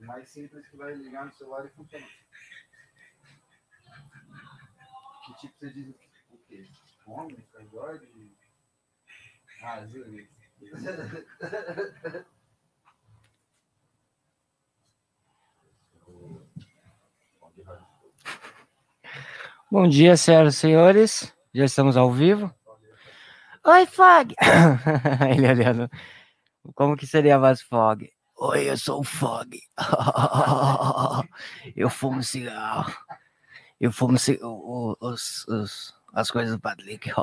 mais simples que vai ligar no celular e funciona. Que tipo você diz o quê? Homem, Android? Ah, Zuri. Bom dia, senhoras e senhores. Já estamos ao vivo. Oi, Fog! Ele olhando. Como que seria a voz Fog? Oi, eu sou o Fog. eu fumo cigarro. Eu fumo ci- o- o- os- os- as coisas do Patrick.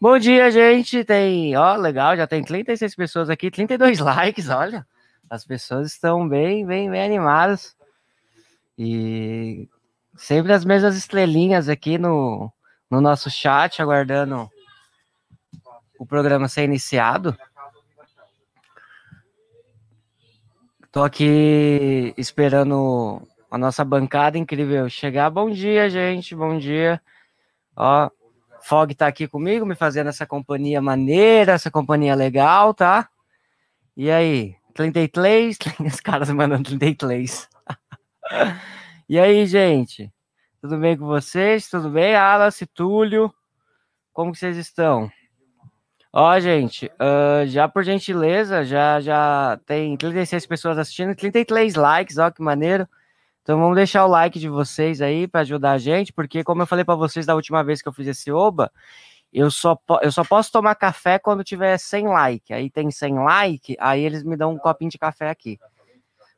Bom dia, gente. Tem, ó, legal, já tem 36 pessoas aqui, 32 likes, olha. As pessoas estão bem, bem, bem animadas. E sempre as mesmas estrelinhas aqui no, no nosso chat, aguardando o programa ser iniciado. Tô aqui esperando a nossa bancada incrível chegar. Bom dia, gente. Bom dia. Ó, Fog tá aqui comigo, me fazendo essa companhia maneira, essa companhia legal, tá? E aí, 33, os caras mandando 33. e aí, gente? Tudo bem com vocês? Tudo bem, Alas, Túlio? Como que vocês estão? Ó, gente, ah, já por gentileza, já já tem 36 pessoas assistindo, 33 likes, ó que maneiro. Então vamos deixar o like de vocês aí para ajudar a gente, porque como eu falei para vocês da última vez que eu fiz esse oba, eu só, po- eu só posso tomar café quando tiver 100 like. Aí tem 100 like, aí eles me dão um copinho de café aqui.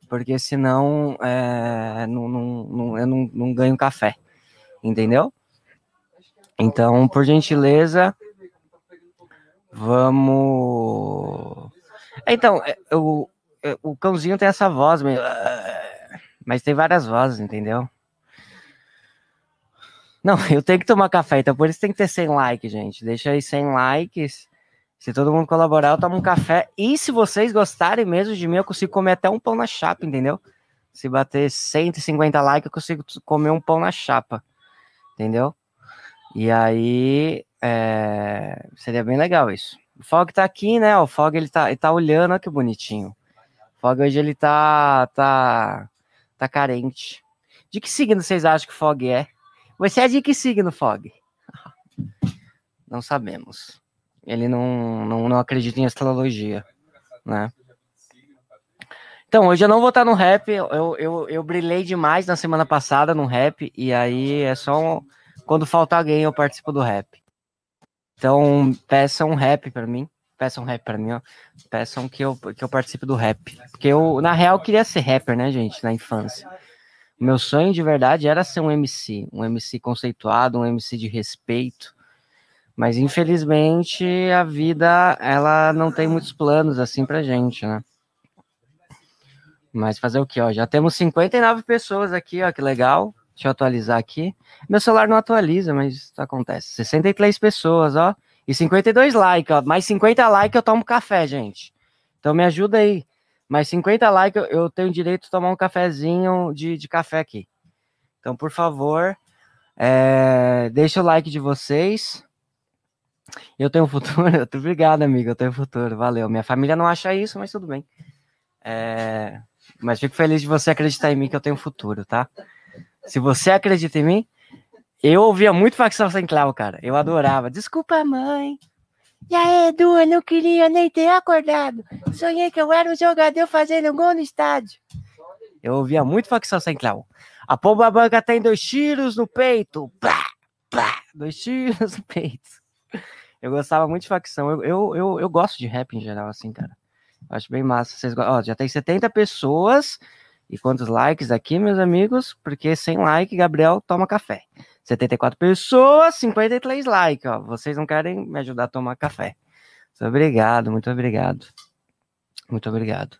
Porque senão é, não, não- não- eu não, não ganho café. Entendeu? Então, por gentileza, Vamos. Então, é, o, é, o cãozinho tem essa voz meio. é, Mas tem várias vozes, entendeu? Não, eu tenho que tomar café, então por isso tem que ter 100 likes, gente. Deixa aí 100 likes. Se todo mundo colaborar, eu tomo um café. E se vocês gostarem mesmo de mim, eu consigo comer até um pão na chapa, entendeu? Se bater 150 likes, eu consigo comer um pão na chapa. Entendeu? E aí, é, seria bem legal isso. O Fog tá aqui, né? O Fog ele tá, ele tá olhando, olha que bonitinho. O Fog hoje ele tá, tá, tá carente. De que signo vocês acham que o Fog é? Você é de que signo, Fog? Não sabemos. Ele não, não, não acredita em astrologia, né? Então, hoje eu não vou estar no rap. Eu, eu, eu brilhei demais na semana passada no rap. E aí é só um- quando falta alguém eu participo do rap. Então, peçam um rap pra mim. Peçam um rap pra mim, ó. Peçam que eu, que eu participe do rap. Porque eu, na real, queria ser rapper, né, gente, na infância. O meu sonho de verdade era ser um MC. Um MC conceituado, um MC de respeito. Mas, infelizmente, a vida, ela não tem muitos planos assim pra gente, né? Mas fazer o quê, ó? Já temos 59 pessoas aqui, ó, que legal. Deixa eu atualizar aqui. Meu celular não atualiza, mas isso acontece. 63 pessoas, ó. E 52 likes, ó. Mais 50 likes eu tomo café, gente. Então me ajuda aí. Mais 50 likes eu, eu tenho direito de tomar um cafezinho de, de café aqui. Então, por favor, é, deixa o like de vocês. Eu tenho um futuro. Obrigado, amigo. Eu tenho um futuro. Valeu. Minha família não acha isso, mas tudo bem. É, mas fico feliz de você acreditar em mim que eu tenho futuro, tá? Se você acredita em mim, eu ouvia muito Facção Central, cara. Eu adorava. Desculpa, mãe. E aí, Edu, eu não queria nem ter acordado. Sonhei que eu era um jogador fazendo gol no estádio. Eu ouvia muito Facção Central. A pomba branca tem dois tiros no peito. Plá, plá, dois tiros no peito. Eu gostava muito de facção. Eu, eu, eu, eu gosto de rap em geral, assim, cara. Eu Acho bem massa. Vocês, go- ó, já tem 70 pessoas. E quantos likes aqui, meus amigos? Porque sem like, Gabriel toma café. 74 pessoas, 53 likes, ó. Vocês não querem me ajudar a tomar café. Muito obrigado, muito obrigado. Muito obrigado.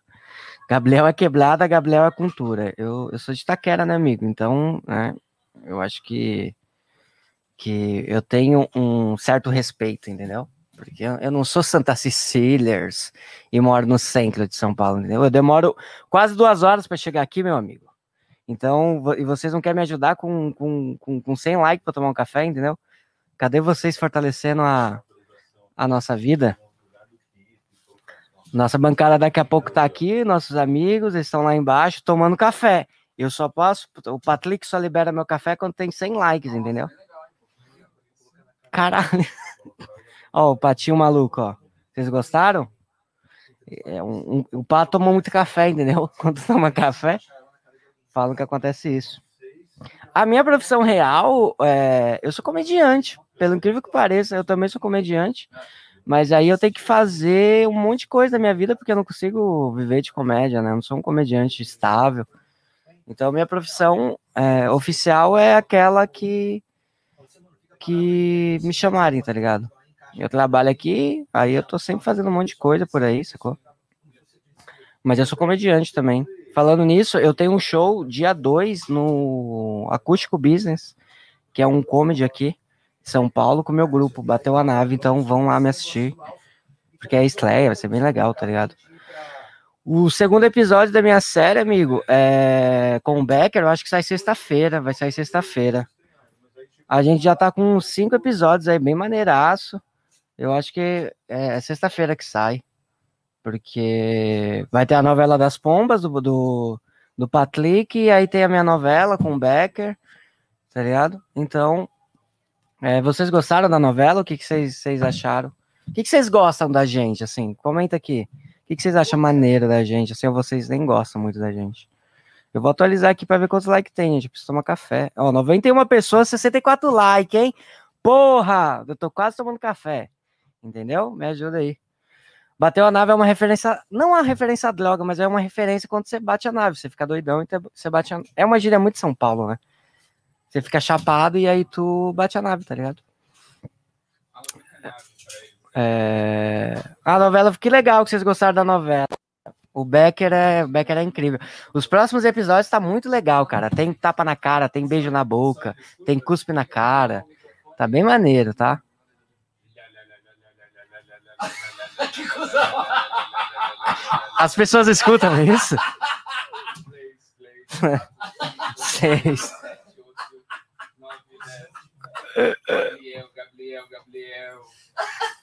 Gabriel é quebrada, Gabriel é cultura. Eu, eu sou de Taquera, né, amigo? Então, né, eu acho que, que eu tenho um certo respeito, entendeu? Porque eu, eu não sou Santa Cecilia's e moro no centro de São Paulo, entendeu? Eu demoro quase duas horas para chegar aqui, meu amigo. Então, vo- e vocês não querem me ajudar com, com, com, com 100 likes para tomar um café, entendeu? Cadê vocês fortalecendo a, a nossa vida? Nossa bancada daqui a pouco tá aqui, nossos amigos eles estão lá embaixo tomando café. Eu só posso, o Patrick só libera meu café quando tem 100 likes, entendeu? Caralho. ó, o Patinho maluco, ó. Vocês gostaram? É um, um- o Pato tomou muito café, entendeu? Quando toma café, falam que acontece isso. A minha profissão real, é, eu sou comediante. Pelo incrível que pareça, eu também sou comediante. Mas aí eu tenho que fazer um monte de coisa na minha vida, porque eu não consigo viver de comédia, né? Eu não sou um comediante estável. Então, minha profissão é, oficial é aquela que, que me chamarem, tá ligado? Eu trabalho aqui, aí eu tô sempre fazendo um monte de coisa por aí, sacou? Mas eu sou comediante também. Falando nisso, eu tenho um show dia 2 no Acústico Business, que é um comedy aqui de São Paulo com o meu grupo, Bateu a Nave, então vão lá me assistir. Porque é estreia, vai ser bem legal, tá ligado? O segundo episódio da minha série, amigo, é com o Becker, eu acho que sai sexta-feira, vai sair sexta-feira. A gente já tá com uns cinco episódios aí, bem maneiraço. Eu acho que é sexta-feira que sai. Porque vai ter a novela das pombas do, do, do Patrick, e aí tem a minha novela com o Becker, tá ligado? Então, é, vocês gostaram da novela? O que, que vocês, vocês acharam? O que, que vocês gostam da gente, assim? Comenta aqui. O que, que vocês acham maneiro da gente? Assim, ou vocês nem gostam muito da gente. Eu vou atualizar aqui pra ver quantos likes tem, gente. Eu Preciso tomar café. Ó, 91 pessoas, 64 likes, hein? Porra! Eu tô quase tomando café. Entendeu? Me ajuda aí. Bateu a nave é uma referência, não a referência à droga, mas é uma referência quando você bate a nave. Você fica doidão e te- você bate a É uma gíria muito de São Paulo, né? Você fica chapado e aí tu bate a nave, tá ligado? É... A novela, que legal que vocês gostaram da novela. O Becker é, o Becker é incrível. Os próximos episódios tá muito legal, cara. Tem tapa na cara, tem beijo na boca, tem cuspe na cara. Tá bem maneiro, tá? As pessoas escutam isso? Seis. Gabriel, Gabriel, Gabriel.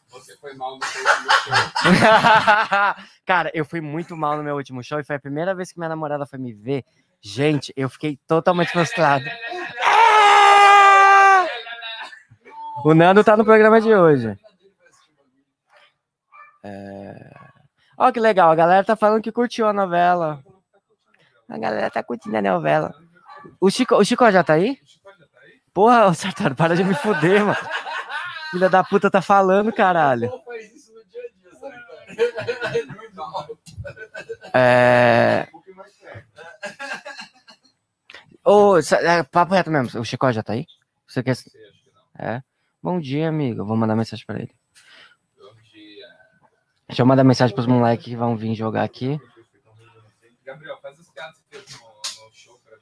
Você foi mal no seu último show. Cara, eu fui muito mal no meu último show e foi a primeira vez que minha namorada foi me ver. Gente, eu fiquei totalmente frustrado. É! Ah! O Nando tá no programa de hoje. É... Ó, que legal, a galera tá falando que curtiu a novela. A galera tá curtindo a novela. O Chico, o Chico já tá aí? Porra, ô Sartori, para de me fuder, mano. Filha da puta tá falando, caralho. Pô, faz isso no dia a dia, sabe? É normal. É. Um pouquinho mais perto. Ô, sa- é, papo reto mesmo, o Chico já tá aí? Você quer. Sei, acho que não. Bom dia, amigo. Eu Vou mandar mensagem pra ele. Bom dia. Deixa eu mandar mensagem pros moleques que vão vir jogar aqui. Gabriel, faz as piadas que fez no, no show pra,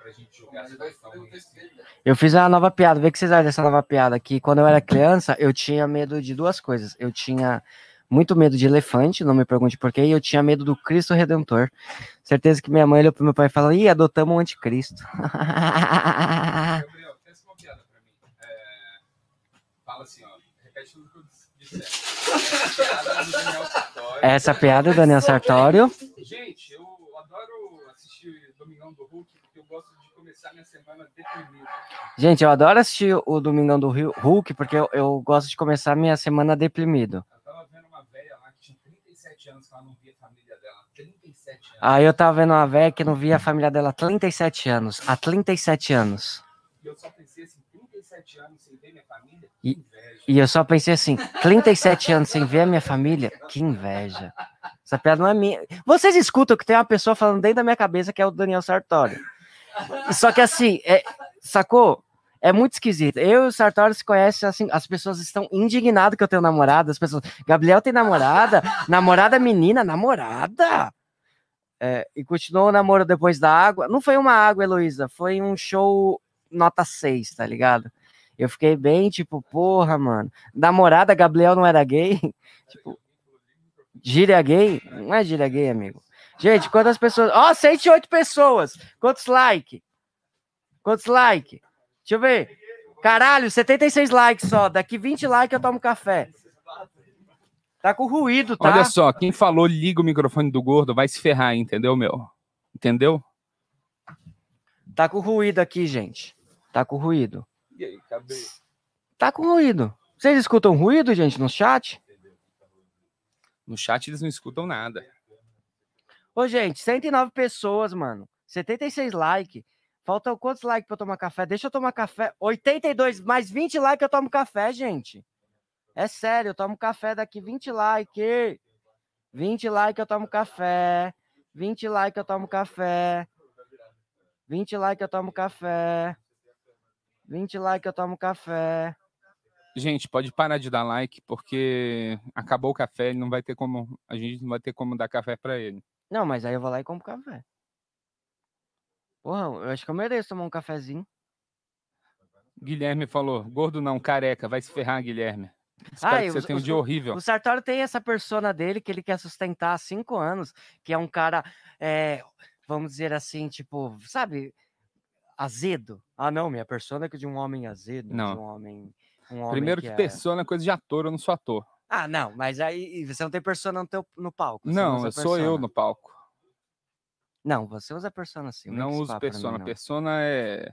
pra gente jogar. Você vai ficar ruim assim. Eu fiz a nova piada, vê o que vocês acham dessa nova piada. Que quando eu era criança, eu tinha medo de duas coisas. Eu tinha muito medo de elefante, não me pergunte por quê, e eu tinha medo do Cristo Redentor. Certeza que minha mãe olhou pro meu pai e falou: ih, adotamos um anticristo. Gabriel, pensa uma piada pra mim. É, Fala assim, ó. Repete tudo que eu dis- disser. É, Piada do Daniel Sartori. Essa piada é do Daniel Sartório. Gente, eu adoro assistir Domingão do Hulk porque eu gosto de começar minha semana deprimido. Gente, eu adoro assistir o Domingão do Rio- Hulk, porque eu, eu gosto de começar minha semana deprimido. Eu tava vendo uma velha lá que tinha 37 anos que ela não via a família dela. 37 anos. Aí eu tava vendo uma véia que não via a família dela há 37 anos. Há 37 anos. E eu só pensei assim, 37 anos sem ver minha família? E- Que inveja. E eu só pensei assim, 37 anos sem ver a minha família? Que inveja. Essa piada não é minha. Vocês escutam que tem uma pessoa falando dentro da minha cabeça que é o Daniel Sartori. Só que assim, é- sacou? É muito esquisito. Eu e o Sartori se conhecem assim, as pessoas estão indignadas que eu tenho namorada. As pessoas, Gabriel tem namorada? Namorada menina? Namorada? É, e continuou o namoro depois da água. Não foi uma água, Heloísa, foi um show nota 6, tá ligado? Eu fiquei bem tipo, porra, mano. Namorada, Gabriel não era gay? tipo, gíria gay? Não é gíria gay, amigo. Gente, quantas pessoas. Ó, 108 pessoas! Quantos like? Quantos like? Deixa eu ver. Caralho, 76 likes só. Daqui 20 likes eu tomo café. Tá com ruído, tá? Olha só, quem falou liga o microfone do gordo vai se ferrar, entendeu, meu? Entendeu? Tá com ruído aqui, gente. Tá com ruído. E aí, cadê? Tá com ruído. Vocês escutam ruído, gente, no chat? No chat eles não escutam nada. Ô, gente, 109 pessoas, mano. 76 likes. Faltam quantos likes pra eu tomar café? Deixa eu tomar café. 82, mais 20 likes eu tomo café, gente. É sério, eu tomo café daqui 20 likes. 20 likes eu tomo café. 20 likes eu tomo café. 20 likes eu tomo café. 20 likes eu tomo café. Gente, pode parar de dar like, porque acabou o café, ele não vai ter como. A gente não vai ter como dar café pra ele. Não, mas aí eu vou lá e compro café. Porra, eu acho que eu mereço tomar um cafezinho. Guilherme falou: gordo não, careca, vai se ferrar, Guilherme. Espero Ah, e que você os- tenha um os- dia horrível. O Sartori tem essa persona dele que ele quer sustentar há cinco anos, que é um cara, é, vamos dizer assim, tipo, sabe, azedo. Ah, não, minha persona é que de um homem azedo, Não. de um homem. um homem Primeiro que é- persona é coisa de ator, eu não sou ator. Ah, não, mas aí você não tem persona no, teu, no palco. você não, usa eu sou eu persona. no palco. Não, você usa persona sim. vem não com esse uso papo pra mim, persona. não. persona é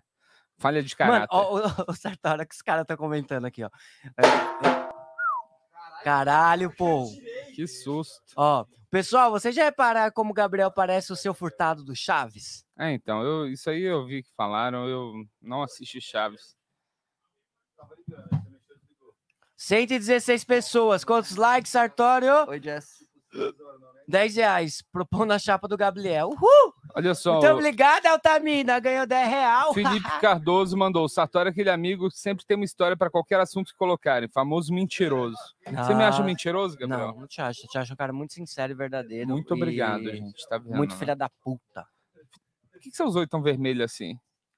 falha de Mano, caráter. ó, o, o Sartori, que os caras estão comentando aqui, ó. É, é- Caralho, pô. Que susto. Ó, pessoal, vocês já repararam como o Gabriel parece o seu furtado do Chaves? É, então, eu- isso aí eu vi que falaram, eu não assisti Chaves. 116 pessoas. Quantos likes, Sartório? Oi, Jess. 10 reais. Propondo a chapa do Gabriel. Uhul! Olha só, Muito o obrigado, Altamina. Ganhou 10 real. Felipe Cardoso mandou, Sartori é aquele amigo que sempre tem uma história para qualquer assunto que colocarem, famoso mentiroso. Você me acha Ah, mentiroso, Gabriel? Não, não te acho. Eu te acho um cara muito sincero e verdadeiro. Muito obrigado, e gente, tá vendo? Muito né? filha da puta. Por que que seus olhos tão vermelhos assim?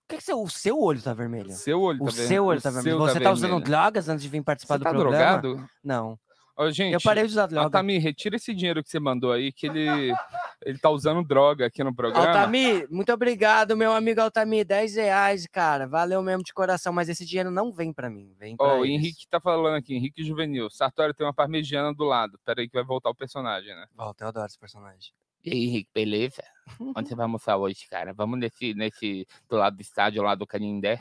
Por que, que seu, o seu olho tá vermelho? Seu olho O tá vermelho. seu olho tá vermelho. Você tá usando vermelho. drogas antes de vir participar Você do tá programa? drogado? Não. Ó, gente, Eu parei de usar droga. Altami, retira esse dinheiro que você mandou aí, que ele, ele tá usando droga aqui no programa. Altami, muito obrigado, meu amigo Altami. 10 reais, cara. Valeu mesmo de coração, mas esse dinheiro não vem pra mim. Vem pra Ó, o eles. Henrique tá falando aqui, Henrique Juvenil. Sartório tem uma parmegiana do lado. Peraí que vai voltar o personagem, né? Volta, eu adoro esse personagem. E aí, Henrique, beleza? Uhum. Onde você vai almoçar hoje, cara? Vamos nesse, nesse do lado do estádio, lá do Canindé.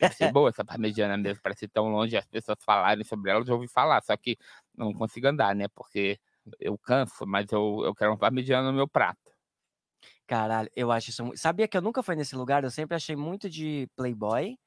Deve ser boa essa parmegiana mesmo, pra ser tão longe, as pessoas falarem sobre ela, eu já ouvi falar, só que não consigo andar, né? Porque eu canso, mas eu, eu quero uma parmegiana no meu prato. Caralho, eu acho isso. mu- Sabia que eu nunca fui nesse lugar? Eu sempre achei muito de Playboy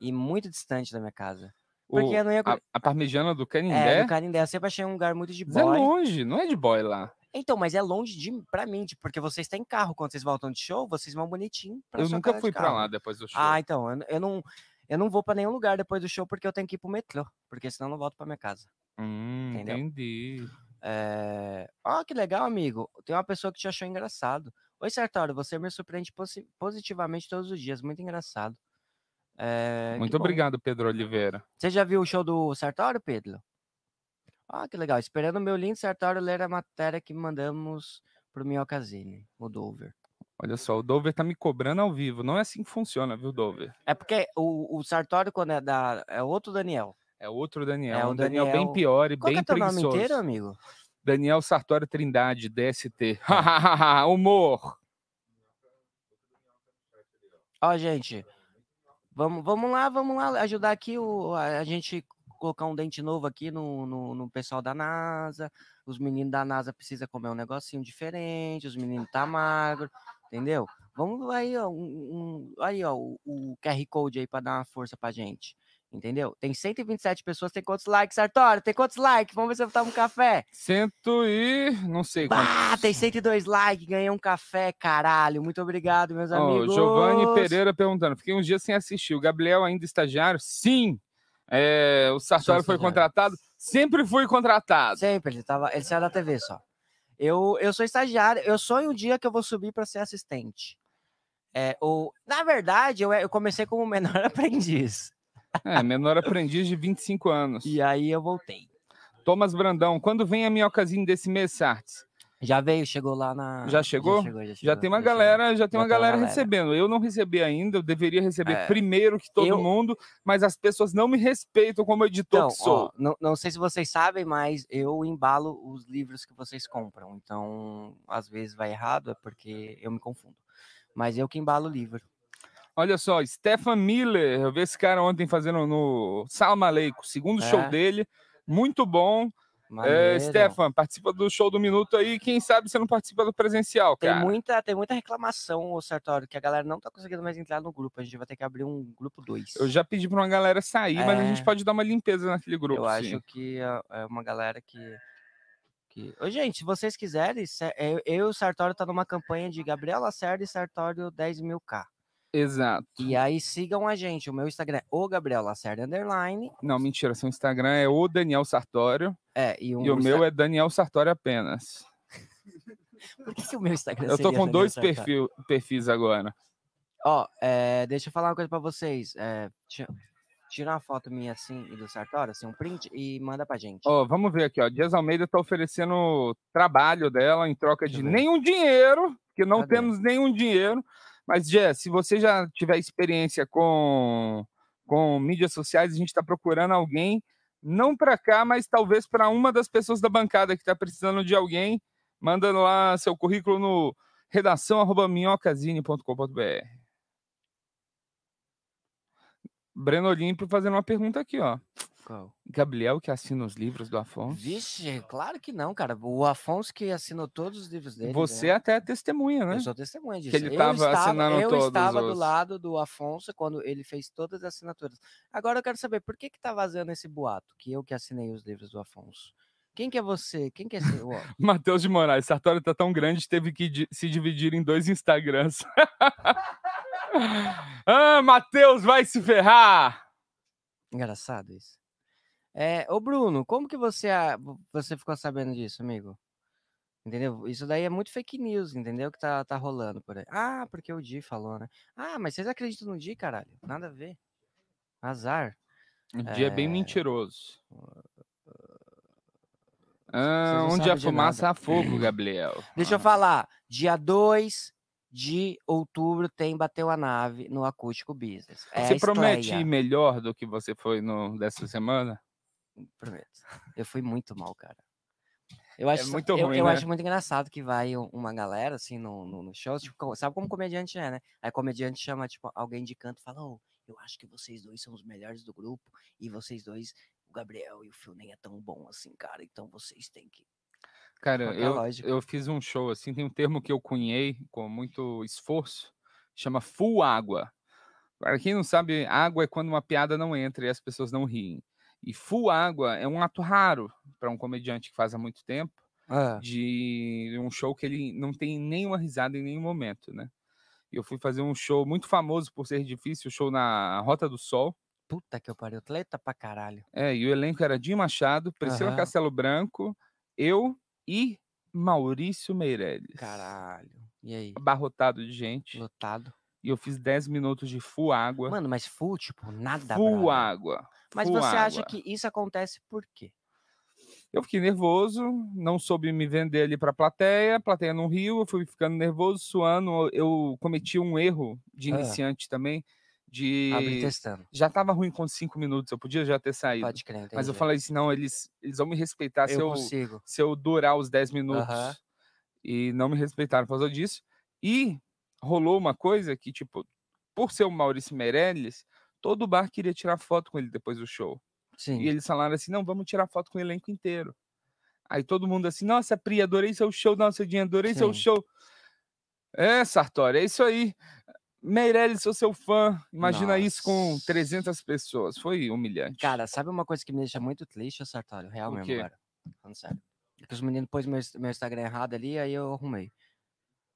e muito distante da minha casa. Porque O- eu não ia. a, a parmegiana do É, Canindé? no Canindé, eu sempre achei um lugar muito de Mas é boy. longe, não é de boy lá. então, mas é longe de pra mim, tipo, porque vocês têm carro. Quando vocês voltam de show, vocês vão bonitinho. Pra eu sua nunca casa de fui pra carro. lá depois do show. Ah, então, eu, n- eu não. Eu não vou pra nenhum lugar depois do show porque eu tenho que ir pro metrô, porque senão eu não volto pra minha casa. Hum, Entendeu? entendi. É... Ah, que legal, amigo. Tem uma pessoa que te achou engraçado. Oi, Sartório, você me surpreende posi- positivamente todos os dias. Muito engraçado. É, que Muito bom. obrigado, Pedro Oliveira. Você já viu o show do Sartório, Pedro? Ah, que legal. Esperando o meu lindo Sartório ler a matéria que mandamos pro Minhocasine, o Dover. Olha só, o Dover tá me cobrando ao vivo. Não é assim que funciona, viu, Dover? É porque o, o Sartório, quando é da. É outro Daniel. É outro Daniel. É, o um Daniel, Daniel- bem pior e Qual que bem é teu nome preguiçoso. inteiro, amigo? Daniel Sartori Trindade, DST. É. Humor! Ó, gente. Vamos, vamos lá, vamos lá ajudar aqui o, a, a gente colocar um dente novo aqui no, no, no pessoal da NASA. Os meninos da NASA precisam comer um negocinho diferente, os meninos tá magro, entendeu? Vamos aí, ó, um, um- aí, ó o, o QR Code aí pra dar uma força pra gente. Entendeu? Tem 127 pessoas, tem quantos likes, Sartório? Tem quantos likes? Vamos ver se eu tomo um café. Cento e. não sei quantos. Bah, tem 102 likes, ganhei um café, caralho. Muito obrigado, meus Ó, amigos. Giovanni Pereira perguntando: fiquei uns dias sem assistir. O Gabriel ainda estagiário? Sim! É, o Sartori foi estagiário. contratado? Sempre fui contratado. Sempre, ele, tava, ele saiu da TV só. Eu, eu sou estagiário, eu sonho um dia que eu vou subir para ser assistente. É, ou, na verdade, eu, eu comecei como menor aprendiz. É, menor aprendiz de 25 anos. E aí eu voltei. Thomas Brandão, quando vem a minhocazinha desse mês, Sartes? Já veio, chegou lá na. Já chegou? chegou, Já chegou, tem uma chegou. galera, já tem Ah, é. Já uma tem uma galera galera. recebendo. Eu não recebi ainda, eu deveria receber É. primeiro que todo Eu- mundo, mas as pessoas não me respeitam como editor Então, que sou. ó, não, não sei se vocês sabem, mas eu embalo os livros que vocês compram. Então, às vezes vai errado, é porque eu me confundo. Mas eu que embalo o livro. Olha só, Stefan Miller, eu vi esse cara ontem fazendo no Salma Leico, segundo É. show dele. Muito bom. É, Maneiro. Stefan, participa do show do minuto aí. Quem sabe você não participa do presencial, Tem cara. muita, tem muita reclamação, ô Sartório, que a galera não tá conseguindo mais entrar no grupo. A gente vai ter que abrir um grupo 2. Eu já pedi pra uma galera sair, mas a É. gente pode dar uma limpeza naquele grupo. Eu um, sim. acho que é é uma galera que. que... Ô, gente, se vocês quiserem, se- eu, eu e o Sartório tá numa campanha de Gabriel Lacerda e Sartório 10 mil K. Exato. E aí sigam a gente. O meu Instagram é o Gabriel Lacerda Underline. Não, mentira, seu Instagram é o Daniel Sartório É, e, um, e o meu é Daniel Sartório apenas. Por que, que o meu Instagram é Eu tô seria com Daniel dois Sartori? perfil- perfis agora. Ó, é, deixa eu falar uma coisa pra vocês. É, ti- tira uma foto minha assim e do Sartório, assim, um print, e manda pra gente. Ó, vamos ver aqui, ó. Dias Almeida tá oferecendo trabalho dela em troca Deixa de eu ver. nenhum dinheiro, que não Cadê? temos nenhum dinheiro. Mas, Jess, se você já tiver experiência com, com mídias sociais, a gente tá procurando alguém, não pra cá, mas talvez pra uma das pessoas da bancada que tá precisando de alguém, manda lá seu currículo no redação@minhocasine.com.br. Breno Olímpio fazendo uma pergunta aqui, ó. Qual? Gabriel que assina os livros do Afonso. Vixe, claro que não, cara. O Afonso que assinou todos os livros dele. Você né? até é testemunha, né? Eu sou testemunha disso. ele eu tava estava, assinando eu todos estava do os- lado do Afonso quando ele fez todas as assinaturas. Agora eu quero saber por que que tá vazando esse boato que eu que assinei os livros do Afonso. Quem que é você? Quem que é seu? Ó, Matheus de Moraes, Sartori tá tão grande, teve que di- se dividir em dois Instagrams. ah, Matheus vai se ferrar! Engraçado isso. É, ô Bruno, como que você, a- vo- você ficou sabendo disso, amigo? Entendeu? Isso daí é muito fake news, entendeu? Que tá, tá rolando por aí. Ah, porque o Di falou, né? Ah, mas vocês acreditam no Di, caralho? Nada a ver. Azar. O dia é bem É. mentiroso. Ah, não onde sabem há de fumaça, há fogo, Gabriel. Ah. Deixa eu falar. Dia 2 de outubro tem Bateu a Nave no Acústico Business. É Você a promete estreia. ir melhor do que você foi no, dessa semana? Prometo. Eu fui muito mal, cara. Eu acho, muito eu, ruim, eu né? acho muito engraçado que vai um- uma galera, assim, no, no, no show, tipo, co- sabe como comediante é, né? Aí comediante chama, tipo, alguém de canto e fala, ô, eu acho que vocês dois são os melhores do grupo, e vocês dois, o Gabriel e o Phil nem é tão bom assim, cara, então vocês têm que... Cara, Qual que é a eu, lógica? eu fiz um show assim, tem um termo que eu cunhei com muito esforço, chama full água. Para quem não sabe, água é quando uma piada não entra e as pessoas não riem. E full água é um ato raro para um comediante que faz há muito tempo, Tá. de um show que ele não tem nenhuma risada em nenhum momento, né? E Eu fui fazer um show muito famoso por ser difícil, o show na Rota do Sol. Puta que eu pariu, atleta pra caralho. É, e o elenco era Dinho Machado, Priscila Aham. Castelo Branco, eu e Maurício Meirelles. Caralho. E aí? Abarrotado de gente. Lotado. E eu fiz 10 minutos de full água. Mano, mas full, tipo, nada full brother. água. Mas full você acha água. que isso acontece por quê? Eu fiquei nervoso, não soube me vender ali pra plateia, a plateia não riu, eu fui ficando nervoso, suando. Eu cometi um erro de Ah. iniciante também, Abre de. testando. Já tava ruim com 5 minutos, eu podia já ter saído. Pode crer, Mas eu entendi. falei assim: não, eles, eles vão me respeitar Ah, se eu eu. consigo. se eu durar os 10 minutos. Aham. E não me respeitaram por causa disso. E rolou uma coisa que, tipo, por ser o Maurício Meirelles, todo bar queria tirar foto com ele depois do show. Sim. E eles falaram assim: não, vamos tirar foto com o elenco inteiro. Aí todo mundo assim, nossa, Pri, adorei seu show, nossa, Dinha, adorei seu Sim. show. É, Sartori, é isso aí. Meirelles, sou seu fã. Imagina isso com Nossa. 300 pessoas. Foi humilhante. Cara, sabe uma coisa que me deixa muito triste, é Sartório? Real O mesmo quê? agora. Falando sério. É Que os meninos pôs meu, meu Instagram errado ali, aí eu arrumei.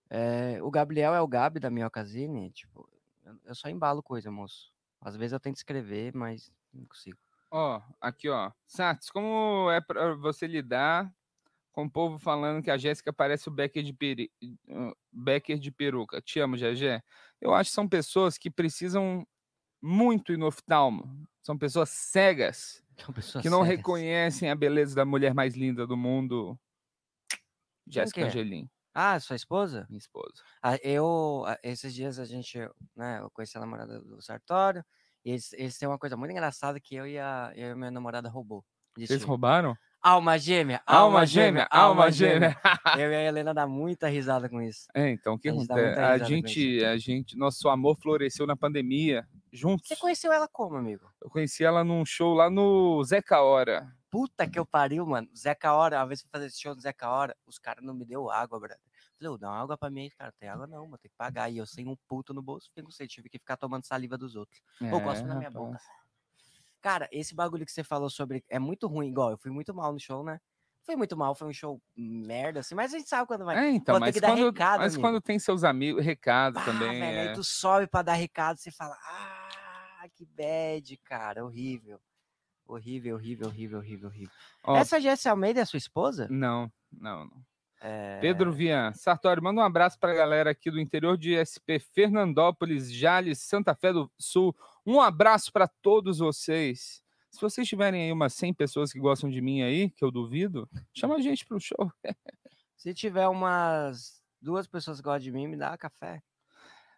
É, o Gabriel é o Gabi da minha Casine, tipo, eu, eu só embalo coisa, moço. Às vezes eu tento escrever, mas não consigo. Ó, aqui, ó. Santos, como é pra você lidar com o povo falando que a Jéssica parece o Becker de, peri... eh, Becker de peruca? Te amo, Gegé. Eu acho que são pessoas que precisam muito ir no oftalmo. São pessoas cegas São pessoas que não sérias. reconhecem a beleza da mulher mais linda do mundo. Jéssica que é? Angelim, Ah, sua esposa? minha esposa. Ah, eu, ah, esses dias a gente, né, eu conheci a namorada do Sartório, e eles, eles têm uma coisa muito engraçada que eu e a, eu e a minha namorada roubou. de Vocês filme. roubaram? Alma gêmea, Alma gêmea, alma gêmea. Eu e a Helena dá muita risada com isso. É, então, o que A gente dá acontece? muita A risada com gente, a gente, nosso amor floresceu na pandemia, juntos. Você conheceu ela como, amigo? Eu conheci ela num show lá no Zeca Hora. Puta que eu pariu, mano. Zeca Hora, uma vez que eu fazer show do Zeca Hora, os caras não me deu água, brother. Falei, ô, dá uma água pra mim aí, cara. Tem água não, mano. Tem que pagar. E eu sem um puto no bolso, fiquei com você. Tive que ficar tomando saliva dos outros. Eu gosto É, na minha boca. Cara, esse bagulho que você falou sobre é muito ruim, igual. Eu fui muito mal no show, né? Foi muito mal, foi um show merda, assim, mas a gente sabe quando vai. É, então, Pô, tem mas, que dar quando, recado, mas amigo. quando tem seus amigos, recado Pá, também. Ah, velho, é. Aí tu sobe pra dar recado, você fala, ah, que bad, cara, horrível. Horrível, horrível, horrível, horrível, horrível. Ó, Essa Jéssica Almeida é sua esposa? Não, não, não. É, Pedro Vian, Sartori, manda um abraço pra galera aqui do interior de SP, Fernandópolis, Jales, Santa Fé do Sul. Um abraço pra todos vocês. Se vocês tiverem aí umas 100 pessoas que gostam de mim aí, que eu duvido, chama a gente pro show. Se tiver umas duas pessoas que gostam de mim, me dá café.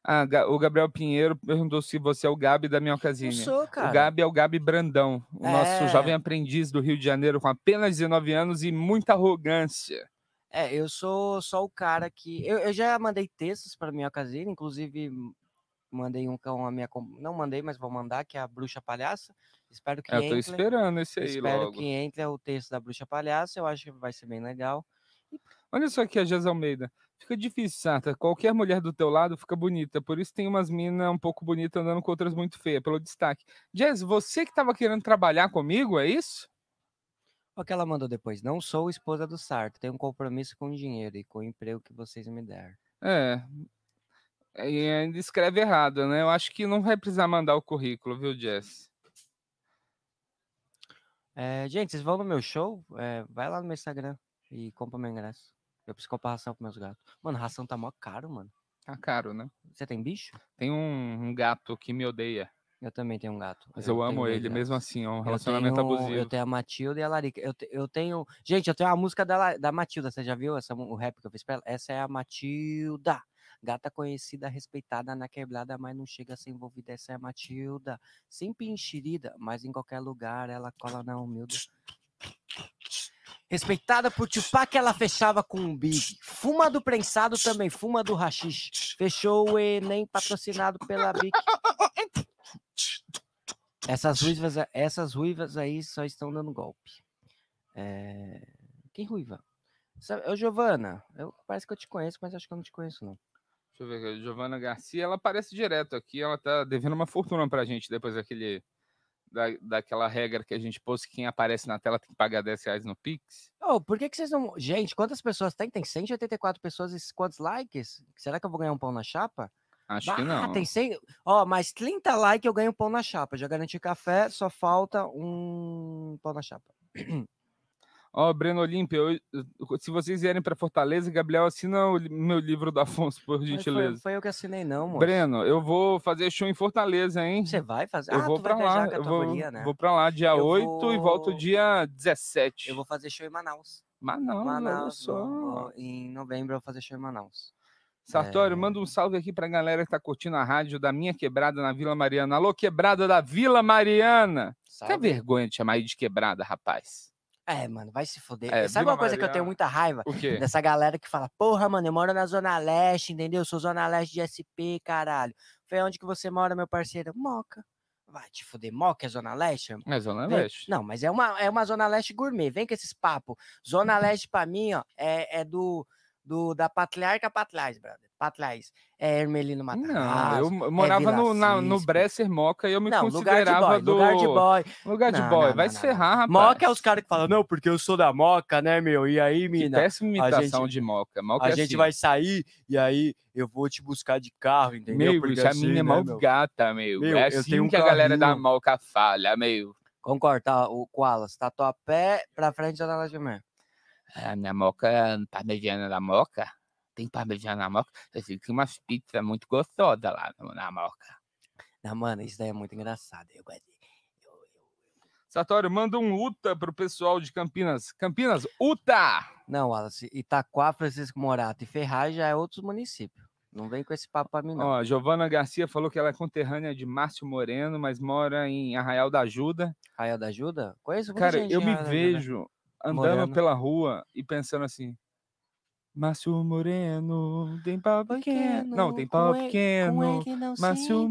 Ah, Ga- o Gabriel Pinheiro perguntou se você é o Gabi da minha Eu casinha. sou, cara. O Gabi é o Gabi Brandão, o nosso É. jovem aprendiz do Rio de Janeiro com apenas 19 anos e muita arrogância. É, eu sou só o cara que. Eu, eu já mandei textos para minha casinha, inclusive m- mandei um com a minha. com- Não mandei, mas vou mandar, que é a Bruxa Palhaça. Espero que É, eu tô entre. esperando esse aí Espero logo. que entre o texto da Bruxa Palhaça. Eu acho que vai ser bem legal. Olha só aqui a Jez Almeida. Fica difícil, Sarta. Qualquer mulher do teu lado fica bonita. Por isso tem umas minas um pouco bonitas andando com outras muito feias, pelo destaque. Jez, você que tava querendo trabalhar comigo, é isso? Olha O que ela mandou depois. Não sou esposa do Sarto. Tenho um compromisso com o dinheiro e com o emprego que vocês me deram. É. E ainda escreve errado, né? Eu acho que não vai precisar mandar o currículo, viu, Jess? É, gente, vocês vão no meu show? É, vai lá no meu Instagram e compra meu ingresso. Eu preciso comprar ração pros meus gatos. Mano, ração tá mó caro, mano. Tá caro, né? Você tem bicho? Tem um, um gato que me odeia, Eu também tenho um gato. mas eu, tenho amo dois ele mesmo gatos. assim. É um Eu relacionamento tenho- Eu abusivo. tenho a Matilda e a Larica. Eu, te- eu tenho. Gente, eu tenho a música da, La- da Matilda. Você já viu essa, mu- o rap que eu fiz pra ela? Essa é a Matilda. Gata conhecida, respeitada na quebrada, mas não chega a ser envolvida. Essa é a Matilda. Sempre enxerida, mas em qualquer lugar ela cola na humilde. Respeitada por Tupac, ela fechava com um big. Fuma do prensado também, fuma do rachixe. Fechou o Enem patrocinado pela Bic. Essas ruivas, a- essas ruivas aí só estão dando golpe. É, Quem ruiva? Sabe, Ô, Giovana, eu, parece que eu te conheço, mas acho que eu não te conheço, não. Deixa eu ver aqui. Giovana Garcia, ela aparece direto aqui. Ela tá devendo uma fortuna pra gente depois daquele. Da, daquela regra que a gente pôs que quem aparece na tela tem que pagar 10 reais no Pix. Ô, por que, que vocês não. Gente, quantas pessoas tem? Tem 184 pessoas e quantos likes? Será que eu vou ganhar um pão na chapa? Acho Ah, que não. tem 100. Ó, mais 30 likes eu ganho um pão na chapa. Já garanti café, só falta um pão na chapa. Ó, Breno Olímpio, eu- eu- se vocês vierem pra Fortaleza, Gabriel, assina o li- meu livro do Afonso, por Mas gentileza. Foi, foi eu que assinei, não, moço. Breno, eu vou fazer show em Fortaleza, hein? Você vai fazer. Eu ah, vou tu pra vai viajar lá. com a Eu tua vou, guria, né? vou pra lá dia Eu 8 e volto vou- dia 17. Eu vou fazer show em Manaus. Manaus, olha Manaus, só. vou- em novembro eu vou fazer show em Manaus. Sartório, É. manda um salve aqui pra galera que tá curtindo a rádio da minha quebrada na Vila Mariana. Alô, quebrada da Vila Mariana! Que Salve. vergonha de chamar aí de quebrada, rapaz. É, mano, vai se foder. É, Sabe Vila uma coisa que eu tenho Mariana. muita raiva? O quê? Dessa galera que fala, porra, mano, eu moro na Zona Leste, entendeu? Eu sou Zona Leste de SP, caralho. Foi onde que você mora, meu parceiro? Moca. Vai te foder, Moca é Zona Leste? irmão? É Zona Vem- Leste. Não, mas é uma, é uma Zona Leste gourmet. Vem com esses papos. Zona Leste, pra mim, ó, é, é do, do da Patriarca pra trás, brother. Pra trás. É Hermelino Não, Matarazzo. eu morava é Vila no, na- no Cisco. Bresser Moca e eu me Não, lugar de considerava boy, do. lugar de boy. Lugar de Não, boy. não, Vai não, se não, ferrar, rapaz. Moca é os caras que falam, não, porque eu sou da Moca, né, meu? E aí, Que mina, péssima imitação gente- de Moca. Moca a é gente assim. vai sair e aí eu vou te buscar de carro, entendeu? Meu, isso a assim, minha é né, mal meu?" gata, meu. Meu, É eu assim tenho um que a galera da carrinho. Moca falha, meu. Concordo, tá? O Koalas, tá tua pé pra frente da Lala de Mer. A minha moca, parmegiana da moca. Tem parmegiana na moca? Eu sei que tem umas pizzas muito gostosas lá no- na moca. Não, mano, isso daí é muito engraçado. Eu, gosto de- eu, eu, Sartório, manda um UTA pro pessoal de Campinas. Campinas, UTA! Não, Wallace, Itaquá, Francisco Morato e Ferraz já é outros municípios. Não vem com esse papo pra mim, não. Ó, Giovana Garcia falou que ela é conterrânea de Márcio Moreno, mas mora em Arraial da Ajuda. Raio da Ajuda? Conheço muita Cara, gente eu em me Arraial da Ajuda. vejo andando Moreno. pela rua e pensando assim. Márcio Moreno, tem pau pequeno. Não, tem pau é pequeno. Márcio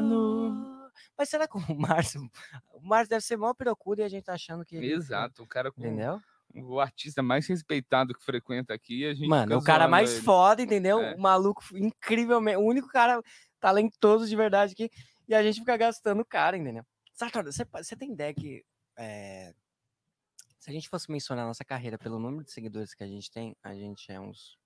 Moreno. Mas será que o Márcio. O Márcio deve ser maior procura e a gente tá achando que. ele- Exato, o cara com Entendeu? o artista mais respeitado que frequenta aqui. A gente Mano, é fica o cara zoando mais ele. foda, entendeu? É. O maluco incrivelmente. O único cara talentoso de verdade aqui. E a gente fica gastando o cara, entendeu? Sartori, você, você tem ideia que. é, Se a gente fosse mencionar a nossa carreira pelo número de seguidores que a gente tem, a gente é uns,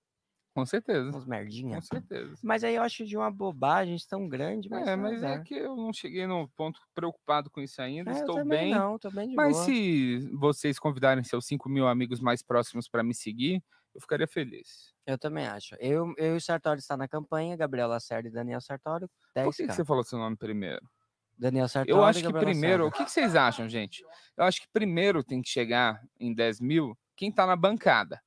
Com certeza. uns merdinha. Hum, Com certeza. Mas aí eu acho de uma bobagem isso tão grande, mas. é, mas é azar. que eu não cheguei no ponto preocupado com isso ainda. É, eu Estou também bem. Não, tô bem de Mas boa. se vocês convidarem seus 5 mil amigos mais próximos para me seguir, eu ficaria feliz. Eu também acho. Eu, eu e o Sartori está na campanha, Gabriel Lacerda e Daniel Sartori. 10 Por que, que você falou seu nome primeiro? Daniel Sartori. Eu acho e que Gabriel primeiro. O que, Lacerda. que vocês acham, gente? Eu acho que primeiro tem que chegar em 10 mil quem tá na bancada.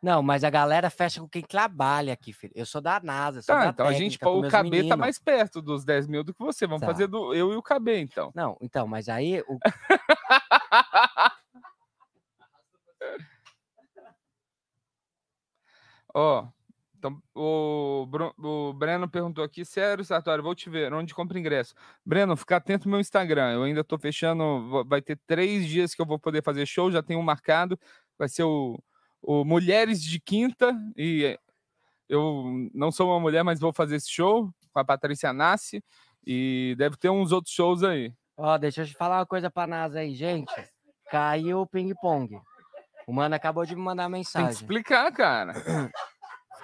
Não, mas a galera fecha com quem trabalha aqui, filho. Eu sou da NASA. Sou Tá, da então a gente, técnica, com o meus KB tá menino. mais perto dos 10 mil do que você. Vamos Tá. fazer do eu e o KB, então. Não, então, mas aí. O... Ó. Então, o, Bru- o Breno perguntou aqui, sério, Sartório, vou te ver, onde compra ingresso? Breno, fica atento no meu Instagram, eu ainda tô fechando, va- vai ter três dias que eu vou poder fazer show, já tem um marcado, vai ser o, o Mulheres de Quinta, e é, eu não sou uma mulher, mas vou fazer esse show com a Patrícia Nasce, e deve ter uns outros shows aí. Ó, deixa eu te falar uma coisa pra NASA aí, gente. Caiu o ping-pong. O mano acabou de me mandar Tem que mensagem. explicar, cara.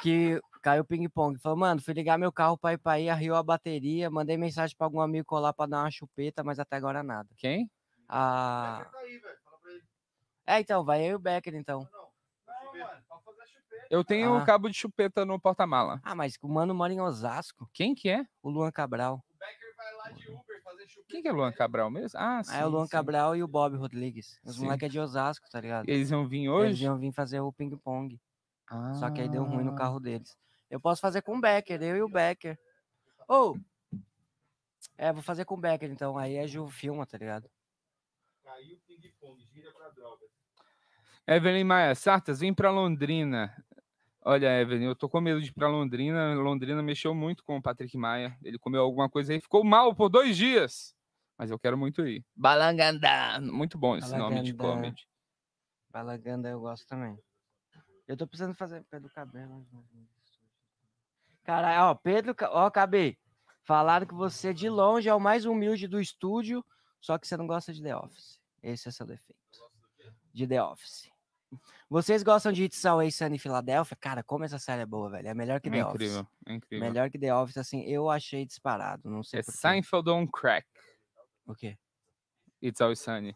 que caiu o ping-pong. Falou, mano, fui ligar meu carro pra ir pra aí, arriou a bateria, mandei mensagem pra algum amigo colar pra dar uma chupeta, mas até agora nada. Quem? Ah, Tá aí, velho. Fala pra ele. é, então, vai eu e o Becker, então. Não, mano. Pode fazer a chupeta. Eu tenho um Ah. cabo de chupeta no porta-mala. Ah, mas o mano mora em Osasco, Quem que é? o Luan Cabral. O Becker vai lá de Uber fazer chupeta. Quem que é o Luan Cabral mesmo? Ah, sim. Aí é o Luan sim. Cabral e o Bob Rodrigues. Os Sim. moleques é de Osasco, tá ligado? Eles iam vir Eles hoje? Ah. iam vir fazer o ping-pong. Só que aí deu ruim no carro deles. Eu posso fazer com o Becker, eu e o Becker. Ou. É, vou fazer com o Becker, então. Aí a Ju filma, tá ligado? Caiu o ping-pong, gira pra droga. Ah. Evelyn Maia, Sartas, vem pra Londrina. Olha, Evelyn, eu tô com medo de ir pra Londrina. Londrina mexeu muito com o Patrick Maia. Ele comeu alguma coisa aí, ficou mal por dois dias. Mas eu quero muito ir. Balangandã. Muito bom esse nome de Balangandã. comedy. Balaganda eu gosto também. Eu tô precisando fazer Pedro Cabelo. Caralho, ó, Pedro, Ca- ó, KB. Falaram que você de longe é o mais humilde do estúdio, só que você não gosta de The Office. Esse é seu defeito. De The Office. Vocês gostam de It's Always Sunny em Filadélfia? Cara, como essa série é boa, velho. É melhor que É The incrível, Office. é incrível. Melhor que The Office, assim, eu achei disparado. Não sei É por quê. Seinfeld on crack. O quê? It's always sunny.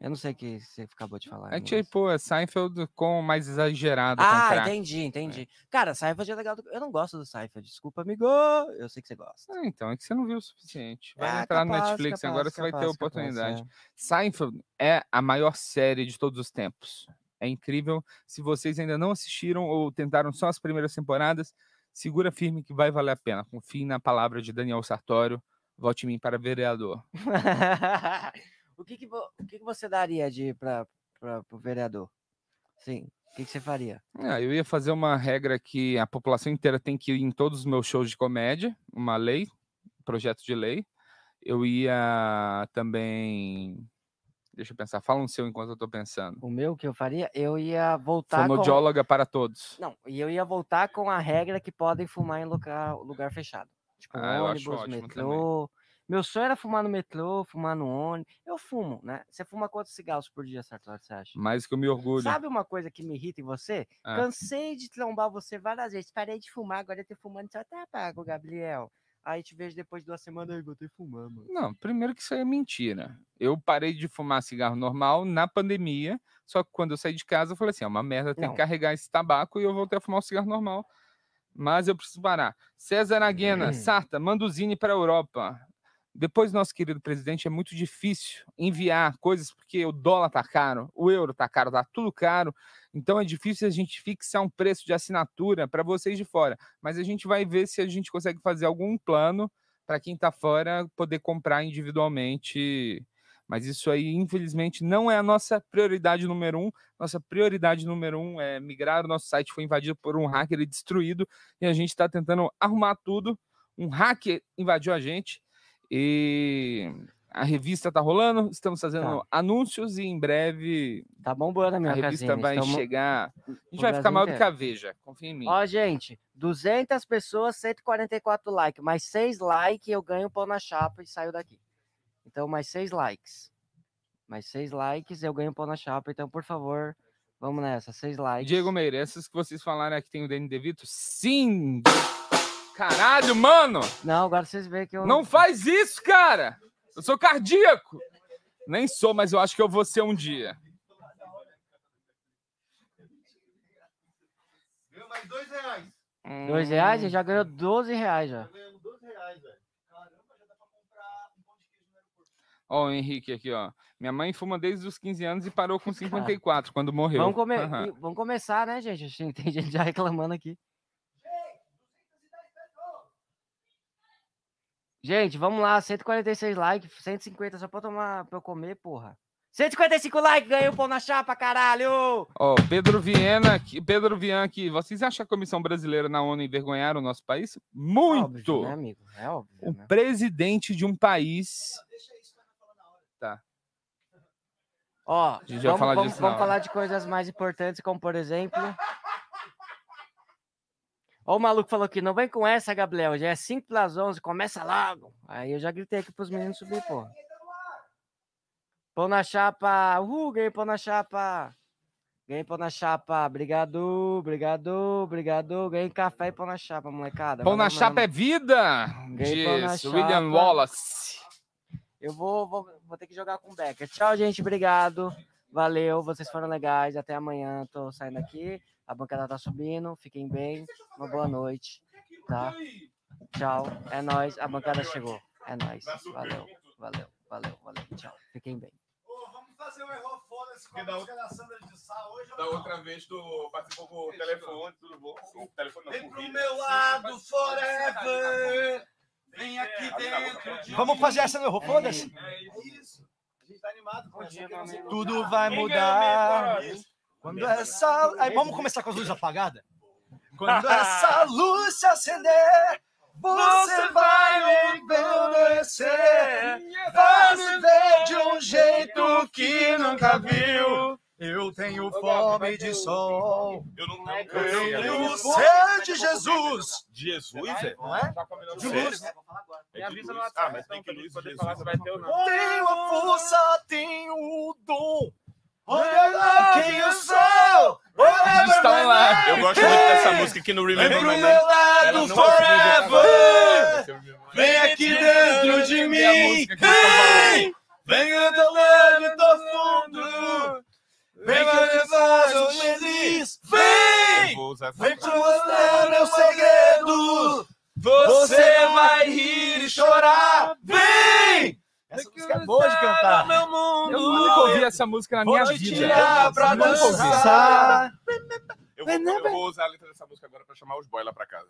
Eu não sei o que você acabou de falar. É mas- tipo, é Seinfeld com mais exagerado com Ah, crack. entendi, entendi. Cara, Seinfeld é legal. do- Eu não gosto do Seinfeld. Desculpa, amigo. Eu sei que você gosta. Ah, então, é que você não viu o suficiente. Vai Ah, entrar no capaz, Netflix capaz, agora, você vai ter a capaz, capaz, oportunidade. é. Seinfeld é a maior série de todos os tempos. É incrível. Se vocês ainda não assistiram ou tentaram só as primeiras temporadas, segura firme que vai valer a pena. Confie na palavra de Daniel Sartório. Vote em mim para vereador. é. o que que, vo- o que que você daria de para o vereador? Sim. O que, que você faria? Ah, eu ia fazer uma regra que a população inteira tem que ir em todos os meus shows de comédia, uma lei, um projeto de lei. Eu ia também. Deixa eu pensar, fala um seu enquanto eu tô pensando. O meu que eu faria? Eu ia voltar com... Fonoaudióloga para todos. Não, e eu ia voltar com a regra que podem fumar em lugar, lugar fechado. Tipo, Ah, eu acho ônibus, ótimo metrô. Meu sonho era fumar no metrô, fumar no ônibus. Eu fumo, né? Você fuma quantos cigarros por dia, Sartori, você acha? Mais que eu me orgulho. Sabe uma coisa que me irrita em você? Ah. Cansei de trombar você várias vezes. Parei de fumar, agora eu tô fumando só tabaco, Gabriel. Aí te vejo depois de duas semanas, eu voltei fumando, mano. Não, primeiro que isso aí é mentira. Eu parei de fumar cigarro normal na pandemia, só que quando eu saí de casa eu falei assim, é uma merda, tem que Não. carregar esse tabaco e eu voltei a fumar o cigarro normal. Mas eu preciso parar. César Aguena, Sarta, manda o Zine para a Europa. Depois do nosso querido presidente, é muito difícil enviar coisas porque o dólar tá caro, o euro tá caro, tá tudo caro. Então é difícil a gente fixar um preço de assinatura para vocês de fora. Mas a gente vai ver se a gente consegue fazer algum plano para quem tá fora poder comprar individualmente. Mas isso aí, infelizmente, não é a nossa prioridade número um. Nossa prioridade número um é migrar. O nosso site foi invadido por um hacker e destruído. E a gente está tentando arrumar tudo. Um hacker invadiu a gente. E a revista está rolando. Estamos fazendo Tá. anúncios e em breve Tá bombando a minha a revista casinha, vai estamos- chegar. A o gente vai ficar Brasil maior do que a inteiro. Veja. Confia em mim. Ó, gente, 200 pessoas, 144 likes. Mais 6 likes, eu ganho o pão na chapa e saio daqui. Então, mais 6 likes. Mais 6 likes, eu ganho o pão na chapa. Então, por favor, vamos nessa. 6 likes. Diego Meire, essas que vocês falaram aqui tem o Danny DeVito? Sim! Caralho, mano! Não, agora vocês veem que eu. Não faz isso, cara! Eu sou cardíaco! Nem sou, mas eu acho que eu vou ser um dia. Ganhou mais dois reais. 2 reais, ele já ganhou 12 reais já. Tá ganhando dois reais, velho. Caramba, já dá pra comprar um pão de queijo no aeroporto. Ó, o Henrique aqui, ó. Minha mãe fuma desde os 15 anos e parou com 54 quando morreu. Vamos, come... Aham. e- vamos começar, né, gente? Assim, Tem gente já reclamando aqui. Gente, vamos lá, 146 likes, 150 só pra tomar, pra eu comer, porra. 155 likes, ganhei o pão na chapa, caralho! Ó, Pedro Viana, aqui- Pedro Vian aqui. Vocês acham que a comissão brasileira na ONU envergonharam o nosso país? Muito! Óbvio, né, amigo? É óbvio, o né? presidente de um país. Ó, gente vamos, vai falar vamos- disso na vamos hora. falar de coisas mais importantes, como por exemplo... Ó, o maluco falou que não vem com essa, Gabriel, já é 5 pelas 11, começa logo. Aí eu já gritei aqui pros meninos subir, porra. Pão na chapa, uhul, ganhei pão na chapa. Ganhei pão na chapa, obrigado, obrigado, obrigado. Ganhei café e pão na chapa, molecada. Pão na Valeu, chapa mano. é vida! Gay pão na Diz William chapa. Wallace. Eu vou, vou, vou ter que jogar com o Becker. Tchau, gente. Obrigado. Valeu. Vocês foram legais. Até amanhã. Tô saindo aqui. A bancada tá subindo. Fiquem bem. Uma boa noite. Tá? Tchau. É nóis. A bancada chegou. É nóis. Valeu. Valeu. Valeu. Valeu. Tchau. Fiquem bem. Ô, vamos fazer um erro foda-se com Que a da música da Sandra de Sá hoje. ou Da não? outra vez tu participou por telefone, tudo bom? Com telefone não, Vem por pro vídeo. meu lado, forever. Vem é, aqui dentro de Vamos fazer essa no erro, foda-se. É isso. A gente tá animado com isso. porque não sei como Tudo tá. vai Ninguém mudar. ganhou mesmo, Quando essa. Aí vamos começar com as luzes apagadas? Quando essa luz se acender, você vai me engrandecer. Vai me ver de um jeito que nunca viu. Eu tenho fome de sol. Eu não Eu tenho lembro. sede é de Jesus. Jesus, é? Não é? De luz. Me avisa no WhatsApp. Ah, mas tem que luz de Jesus. Tenho a força, tenho o dom. Olha lá quem eu sou. Olha Estão lá. Eu gosto muito dessa música aqui no Vem Remember pro My meu Name. Ela lado não conseguiu gravar. forever! Esse é o Remember My Name. Vem aqui dentro de É a mim! música que eles tão falando. Vem andando do fundo! Vem levar os feliz! Eu Vem! vou usar essa Vem te música. mostrar meu segredo! Você vai rir e chorar! Vem! Essa música é boa de cantar! Eu nunca ouvi essa música na minha um Vou um te vida. tirar pra Nunca ouvi. dançar! Eu vou, eu vou usar a letra dessa música agora pra chamar os boys lá pra casa.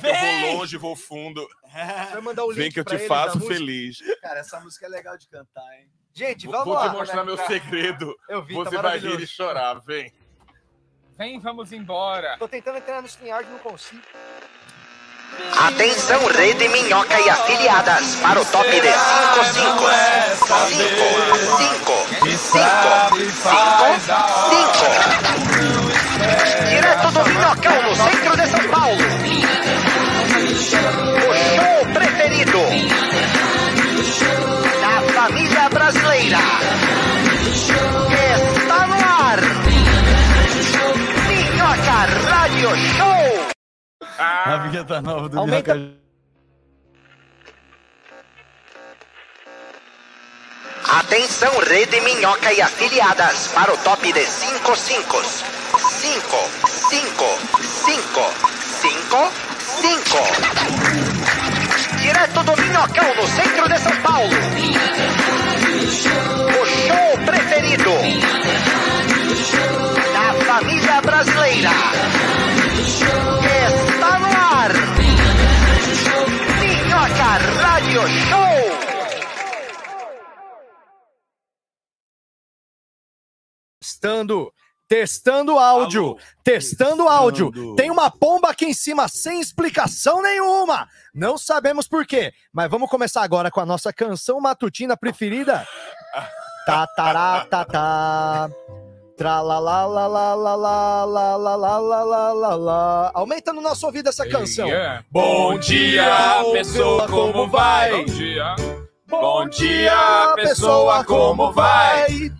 Vem que eu vou longe, vou fundo. Vai É. mandar o Vem que eu pra te eles da faço um música. feliz. Cara, essa música é legal de cantar, hein? Gente, Vou vamos vou te lá. mostrar meu segredo. Eu vi, Você tá vai rir maravilhoso. e chorar, vem. Vem, vamos embora. Tô tentando entrar no StreamYard e não consigo. Atenção, rede minhoca e afiliadas, para o top de 5, 5, 5, 5, 5, 5. Direto do Minhocão, no centro de São Paulo. O show preferido da família brasileira. Está no ar. Minhoca Rádio Show. Ah, vinheta nova do Aumenta- Atenção, Rede Minhoca e afiliadas, para o top de 5 5. 5, 5, 5, 5, 5. Direto do Minhocão. Minhocão no centro de São Paulo. O show preferido da família brasileira. Está no ar. Minhoca Radio Show. Testando. Testando áudio. Testando áudio. Tem uma pomba aqui em cima sem explicação nenhuma. Não sabemos por quê. Mas vamos começar agora com a nossa canção matutina preferida. Tatará, tatá. Tralalalalalalalalalalalalala. Aumenta no nosso ouvido essa canção. é. Yeah. Bom dia, pessoa, como vai? Bom dia. Bom dia, pessoa, como vai?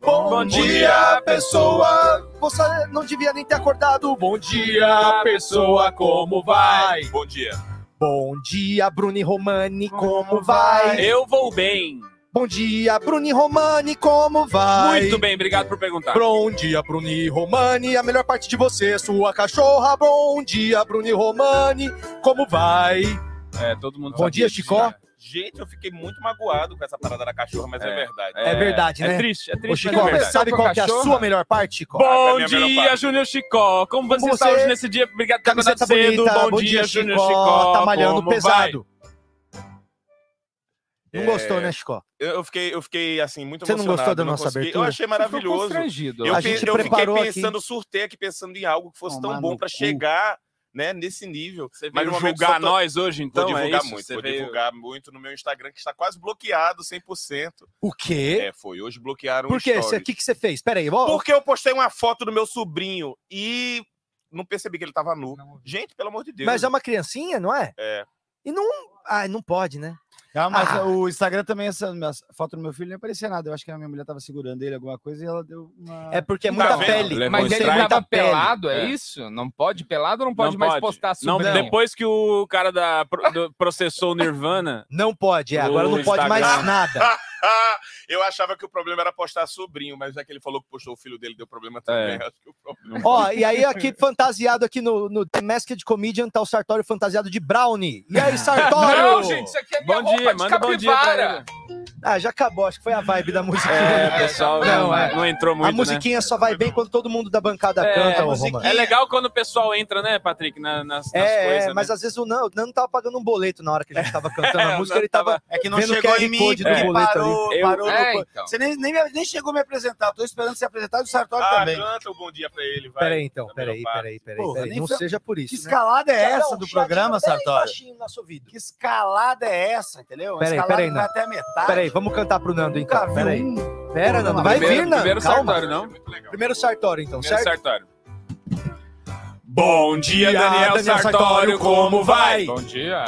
Bom dia, pessoa. Você não devia nem ter acordado. Bom dia, pessoa, como vai? Bom dia. Bom dia, Bruni Romani, como vai? Eu vou bem. Bom dia, Bruni Romani, como vai? Muito bem, obrigado por perguntar. Bom dia, Bruni Romani, a melhor parte de você, sua cachorra. Bom dia, Bruni Romani, como vai? É, todo mundo Bom sabia dia, disso, Chicó. né? Gente, eu fiquei muito magoado com essa parada da cachorra, mas é, É. verdade. É verdade, É né? triste, é Ô, triste. Chicó, mas é verdade. Sabe sabe qual a que é a cachorra? sua melhor parte, Chicó? Bom Bom dia, dia, Júnior Chicó. Como você está hoje nesse dia? Obrigado por Camiseta acordar cedo. bonita, Bom, dia, Júnior Chicó. Tá malhando Como pesado. É. Não É. gostou, né, Chicó? Eu eu fiquei, eu fiquei assim, muito Você não emocionado. gostou da eu não nossa consegui- abertura? Eu achei Ficou maravilhoso. constrangido. Eu, A pe- gente eu fiquei preparou aqui. pensando, surtei aqui pensando em algo que fosse Tomar tão bom no pra cu. chegar, né, nesse nível. Você Mas veio no momento só julgar tô- nós hoje, então? Vou divulgar é isso? muito, Você vou veio- divulgar muito no meu Instagram, que está quase bloqueado 100%. O quê? É, foi. Hoje um bloquearam Por o quê? stories. O que que você fez? Peraí, ó, Porque eu postei uma foto do meu sobrinho e não percebi que ele tava nu. Gente, pelo amor de Deus. mas é uma criancinha, não é? É. E não... Ah, não pode, né? Ah, mas Ah. o Instagram também, essa minha- foto do meu filho, não aparecia nada. Eu acho que a minha mulher tava segurando ele alguma coisa e ela deu uma. É porque é Tá muita vendo? pele. Levou Mas um ele strike. tava pele. pelado, é, É. isso? Não pode pelado ou não pode Não mais pode. postar Não, sobrinho? depois que o cara da, pro- do- processou o Nirvana, Não pode, é. Agora No não pode mais Instagram. nada. Ah, eu achava que o problema era postar sobrinho, mas já que ele falou que postou o filho dele, deu problema também. É. Acho que o problema... Ó, e aí aqui fantasiado aqui no, no The Masked Comedian tá o Sartório fantasiado de Brownie. E aí, Sartório? Não, gente, isso aqui é minha bom roupa dia, de manda bom dia pra capivara. ele. Ah, já acabou, acho que foi a vibe da música. É, pessoal, não, Não, é. não entrou muito, a né? musiquinha só vai bem quando todo mundo da bancada É, canta, a ô musiquinha. Romano. É legal quando o pessoal entra, né, Patrick, na- nas, nas É, coisas, é, mas né? às vezes o Nando, o Nando tava pagando um boleto na hora que a gente tava cantando a É, o música, Nando ele tava... tava- É que não Vendo chegou o QR em mim code do porque boleto parou- Eu- parou É, então. Você nem, nem, me- nem chegou a me apresentar. Eu tô esperando se apresentar e o Sartório Ah, também. canta o bom dia pra ele, vai. Peraí então, Também peraí, não para. peraí, peraí, Porra, peraí. nem Não foi- seja por Que isso, né? escalada é Cada essa um do chatinho, programa, bem Sartório? baixinho no nosso ouvido. Que escalada é essa, entendeu? Uma Peraí, escalada peraí, que não. vai até a metade. Peraí, vamos cantar pro Nando Nunca então. vi Peraí. um. Pera, Nando, vai Primeiro- vir, Nando. primeiro Calma. Sartório, não? É Muito legal. Primeiro Sartório então, Primeiro certo? Sartório. Bom dia, Daniel, Sartório, como vai? Bom dia.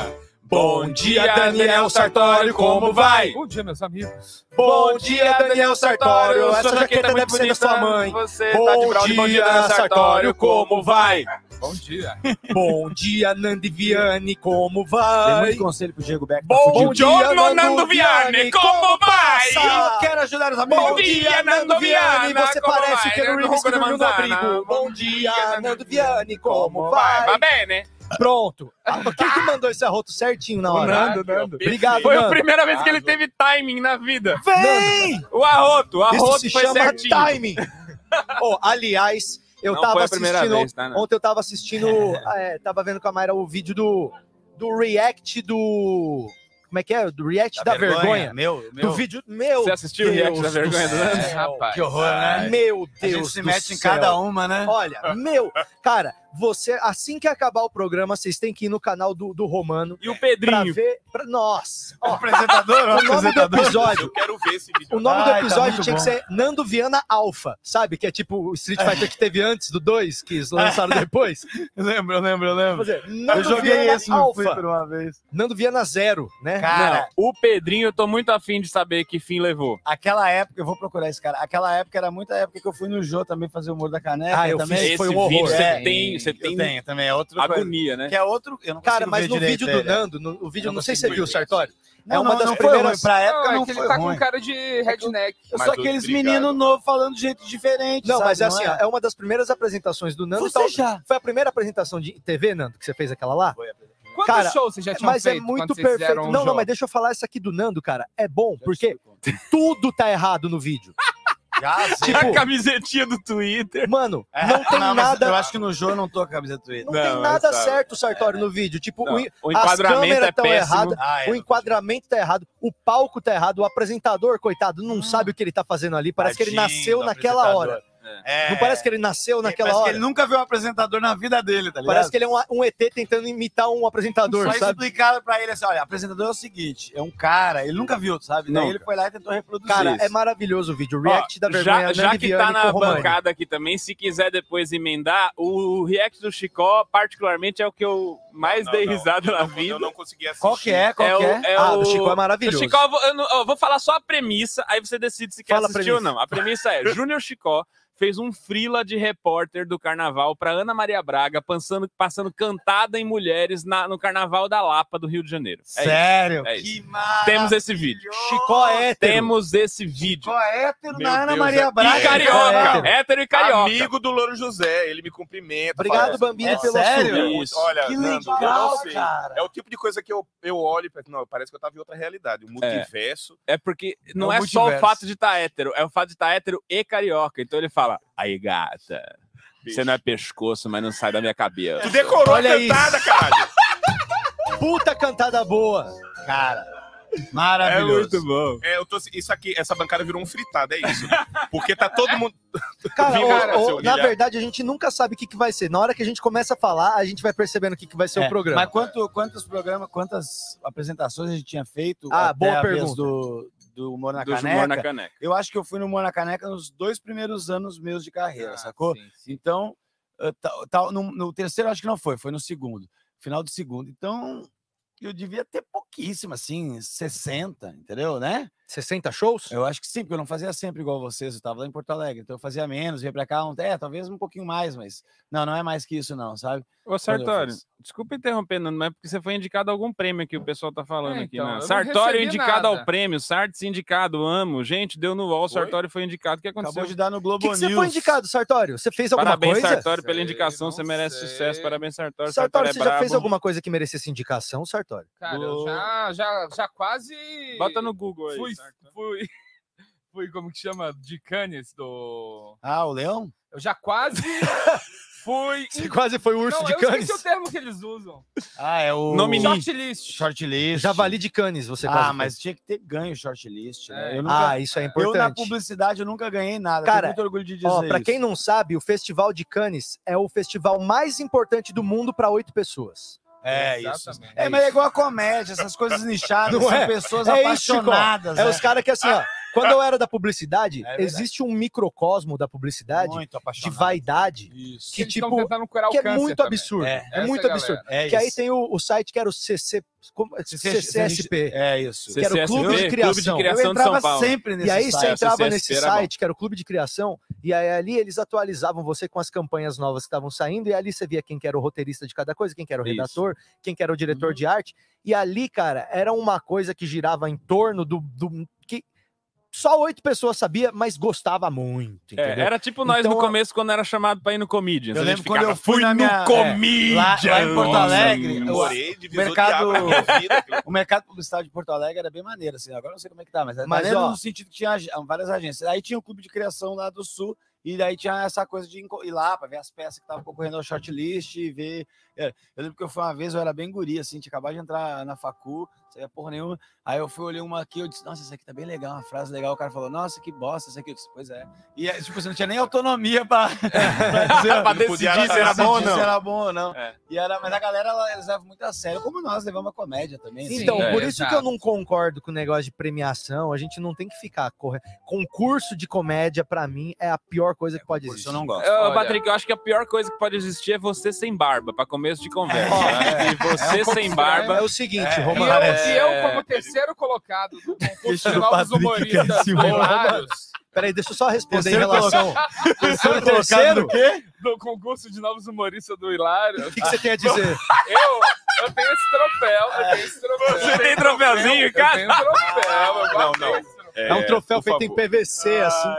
Bom dia, Daniel Sartório, como vai? Bom dia, meus amigos. Bom dia, Daniel Sartório, Essa jaqueta deve ser da sua mãe. é Você Bom tá de brownie, bom dia, Daniel Sartório, como vai? Bom dia. Bom dia, Nandi Viane, como Tem vai? muito conselho pro Diego Beck. tá Bom, fudido. dia, Nando Nando Viane, como vai? Eu quero ajudar os amigos. Bom dia, Nando Viane, Você como parece vai? que o Nando Remix Ronco da dormiu no Manzana. abrigo. Bom Bom dia, dia, Nando Nando Viane, como Vai vai? bem, né? Pronto. Ah, Quem que mandou esse arroto certinho na hora? Nando. Obrigado, Foi a Nando. primeira vez que ele teve timing na vida. Vem! O arroto, o Isso arroto se foi chama certinho. timing. Oh, aliás, eu Não tava foi a primeira assistindo vez, tá, não. Ontem eu tava assistindo. ah, é, tava vendo com a Mayra o vídeo do, do react do. Como é que é? Do react da, vergonha. Meu, Do vídeo. Meu Você assistiu o Deus react da do vergonha do Nando? É, céu. Que horror, né? Meu A Deus. gente se do mete em céu. cada uma, né? Olha, meu. Cara, você, assim que acabar o programa, vocês têm que ir no canal do, do Romano E o pra Pedrinho. ver. Pra, nossa. ó, apresentador, o nome do episódio. Eu quero ver esse vídeo. O nome Ai, do tá episódio muito tinha que bom. ser Nando Viana Alpha, sabe? Que é tipo o Street Fighter que teve antes do 2, que eles lançaram depois. Eu lembro, eu lembro, eu Vou lembro. dizer, Eu Nando joguei Viana esse no Alpha. Flipper uma vez. Nando Viana Zero, né? Cara, Não, o Pedrinho, eu tô muito afim de saber que fim levou. aquela época, eu vou procurar esse cara. Aquela época era muita época que eu fui no Jô também fazer o humor da caneca. Ah, eu também. fiz, Esse foi um horror. vídeo É, você tem, você Eu tem tenho também, é outro agonia, né? Que é outro. Eu não Cara, consigo mas ver no direito vídeo do ele. Nando, no, o vídeo, Eu né? não sei se você consigo viu o ver. Sartório. Não, é uma não, das não foi primeiras- ruim. Pra Não, época não, é que ele foi tá ruim. com cara de redneck. Mas Só aqueles obrigado. meninos novos falando de jeito diferente. Não, sabe? mas é assim, ó, é? é uma das primeiras apresentações do Nando. Você então, já. Foi a primeira apresentação de TV, Nando, que você fez aquela lá? Quantos Cara, shows vocês já tinham Mas é um feito muito quando vocês perfeito. fizeram um Não, não, jogo? mas deixa eu falar isso aqui do Nando, cara. É bom, porque tudo tá errado no vídeo. Já, sei. Tipo, A camisetinha do Twitter. mano, É, não tem mas nada. Eu acho que no jogo eu não tô com a camisa do Twitter. Não, Não, tem mas nada tá. certo, Sartori, no vídeo. Tipo, Não, o en- o as enquadramento câmeras é estão péssimo. erradas, Ah, é, o não enquadramento tá errado, o palco tá errado, o apresentador, coitado, Ah. não sabe o que ele tá fazendo ali. Parece que ele Tadinho nasceu do naquela hora. É. Não parece que ele nasceu naquela parece hora. que ele nunca viu um apresentador na vida dele, tá ligado? Parece que ele é um, um ET tentando imitar um apresentador, Só sabe? explicaram pra ele assim: olha, apresentador é o seguinte, é um cara, ele nunca viu, sabe? Daí Nunca. ele foi lá e tentou reproduzir. Cara, isso. é maravilhoso o vídeo. O React da vergonha né, já, já Nani que Viane tá na com Romani. bancada aqui também, se quiser depois emendar, o react do Chicó, particularmente, é o que eu mais Não, dei não, risada eu na não- Eu vida. não consegui assistir. Qual que é? Qual que o- é? é ah, o- do Chico é do maravilhoso. Chicó, eu vou- eu, não- eu vou falar só a premissa, aí você decide se quer Fala a assistir ou premissa. não. A premissa é: Júnior Chicó fez um frila de repórter do carnaval para Ana Maria Braga, passando, passando cantada em mulheres na- no carnaval da Lapa do Rio de Janeiro. É isso. Sério? é que maravilha. Temos esse vídeo. Chicó é hétero. Temos esse vídeo. Chicó é? hétero Meu na Ana Deus, Maria é- Braga. E carioca, É Hétero. hétero e carioca. Amigo do Louro José, ele me cumprimenta. Obrigado, fala- Bambini, É pelo sério? É assunto. muito- Isso. Olha, Que Nando, eu não legal, sei. cara. É o tipo de coisa que eu, eu olho e penso, não, parece que eu tava em outra realidade. O multiverso. É porque não É um é, só o multiverso. fato de estar tá hétero, é o fato de estar tá hétero e carioca. Então ele fala, aí gata, você não é pescoço, mas não sai da minha cabeça. Tu decorou Olha a cantada, caralho. Puta cantada boa. Cara, maravilhoso. bom. É, eu tô, isso aqui, essa bancada virou um fritado, é isso. Porque tá todo mundo. Cara, Viva, ô, cara, ô, seu na Guilherme. verdade, a gente nunca sabe o que, que vai ser. Na hora que a gente começa a falar, a gente vai percebendo o que, que vai ser É, o programa. Mas quanto, quantos programas, quantas apresentações a gente tinha feito? Ah, até boa a vez pergunta. Do, do Humor na Do Caneca? humor na caneca. Eu acho que eu fui no Humor na Caneca nos dois primeiros anos meus de carreira, sacou? Ah, Sim, sim. Então, eh, tal- tal- no, no terceiro eu acho que não foi, foi no segundo, final do segundo. Então, eu devia ter pouquíssimo, assim, 60, entendeu, né? 60 shows? Eu acho que sim, porque eu não fazia sempre igual vocês, eu tava lá em Porto Alegre, então eu fazia menos, ia pra cá, um, é, talvez um pouquinho mais, mas não, não é mais que isso não, sabe? Ô, Quando eu Sartório, fiz. desculpa interromper, Nando, mas é porque você foi indicado a algum prêmio que o pessoal tá falando É, aqui, então, eu né? não Sartório recebi nada. indicado ao prêmio, Sartes indicado, amo. Gente, deu no UOL, Foi? Sartório foi indicado. O que aconteceu? Acabou de dar no O que, Globo que você News. foi indicado, Sartório? Você fez alguma Parabéns, coisa? Sartório, pela Sei, indicação, não você merece sei. sucesso. Parabéns, Sartório. Sartório, Sartório, você é já fez brabo. alguma coisa que merecesse indicação, Sartório? Cara, eu Do- já, já, já quase. Bota no Google aí. Fui, Sartório. fui. Fui, como que chama? De Canes do. Ah, o Leão? Eu já quase fui. Você quase foi o urso Não, de eu esqueci o Cannes? termo que eles usam. Ah, é o... Nomini. Shortlist. Shortlist. Javali de Cannes, você quase Ah, foi. mas tinha que ter ganho shortlist, né? É. Eu nunca... Ah, isso é eu na importante. publicidade eu nunca ganhei nada. Cara, tenho muito orgulho de dizer Ó, pra isso. quem não sabe, o Festival de Cannes é o festival mais importante do mundo para oito pessoas. É isso. Exatamente. É, mas é igual a comédia, essas coisas nichadas, Não são é? pessoas É isso, Chico. apaixonadas. né? É os caras que, assim, ó, quando eu era da publicidade, É verdade. existe um microcosmo da publicidade muito de apaixonadas. vaidade Isso. que, Eles tão tipo, tentando curar o que é câncer muito também. absurdo. É, É, essa muito galera. absurdo. É Que aí isso. tem o, o site que era o CC, como- CCSP. É isso. Que era o Clube de Criação. Criação Eu assim, é, de São entrava Paulo. sempre nesse E aí você site. entrava CCSP nesse era bom. site, que era o Clube de Criação, e aí ali eles atualizavam você com as campanhas novas que estavam saindo, e ali você via quem que era o roteirista de cada coisa, quem que era o Isso. redator, quem que era o diretor de arte. E ali, cara, era uma coisa que girava em torno do. do- que só oito pessoas sabia, mas gostava muito, É, entendeu? era tipo nós no Então, começo, quando era chamado pra ir no Comedians. Eu A gente lembro quando ficava, eu fui na minha- é, Comedians. lá- lá em Porto Nossa, Alegre, meu eu- amor. Morei, divisor mercado- de água na minha vida. aquilo. O mercado publicitário de Porto Alegre era bem maneiro, assim. Agora eu não sei como é que tá, mas era Mas, maneiro ó- no sentido que tinha ag- ah, várias agências. Aí tinha o clube de criação lá do sul, e daí tinha essa coisa de enco- ir lá pra ver as peças que estavam concorrendo ao shortlist e ver. é, Eu lembro que eu fui uma vez, eu era bem guri, assim, tinha acabado de entrar na facu, não sabia porra nenhuma. Aí eu fui olhei uma aqui, eu disse, nossa, essa aqui tá bem legal, uma frase legal. O cara falou, nossa, que bosta, essa aqui. Eu disse, pois é. E aí, tipo, você não tinha nem autonomia pra, pra dizer, ó, É. Pra não decidir podia se era bom ou decidir se não. era bom ou não. É. E era, mas a galera, ela, eles levam muito a sério, como nós levamos a comédia também. assim. Então, Sim, por é, isso que exato. eu não concordo com o negócio de premiação, a gente não tem que ficar correndo. Concurso de comédia, pra mim, é a pior coisa que pode Por existir. isso eu não gosto. Ô, Olha. Patrick, eu acho que a pior coisa que pode existir é você sem barba, pra começo de conversa. Ó, né? E você sem barba. É o seguinte, É, E Romano. eu, Parece. e eu, como terceiro colocado do concurso Deixa de do novos é Patrick humoristas assim, Criciúma. primários, Peraí, deixa eu só responder em Terceiro relação. Terceiro Terceiro? colocado do quê? do concurso de novos humoristas do Hilário, O que, que você tem a dizer? eu, eu tenho esse troféu, eu tenho esse troféu. Você tem troféuzinho, eu cara? tenho troféu, eu Não, guardei não. É, esse troféu. É, um troféu É, por Ah, feito em favor. PVC, assim.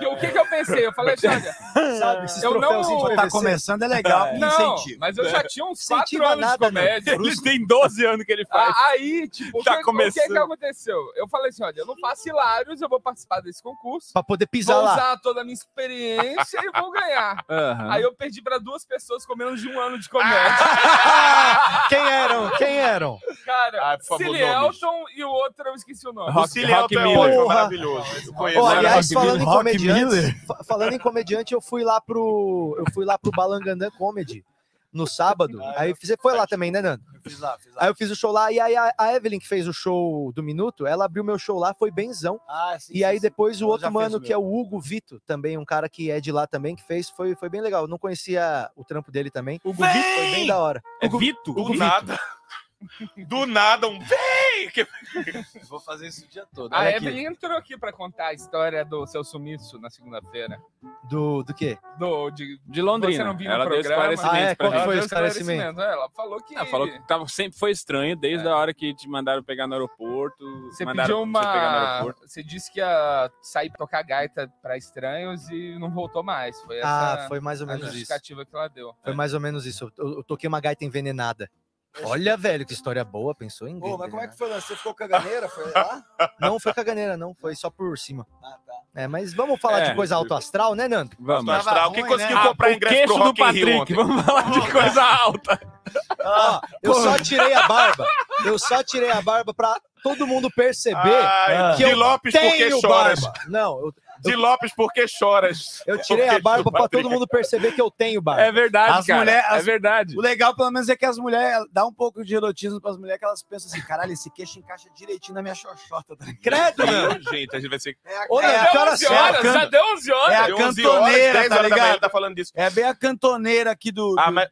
E o que que eu pensei? Eu falei, Xander, sabe? Esses Eu não- troféuzinhos de Tá TVC. começando, é legal. Não, Incentivo. mas eu já tinha uns Incentiva 4 anos de nada, não. comédia. Bruce- tem 12 anos que ele faz. A- Aí, tipo, Tá o, que, o que, começando. que aconteceu? Eu falei assim: olha, eu não faço hilários, eu vou participar desse concurso, Pra poder pisar vou lá. usar toda a minha experiência e vou ganhar. Aí eu perdi pra duas pessoas com menos de um ano de comédia. Quem eram? Quem eram? Cara, Ah, por favor, Cilly nomes. Elton e o outro, eu esqueci o nome. Rock- Cílio Elton é Miller. ótimo, Porra. maravilhoso. Eu conheço. Ó, Era aliás, Rock falando em Miller. comediante, fa- falando em comediante, eu fui lá pro eu fui lá pro Balangandã Comedy no sábado. Aí você foi lá também, né, Nando? Eu fiz lá, fiz lá. Aí eu fiz o show lá e aí a, a Evelyn que fez o show do minuto, ela abriu meu show lá, foi benzão. Ah, sim, E sim, aí sim. depois o Ela já outro fez mano o que é o Hugo Vito, também um cara que é de lá também que fez, foi foi bem legal. Eu não conhecia o trampo dele também. Hugo Vito foi bem da hora. É Vito? Do nada. Do nada, um vem! que- meu. Vou fazer isso o dia todo. A Olha aqui. Evelyn entrou aqui pra contar a história do seu sumiço na segunda-feira. Do do quê? Do- De, De Londrina. Você não viu ela no deu programa? esclarecimento Ah, é? pra Qual gente. que foi o deu esclarecimento? Ela falou que. Ela né? falou que tava, sempre foi estranho, desde a hora que te mandaram pegar no aeroporto. Você pediu mandaram É. você pegar no uma. aeroporto. Você disse que ia sair pra tocar gaita pra estranhos e não voltou mais. Foi essa Ah, foi mais ou a menos isso. justificativa que ela deu. Foi mais ou menos isso. Eu, eu toquei uma gaita envenenada. Olha, velho, que história boa, pensou em Ô, mas gaita como é que foi o lance? Você ficou caganeira? Foi lá? Não foi caganeira, não. Foi só por cima. Ah, tá. É, mas vamos falar É. de coisa alto astral, né, Nando? Vamos. Tava Astral, quem ruim, conseguiu né? Ah, comprar Ah, o ingresso pro queixo do Rock in Rio Patrick. ontem? Vamos falar de coisa alta. Ah, Ó, eu só tirei a barba. Eu só tirei a barba pra todo mundo perceber Ai, que Ah. eu de Lopes, por que tenho choras? barba. Não, eu, De Lopes, por que choras? eu tirei a barba pra todo mundo perceber que eu tenho barba. É verdade, As cara. mulher- É as- verdade. O legal, pelo menos, é que as mulheres dá um pouco de erotismo pras mulheres que elas pensam assim: caralho, esse queixo encaixa direitinho na minha xoxota. Tá? ligado? Credo, mano. mundo. Gente, a gente vai ser. É a, Ô, é Léo, a- que horas é a são? can- Já deu 11 horas. É a Deu 11 cantoneira, horas, 10 tá horas da manhã, ligado? ele tá falando disso. É bem a cantoneira aqui do. Ah, do- mas.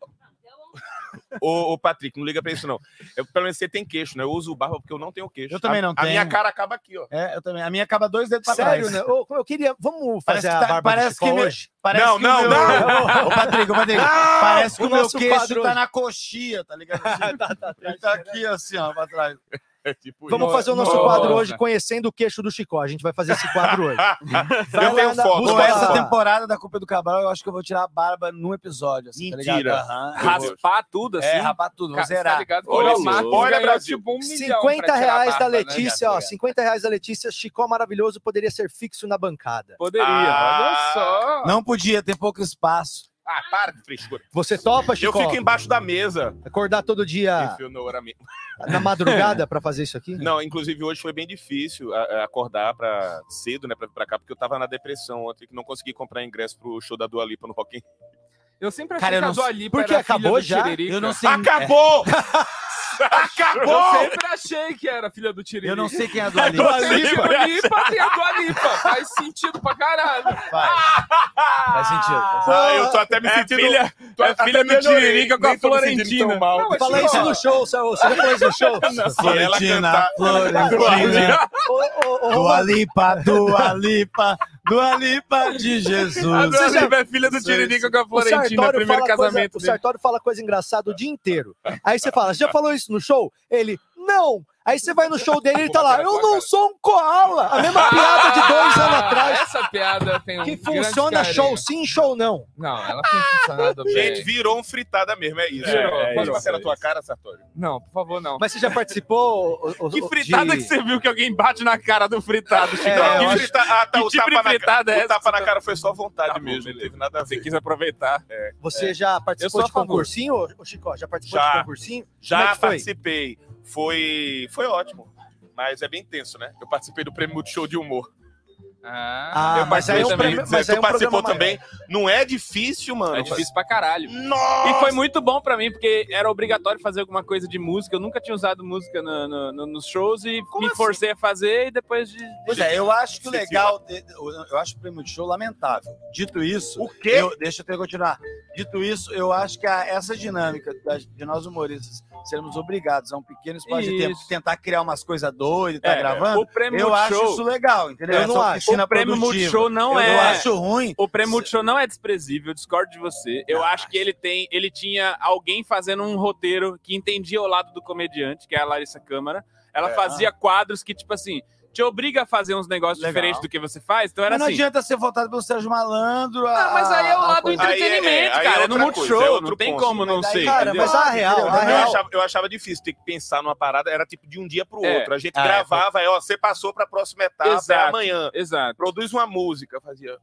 Ô, ô, Patrick, não liga pra isso, não. Eu, pelo menos você tem queixo, né? Eu uso barba porque eu não tenho queixo. Eu também A- não A tenho. minha cara acaba aqui, ó. É, eu também. A minha acaba dois dedos pra Sério, trás. né? Ô, eu queria. Vamos fazer Parece que a tá- barba parece do Chicó que me- hoje? Parece Não, que não, o meu... não. Ô, Patrick, ô, Patrick. Parece que O o meu nosso queixo quadro tá hoje. na coxia, tá ligado? Ele tá aqui assim, ó, pra trás. É tipo Vamos fazer o nosso Nossa. quadro hoje, conhecendo o queixo do Chicó. A gente vai fazer esse quadro hoje. isso. Eu tenho Fernanda, foto. Pô, busca essa lá. temporada da Culpa do Cabral, eu acho que eu vou tirar a barba num episódio. Assim, Tá Mentira. ligado? Aham, eu vou- Raspar tudo assim. É, rapar tudo, vou Cara, você Tá zerar. ligado? que Olha o Max isso. ganhou, Olha, Brasil. tipo, um milhão pra 50 tirar a reais da barba, né, Letícia, ó. Gabriel? 50 reais da Letícia. Chicó maravilhoso poderia ser fixo na bancada. Poderia. Ah. Olha só. Não podia, tem pouco espaço. Ah, para de frescura. Você topa, Eu Chicó? fico embaixo da mesa. Acordar todo Ah. dia Enfio no orami- na madrugada pra fazer isso aqui? Não, inclusive hoje foi bem difícil a- a acordar pra cedo, né, pra vir pra cá, porque eu tava na depressão ontem, que não consegui comprar ingresso pro show da Dua Lipa no Rock in Rio. Eu sempre achei Cara, eu que a não Dua sei- Lipa Porque era filha acabou do Tá? já? Tiririca. Eu não sei. Acabou! é. Eu Acabou! sempre achei que era filha do Tiririca. Eu não sei quem é a Dua Lipa. Dua Lipa, Dua Lipa tem a Dua Lipa. Faz sentido pra caralho. Vai. Faz sentido. faz sentido. Ah, eu tô até me sentindo... filha- tô é até filha do melhorei, Tiririca com a nem tô me sentindo Florentina. tão mal. Não, mas Fala isso Chicó, no show, Saul. Você já falou isso no show? Florentina, Florentina, Ô, ô, ô, Dua Romano, Lipa, Dua Lipa, Dua Lipa de A Jesus. Dua Lipa é filha do Tiririca com a o Florentina, Sartório, é primeiro fala coisa, casamento o dele. Sartório fala coisa engraçada o dia inteiro. Aí você fala, você já falou isso no show? Ele, não. Aí você vai no show dele ele tá lá, eu não sou um koala. A mesma piada de dois anos atrás. Ah, Essa piada tem um Que grande funciona carinho. show sim, show não. Não, ela tem funcionado bem. Gente, virou um fritada mesmo, é isso. Virou, É, é Pode virou. passar na tua cara, Sartori? Não, por favor, não. Mas você já participou? ô, ô, ô, Que de- fritada que você viu que alguém bate na cara do fritado, Chico? É, Não, eu que acho- frita- ah, tá, que o tipo tapa de na fritada é cara- o essa? tapa na cara foi só vontade Tá bom, mesmo, não beleza. teve nada a Você ver. quis aproveitar. Você já participou Eu sou de a favor. concursinho, ô, ô, Chicó? Já participou Já. de concursinho? Como é Já que foi? participei. Foi, foi ótimo. Mas é bem tenso, né? Eu participei do prêmio Multishow de humor. Ah, Ah, eu participei aí é um também. prêmio- Zé, mas tu aí é um participou programa também. Não é difícil, mano. É difícil pra caralho. Nossa! E foi muito bom pra mim, porque era obrigatório fazer alguma coisa de música. Eu nunca tinha usado música no- no- no- nos shows e me forcei a fazer e depois de. Pois é, eu acho que o legal, de- eu acho o prêmio de show lamentável. Dito isso, O quê? eu- deixa eu ter continuar. Dito isso, eu acho que a- essa dinâmica da- de nós humoristas sermos obrigados a um pequeno espaço de tempo, Isso. tentar criar umas coisas doidas, tá É, gravando. o prêmio Eu acho Multishow- É, isso legal, entendeu? Eu não acho. oficina O prêmio produtiva. Multishow não eu é. Eu acho ruim. O prêmio Multishow não é desprezível, eu discordo de você. Eu acho que ele tem, ele tinha alguém fazendo um roteiro que entendia o lado do comediante, que é a Larissa Câmara. Ela É. fazia quadros que, tipo assim, te obriga a fazer uns negócios Legal. diferentes do que você faz. Então era mas não assim. adianta ser votado pelo Sérgio Malandro. Ah, mas aí é o lado do entretenimento, é cara. no Multishow, não tem como não ser. entendeu? é eu, Achava, eu achava difícil ter que pensar numa parada, era tipo de um dia pro É. outro. A gente Ah, é, gravava, aí, ó, você passou pra próxima etapa, é Exato, amanhã. Exato. Produz uma música, fazia.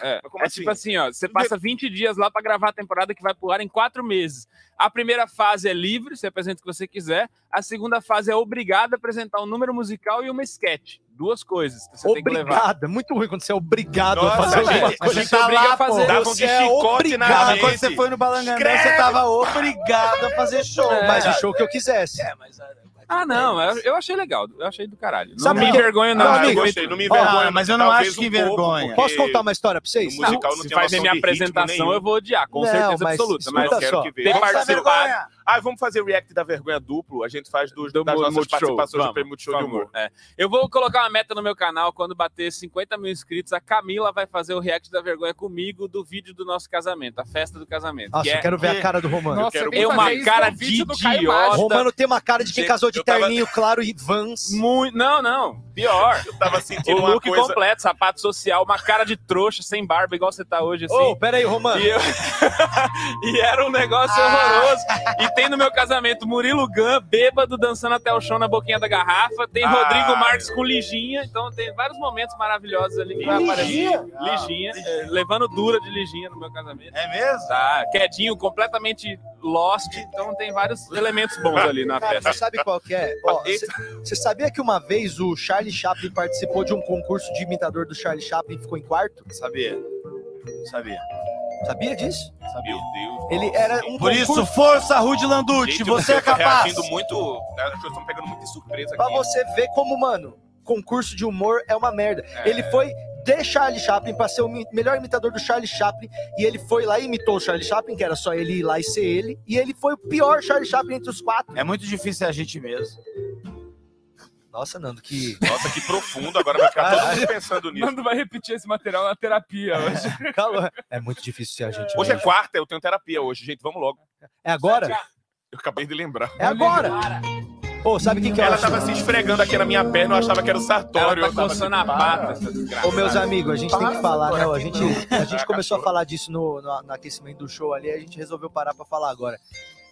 É, Mas como é assim? tipo assim, ó, você passa 20 dias lá pra gravar a temporada que vai pro ar em quatro meses. A primeira fase é livre, você apresenta o que você quiser. A segunda fase é obrigada a apresentar um número musical e uma sketch. Duas coisas que você tem que levar. Obrigada. Muito ruim quando você é obrigado a Nossa, fazer gente, alguma a coisa. tá gente obriga a fazer. pô, é Davam de chicote na obrigado. mente. Quando você foi no Balangandã, você tava obrigado a fazer show. É, É. Mas o show que eu quisesse. Ah, não, assim, eu, eu achei legal, eu achei do caralho. Não Sabe me por quê? envergonho, não. Ah, Meu Ah, eu amigo, gostei, não me ó, envergonho. mas eu não um acho que envergonha. é. Posso contar uma história pra vocês? Não, se fazem minha apresentação, eu vou odiar, com certeza absoluta. Mas eu eu quero que é veja. ter Vamos fazer participado. vergonha. Ah, vamos fazer react da vergonha duplo? A gente faz dos, das nossas Multishow, participações vamos, do Prêmio Multishow de por favor. Humor. É. Eu vou colocar uma meta no meu canal, quando bater 50 mil inscritos, a Camila vai fazer o react da vergonha comigo do vídeo do nosso casamento, a festa do casamento. é Nossa, eu quero ver a cara do Romano. Eu Eu quero quero ver. uma cara O de vídeo do Caio idiota. Maggi. Romano tem uma cara de quem casou de Eu tava- terninho claro e vans. Muito. Não, não. Pior. Eu tava sentindo o uma look coisa- completo, sapato social, uma cara de trouxa, sem barba, igual você tá hoje, assim. Ô, pera aí, Romano. E, eu- e era um negócio horroroso. E tem no meu casamento Murilo Gun, bêbado, dançando até o chão na boquinha da garrafa. Tem Ah, Rodrigo Marques com liginha. Então tem vários momentos maravilhosos ali que vai aparecer. Liginha? Liginha. é, levando dura de liginha no meu casamento. É mesmo? Tá, quietinho, completamente lost. Então tem vários elementos bons ali na Cara, festa. Você sabe qual que é? Você sabia que uma vez o Charlie Chaplin participou de um concurso de imitador do Charlie Chaplin e ficou em quarto? Sabia. Sabia. Sabia disso? Sabia. Meu Deus. Ele era um Por isso, concurso- força, Rude Landucci, Gente, você é eu tô capaz. reagindo muito. Acho que eu tô pegando muito de surpresa Pra aqui. você ver como, mano, concurso de humor é uma merda. Ele foi de Charlie Chaplin pra ser o mi- melhor imitador do Charlie Chaplin. E ele foi lá e imitou o Charlie Chaplin, que era só ele ir lá e ser ele. E ele foi o pior Charlie Chaplin entre os quatro. É muito difícil ser a gente mesmo. Nossa, Nando, que. Nossa, que profundo. Agora vai ficar todo mundo pensando nisso. Nando vai repetir esse material na terapia hoje. Calor. É muito difícil ser a gente. Hoje é mesmo. quarta, eu tenho terapia hoje, gente. Vamos logo. É agora? Eu acabei de lembrar. É agora! Pô, sabe o que, que eu Ela acho? tava assim, se esfregando aqui na minha perna, eu achava que era o Sartório. Ela tá eu tava coçando tipo, a "Para". pata, essa desgraça. Ô, meus amigos, a gente tem que falar, né? A gente, a gente Ah, começou a falar disso no, no- no aquecimento do show ali, a gente resolveu parar pra falar agora.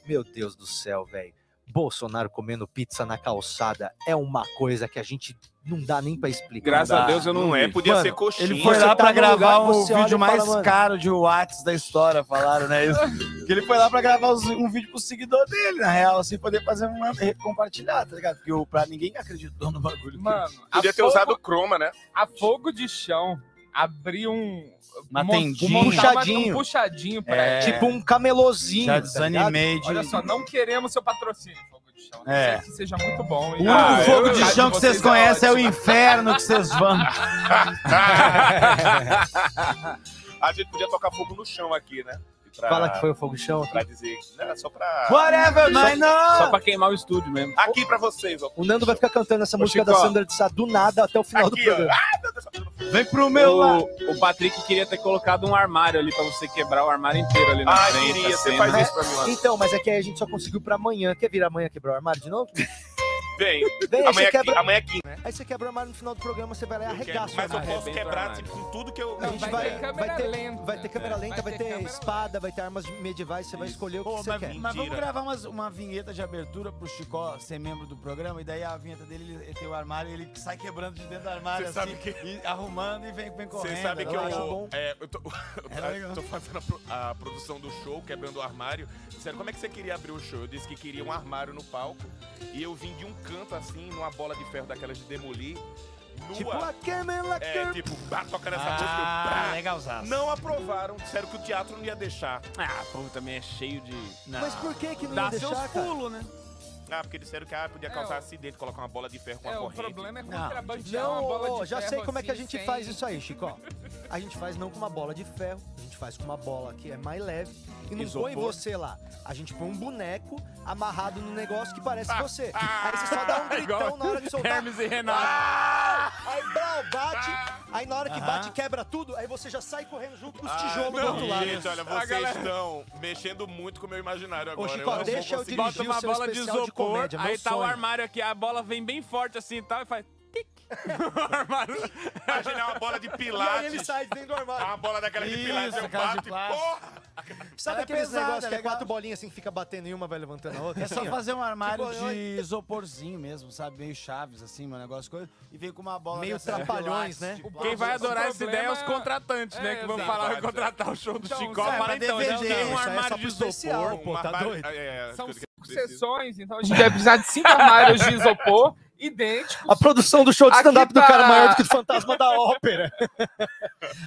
Meu Deus do céu, velho. Bolsonaro comendo pizza na calçada é uma coisa que a gente não dá nem pra explicar. Graças a Dá. Deus eu não Não é, vi. podia Mano, ser coxinha. Ele foi Você lá tá pra num lugar gravar que o você olha vídeo e fala, mais mano. caro de Whats da história, falaram, né? Isso. que ele foi lá pra gravar os- um vídeo pro seguidor dele, na real, assim, poder fazer uma compartilhar, tá ligado? Porque o, pra ninguém acreditou no bagulho. Mano, a Podia ter fogo- usado o croma, né? a fogo de chão, abrir um. Uma mon- tendinha. montar uma- Puxadinho. Um puxadinho pra É, Tipo um camelozinho. já tá ligado? desanimei de. Olha só, não queremos seu patrocínio, Fogo de Chão. É. É. Que seja muito bom. O hein? único Ah, eu- fogo eu- de chão que vocês conhecem é o inferno que vocês vão. A gente podia tocar fogo no chão aqui, né? Pra- Fala que foi o fogo de chão. Pra dizer que não era só pra... Whatever, my Só não! pra queimar o estúdio mesmo. Aqui pra vocês, ó. O Nando vai ficar cantando essa Ô, música Chico, da ó. Sandra de Sá do nada até o final do Aqui, ó. programa. Vem pro meu lado. o, o Patrick queria ter colocado um armário ali pra você quebrar o armário inteiro ali na Ah, frente. queria, assim, você faz né? isso pra mim lá. Então, mas é que aí a gente só conseguiu pra amanhã. Quer vir amanhã quebrar o armário de novo? Vem. Vem, aí Amanhã você aqui, quebra, amanhã é aqui. aí você quebra o armário no final do programa, você vai lá e arregaça o Mas eu armário. posso Arrebenta quebrar, o tipo, com tudo que eu... A Não, gente vai- vai, ter câmera vai ter, lenta. vai ter câmera É, lenta, vai vai, ter ter, câmera espada, vai ter armas medievais, você vai escolher o que Ô, você mas, quer. mas vamos Mentira. gravar umas- uma vinheta de abertura pro Chicó ser membro do programa, e daí a vinheta dele ele, ele tem o armário e ele sai quebrando de dentro do armário, Você assim, sabe que- e arrumando e vem, vem correndo. Vocês sabem que eu eu, acho bom. é, eu tô, eu É legal. tô fazendo a, pro- a produção do show, quebrando o armário. Disseram, como é que você queria abrir o show? Eu disse que queria um armário no palco. E eu vim de um canto assim, numa bola de ferro daquelas de demolir. Nua. Tipo, a Camila é, Kirk. tipo, bah, tocando essa música. eu, Ah, bah. legalzaço. Não aprovaram, disseram que o teatro não ia deixar. Ah, o povo também é cheio de. Não. Mas por que que não Dá ia deixar, seus cara? pulos, né? Ah, porque disseram que ah, podia É, causar ó. acidente, colocar uma bola de ferro com É, a o corrente. problema é Não. contrabandear uma Não, bola de ô, já ferro sei como é que a assim, gente sem- faz isso aí, Chico. ó. A gente faz não com uma bola de ferro, a gente faz com uma bola que é mais leve e não põe Isopor. você lá. A gente põe um boneco amarrado no negócio que parece Ah, você. ah, aí você só dá um gritão igual na hora de soltar. Hermes e Renato. Ah! Aí, brau, bate. Aí na hora que Aham. bate, quebra tudo. Aí você já sai correndo junto com os Ah, tijolos do não, outro lado. Gente, olha, A vocês galera- estão mexendo muito com o meu imaginário agora. Ô, Chico, eu não deixa eu vou conseguir. dirigir Bota uma o seu bola de especial de isopor, comédia, meu aí tá o sonho. armário aqui, a bola vem bem forte assim e tal, e faz. tic. armário. Imagina, é uma bola de pilates. E aí ele sai de dentro do armário. É uma bola daquela de Isso, pilates, eu aquelas de bato e plástico. porra. Sabe Ela é aqueles pesada, negócios é que é legal. quatro bolinhas assim, que fica batendo em uma, vai levantando a outra? É só assim, ó. fazer um armário Tipo, de isoporzinho mesmo, sabe? Meio chaves, assim, meu negócio. Coisa, e vem com uma bola Meio dessas de tipo, trapalhões, pilates, né? de plástico. Quem vai O adorar essa problema ideia é os é- contratantes, né? é, Que vão exato, falar, vai exato. contratar o show do Então, Chicó. Zé, Fala, mas então, DVD, não, não, isso um aí é armário só de pro isopor. especial. Um pô, tá armário- doido? é, é, São tudo que cinco precisa. sessões, então a gente vai precisar de cinco armários de isopor idênticos. A produção do show de Aqui stand-up do tá- cara é maior do que o fantasma da ópera.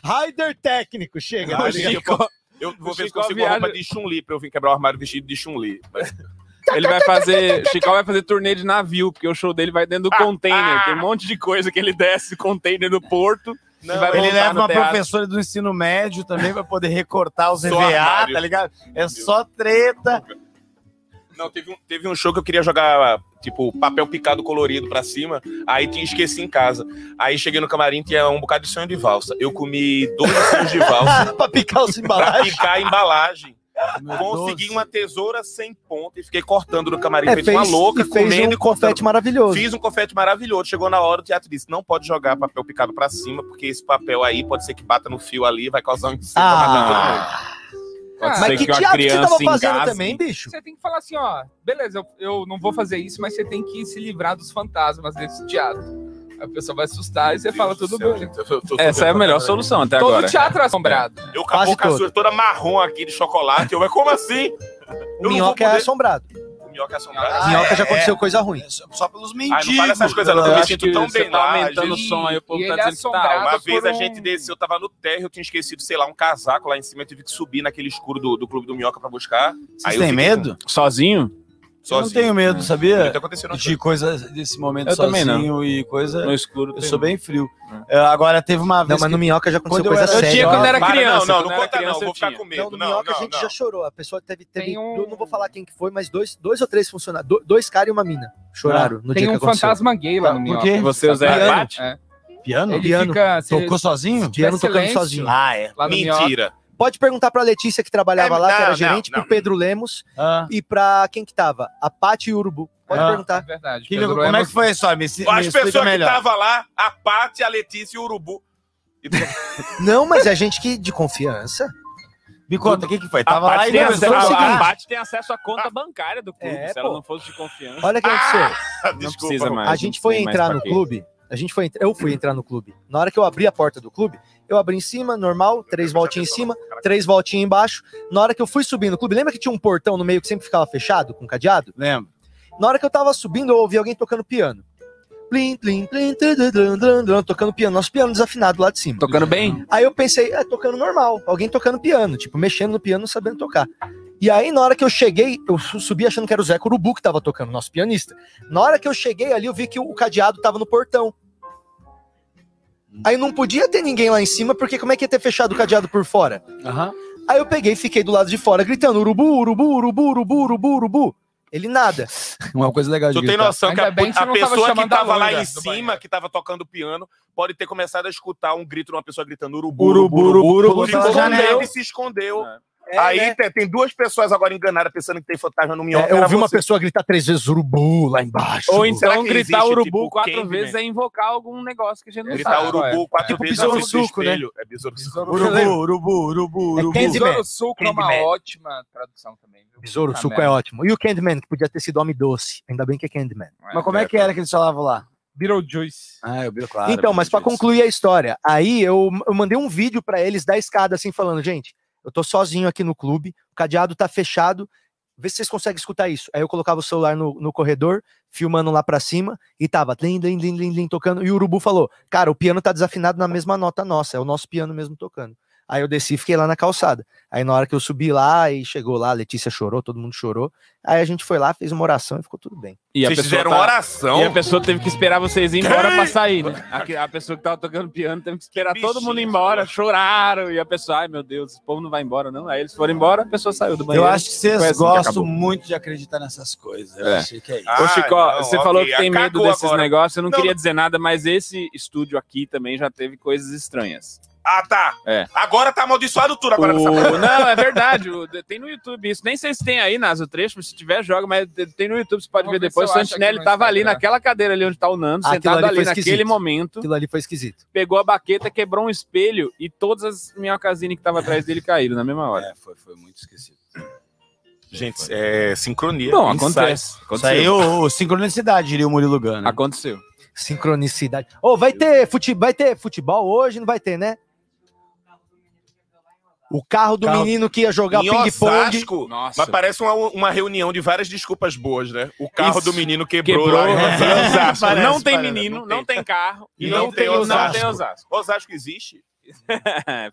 Raider técnico, chega. Ah, tá ligado? Chico, eu vou O ver se Chico consigo uma viaja- roupa de Chun-Li pra eu vir quebrar o armário vestido de Chun-Li. Mas- Ele vai fazer. Chicó vai fazer turnê de navio, porque o show dele vai dentro do container. Tem um monte de coisa que ele desce container no porto. e vai Ele montar leva no uma teatro. professora do ensino médio também pra poder recortar os Só EVA, armário. tá ligado? É só treta. Não, teve um, teve um show que eu queria jogar, tipo, papel picado colorido pra cima. Aí tinha esqueci em casa. Aí cheguei no camarim, tinha um bocado de sonho de valsa. Eu comi dois sonhos de valsa pra picar os pra embalagens. picar a embalagem. Meu Consegui doce. uma tesoura sem ponta e fiquei cortando no camarim. feito uma louca, e É, fez comendo um e cortando. confete maravilhoso. Fiz um confete maravilhoso. Chegou na hora, o teatro disse: não pode jogar papel picado pra cima, porque esse papel aí pode ser que bata no fio ali, vai causar um incêndio. Ah. Pode Mas ser que uma teatro que você criança tava fazendo engasgue. também, bicho? Você tem que falar assim, ó, beleza, eu, eu não vou fazer isso, mas você tem que se livrar dos fantasmas desse teatro. A pessoa vai assustar e você fala, tudo bem. Essa é a melhor solução até Todo agora. teatro é assombrado. Eu com a Quase boca todo. azul toda marrom aqui de chocolate. Eu, mas como assim? O não minhoca vou é poder- assombrado. O minhoca assombrado. Ah, minhoca é, já aconteceu coisa ruim. É Só, só pelos Ah, mendigos. não fala essas coisas, não. Eu Eu me acho sinto que tão você bem tá lá. aumentando o gente. som aí, o povo E tá ele é dizendo que tá. Uma assombrado. vez a por um- gente desceu, eu tava no térreo, eu tinha esquecido, sei lá, um casaco lá em cima, eu tive que subir naquele escuro do, do Clube do Minhoca pra buscar. Vocês eu têm fico medo? Sozinho? Eu não Sozinho. tenho medo, Não sabia? tá acontecendo De coisa desse momento Eu também sozinho não. e coisa. No escuro. Eu tem- um- sou bem frio. É, agora teve uma Não, vez. mas no que- minhoca já aconteceu Quando eu coisa era- séria. eu Eu tinha quando era Para, criança. não, não, quando não era conta não, criança, vou eu ficar tinha. com Não, medo. no Não, não, Minhoca a gente não. já chorou. A pessoa teve, teve Tem um- eu não vou falar quem que foi, mas dois, dois ou três funcionários, do- dois caras e uma mina choraram no Tem dia um que aconteceu. fantasma gay lá Tá, no por Minhoca. quê? Você, é o Zé Piano. Abate? É, Piano? Ele piano. fica... se- Tocou sozinho? Piano tocando silêncio. sozinho. Ah, é. Lá no Minhoca. Mentira. Pode perguntar pra Letícia que trabalhava É, lá, que não, era não, gerente, não. pro Pedro Lemos Ah. e pra quem que tava? A Paty Urubu. Pode Ah. É perguntar. verdade. Que- Pedro como é Lemos- que foi isso? Me, se- me As explica pessoas que melhor. estavam lá, a Paty, a Letícia e o Urubu. E tu- Não, mas é gente que de confiança. Me conta, o que, que foi? A Tava lá Paty e tem dançou. acesso- é o a- a seguinte. Paty tem acesso à conta bancária do clube. É, Se ela pô. não fosse de confiança. Olha o que aconteceu. Não Desculpa, precisa mais. A não gente tem foi mais entrar pra no quê. clube. A gente foi entrar. Eu fui entrar no clube. Na hora que eu abri a porta do clube, eu abri em cima, normal, três voltinhas em cima, três voltinhas embaixo. Na hora que eu fui subir no clube, lembra que tinha um portão no meio que sempre ficava fechado, com cadeado? Lembro. Na hora que eu tava subindo, eu ouvi alguém tocando piano. Plim, plim, plim, tã, tã, tã, tã, tã, tocando piano, nosso piano desafinado lá de cima. Tocando bem? Aí eu pensei, é tocando normal, alguém tocando piano, tipo, mexendo no piano, sabendo tocar. E aí, na hora que eu cheguei, eu su- subi achando que era o Zeca Urubu que tava tocando, nosso pianista. Na hora que eu cheguei ali, eu vi que o cadeado tava no portão. Aí não podia ter ninguém lá em cima, porque como é que ia ter fechado o cadeado por fora? Aham. Aí eu peguei e fiquei do lado de fora, gritando, urubu, urubu, urubu, urubu, urubu, urubu. Ele nada. Uma coisa legal de Tu tem gritar. noção que a, Ainda bem que você a não tava pessoa que chamando a tava lá loira em do cima, banheiro. que tava tocando piano, pode ter começado a escutar um grito de uma pessoa gritando urubu, Urubu, urubu, urubu, Ficou pela com medo janela. e se escondeu. É, Aí né? te- tem duas pessoas agora enganadas pensando que tem fantasma no minhoca. É, eu era ouvi uma você. pessoa gritar três vezes urubu lá embaixo. Ou Será então que gritar existe, urubu tipo, quatro Candyman? vezes é invocar algum negócio que a gente não Gritar sabe. qual é. urubu quatro Tipo vezes besouro na frente do suco, né? espelho. É besouro suco. Urubu, urubu, urubu, urubu. Candyman. Besouro Suco é uma Candyman. ótima tradução também. viu? Besouro, Puta suco merda. é ótimo. E o Candyman, que podia ter sido homem doce. Ainda bem que é Candyman. Mas como é que era que eles falavam lá? é- Beetlejuice. Ah, eu vi, claro. então, mas pra Beetlejuice. concluir a história, aí eu, eu mandei um vídeo pra eles da escada, assim, falando, gente, eu tô sozinho aqui no clube, o cadeado tá fechado, vê se vocês conseguem escutar isso. Aí eu colocava o celular no, no corredor, filmando lá pra cima, e tava lim, lim, lim, lim, lim, tocando, e o Urubu falou, cara, o piano tá desafinado na mesma nota nossa, é o nosso piano mesmo tocando. Aí eu desci e fiquei lá na calçada. Aí na hora que eu subi lá e chegou lá, a Letícia chorou, todo mundo chorou. Aí a gente foi lá, fez uma oração e ficou tudo bem. E a Vocês pessoa fizeram tá- oração. E a pessoa teve que esperar vocês ir embora pra sair, né? A, a pessoa que tava tocando piano teve que esperar Que todo mundo ir bichinho, embora, cara. choraram. E a pessoa, ai meu Deus, esse povo não vai embora, não. Aí eles foram embora, a pessoa saiu do banheiro. Eu acho que vocês Foi assim que gostam acabou. muito de acreditar nessas coisas. Eu É. achei que é isso. Ô, Ah, Chico, não, você ok, falou que tem medo acabou desses agora. negócios. Eu não, Não, queria dizer nada, mas esse estúdio aqui também já teve coisas estranhas. Ah, tá. É. Agora tá amaldiçoado tudo agora nessa O- porra. Não, é verdade. o- Tem no YouTube isso. Nem sei se tem aí, Nas, o trecho. mas Se tiver, joga. Mas tem no YouTube, você pode Vou ver ver depois. O se eu acho Santinelli aqui no tava ali Instagram. naquela cadeira ali onde tá o Nando, Aquilo sentado ali ali foi naquele esquisito. momento. Aquilo ali foi esquisito. Pegou a baqueta, quebrou um espelho e todas as minhocazinhas que tava atrás dele caíram na mesma hora. É, foi, foi muito esquecido. Gente, é sincronia. Bom, insight. acontece. Isso Aconteceu. aí, ô, ô, sincronicidade, diria o Murilo Gano. Aconteceu. Sincronicidade. Ô, vai ter fute... vai ter futebol hoje, não vai ter, né? O carro do Carro- menino que ia jogar Em ping-pong. Osasco, Nossa. mas parece uma, uma reunião de várias desculpas boas, né? O carro Isso. do menino quebrou. Quebrou. lá em Osasco. Parece, não tem parece, menino, não tem, carro E não tem Não Osasco. tem Osasco. É, Osasco existe?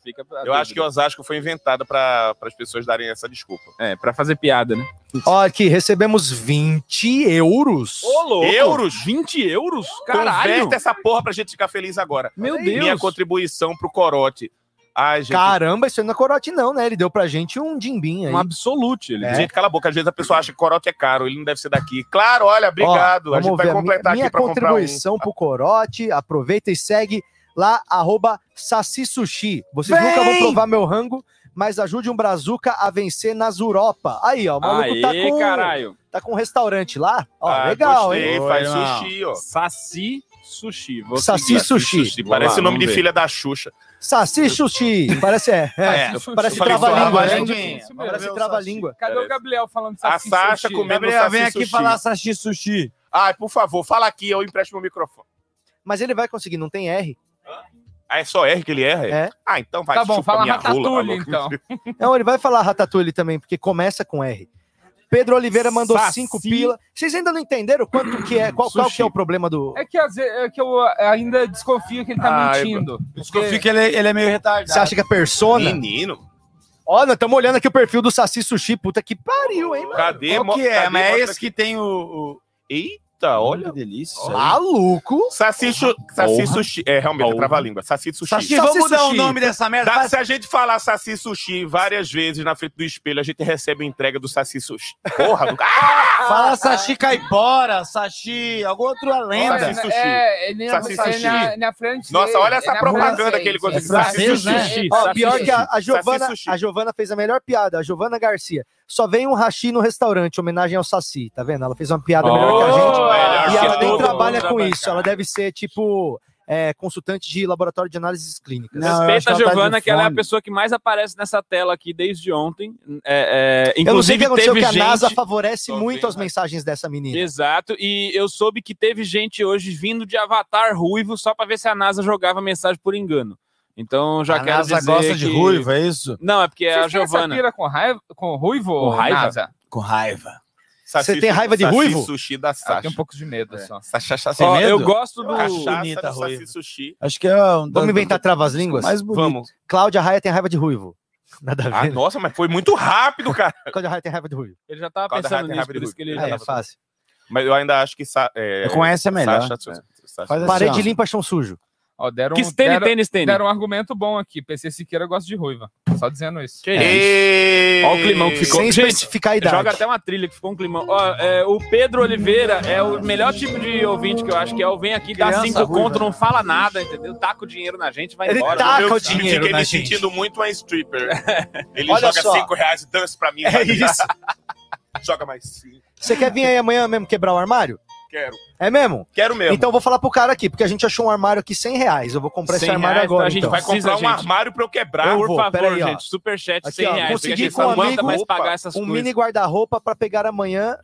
Fica Eu acho que Osasco foi inventada para as pessoas darem essa desculpa. É, pra fazer piada, né? Ó, aqui, recebemos 20 euros. louco! Euros? 20 euros? Caralho! Converte essa porra pra gente ficar feliz agora. Meu Olha aí. Deus! Minha contribuição pro corote. Ai, gente. Caramba, isso aí não é corote, não, né? Ele deu pra gente um dimbim aí. Um absolute. Ele. É. Gente, cala a boca. Às vezes a pessoa acha que corote é caro, ele não deve ser daqui. Claro, olha, obrigado. Ó, a gente vamos vai ver a completar minha, aqui pra minha comprar um. contribuição pro Corote. Aproveita e segue lá, arroba Saci Sushi. Vocês Vem! nunca vão provar meu rango, mas ajude um Brazuca a vencer nas Europa. Aí, ó, o maluco Aê, tá, com, caralho! tá com um restaurante lá. Ó, Ah, legal, hein? gostei, Oi, faz irmão. sushi, ó. Saci Sushi. Vou Saci seguir. Sushi. Sushi, Vou parece lá, o nome vamos de ver. filha da Xuxa. Saci Sushi. Parece, é. é. É, Parece eu falei trava-língua, suave, né? gente. Isso mesmo. Parece trava-língua. Cadê Parece. o Gabriel falando A Saci Sasha Sushi? comendo Gabriel, saci vem aqui sushi. falar sashi sushi. Ai, por favor, fala aqui, eu empresto meu microfone. Mas ele vai conseguir, não tem R. Ah, é só R que ele erra? É. Ah, então vai Tá bom, chupa fala minha ratatouille, rola, maluco. então. Não, ele vai falar Ratatouille também, porque começa com R. Pedro Oliveira mandou Saci. cinco pila. Vocês ainda não entenderam quanto que é, qual, qual que é o problema do... É que, às vezes, é que eu ainda desconfio que ele tá Ai, mentindo. Desconfio que ele, ele é meio retardado. Você acha que é persona? Menino, Ó, nós estamos olhando aqui o perfil do Saci Sushi. Puta que pariu, hein, mano? cadê? Qual Mo- que é? cadê? Mas é Mostra esse que tem o. o- aqui. Eita, olha. que delícia. isso aí. Maluco. Saci, su- saci Porra. sushi. É, realmente, Porra. é trava-língua. Saci sushi. Sashi, Sashi vamos mudar sushi. o nome dessa merda. Dá- Vai- se a gente falar saci sushi várias vezes na frente do espelho, a gente recebe a entrega do saci sushi. Porra, do... Ah, Fala sashi caipora, sashi, algum outro Olha, lenda. Saci sushi. É, é, na, Saci é sushi. na- na frente Nossa, dele, é olha essa na propaganda francês. que ele É gosta de Saci francês, né? sushi. Ó, Saci pior que a, a Giovana, Saci Sushi. a Giovana fez a melhor piada, a Giovana Garcia. Só vem um hashi no restaurante, homenagem ao Saci, tá vendo? Ela fez uma piada melhor que a gente. Melhor E que ela nem todo trabalha mundo com trabalha, isso. Ela deve ser, tipo, é, consultante de laboratório de análises clínicas. Não, eu acho Respeita que a ela tá de Giovana, que ela é a fome. pessoa que mais aparece nessa tela aqui desde ontem. É, é, eu não sei o inclusive, que aconteceu, teve que a gente... NASA favorece Tô muito vendo, as né? mensagens dessa menina. Exato, e eu soube que teve gente hoje vindo de Avatar ruivo só pra ver se a NASA jogava mensagem por engano. Então já a quero NASA dizer gosta que... de ruivo, é isso? Não, é porque é Vocês a têm essa Giovana. pira com raiva, com ruivo? Com raiva? Nasa? Com raiva. Saci Você tem su- raiva de saci ruivo? sushi da Ah, tem Sasha. um pouco de É. medo só. Sasha, Sasha. Ó, medo? eu gosto do. Cachaça bonita, do saci ruivo. sushi. Acho que é um Vamos inventar travas-línguas? mais bonito. Vamos. Cláudia Raia tem raiva de ruivo. Nada a Ah, ver. né? nossa, mas foi muito rápido, cara. Cláudia Raia tem raiva de ruivo. Ele já tava Calda pensando rápido, nisso, rápido, por isso que ele. rápido. Ah, é fácil. Mas eu ainda acho que. Sa... É... Com essa é melhor. Sasha su- Sasha- Faz assim, Parede ó. limpa, chão sujo. Ó, deram, Que tênis, deram, tênis, tênis. deram um argumento bom aqui. PC Siqueira gosta de ruiva. Só dizendo isso. Que isso. Ei! Ó o climão que ficou. Sem Gente, especificar a idade. Joga até uma trilha que ficou um climão. Ó, é, o Pedro Oliveira é o melhor tipo de ouvinte que eu acho que é. O vem aqui, dá Criança cinco ruiva. conto, não fala nada, entendeu? Taca o dinheiro na gente, vai Ele embora. taca Meu o time dinheiro né, fica na me gente. sentindo muito uma stripper. Ele Olha joga só. 5 reais e dança pra mim. É vai me dar. isso. Joga mais 5. Você quer vir aí amanhã mesmo quebrar o armário? Quero. É mesmo? Quero mesmo. Então eu vou falar pro cara aqui, porque a gente achou um armário aqui 100 reais. Eu vou comprar 100 esse armário reais, agora. então a gente então. vai precisa, comprar um gente. armário pra eu quebrar. Eu Por vou, favor, peraí, ó. gente, superchat, Aqui, 100 ó, reais. porque consegui a gente com não um aguenta amigo, mais opa, pagar essas Um coisas. mini guarda-roupa pra pegar amanhã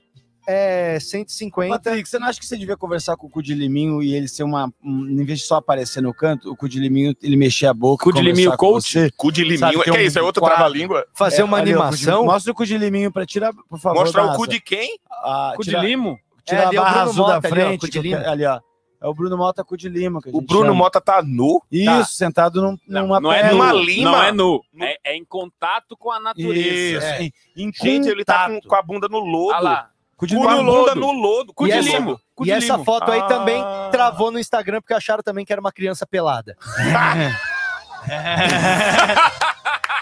é 150. Patrick, você não acha que você devia conversar com o cu de liminho e ele ser uma. Um, em vez de só aparecer no canto, o cu de liminho ele mexer a boca. Cu de conversar liminho com coach? você? Cu de Sabe, liminho. tem que é um isso? É outro quadro. trava-língua? Fazer É, uma ali, ó, cu de- animação. Mostra o cu de liminho pra tirar, por favor. Mostrar o Nasa. cu de quem? Ah, Cu de tira- limo? Tira É, a ali é o barra Bruno azul Mota da ali, ó, frente. cu de que eu limo. quero- ali, ó. É o Bruno Mota cu de lima. Que a O gente Bruno chama. Mota tá nu. Isso, Tá. sentado num, numa não é pedra. nu, Uma lima. Não é nu. É, é em contato com a natureza. Isso. É. Em, em Gente, ele tá com, contato. com a bunda no lodo. Ah lá. Cu de Cu liminho. no bunda no lodo. Cu E de essa- limo. Cu e de essa limo. foto aí Ah. também travou no Instagram, porque acharam também que era uma criança pelada. É.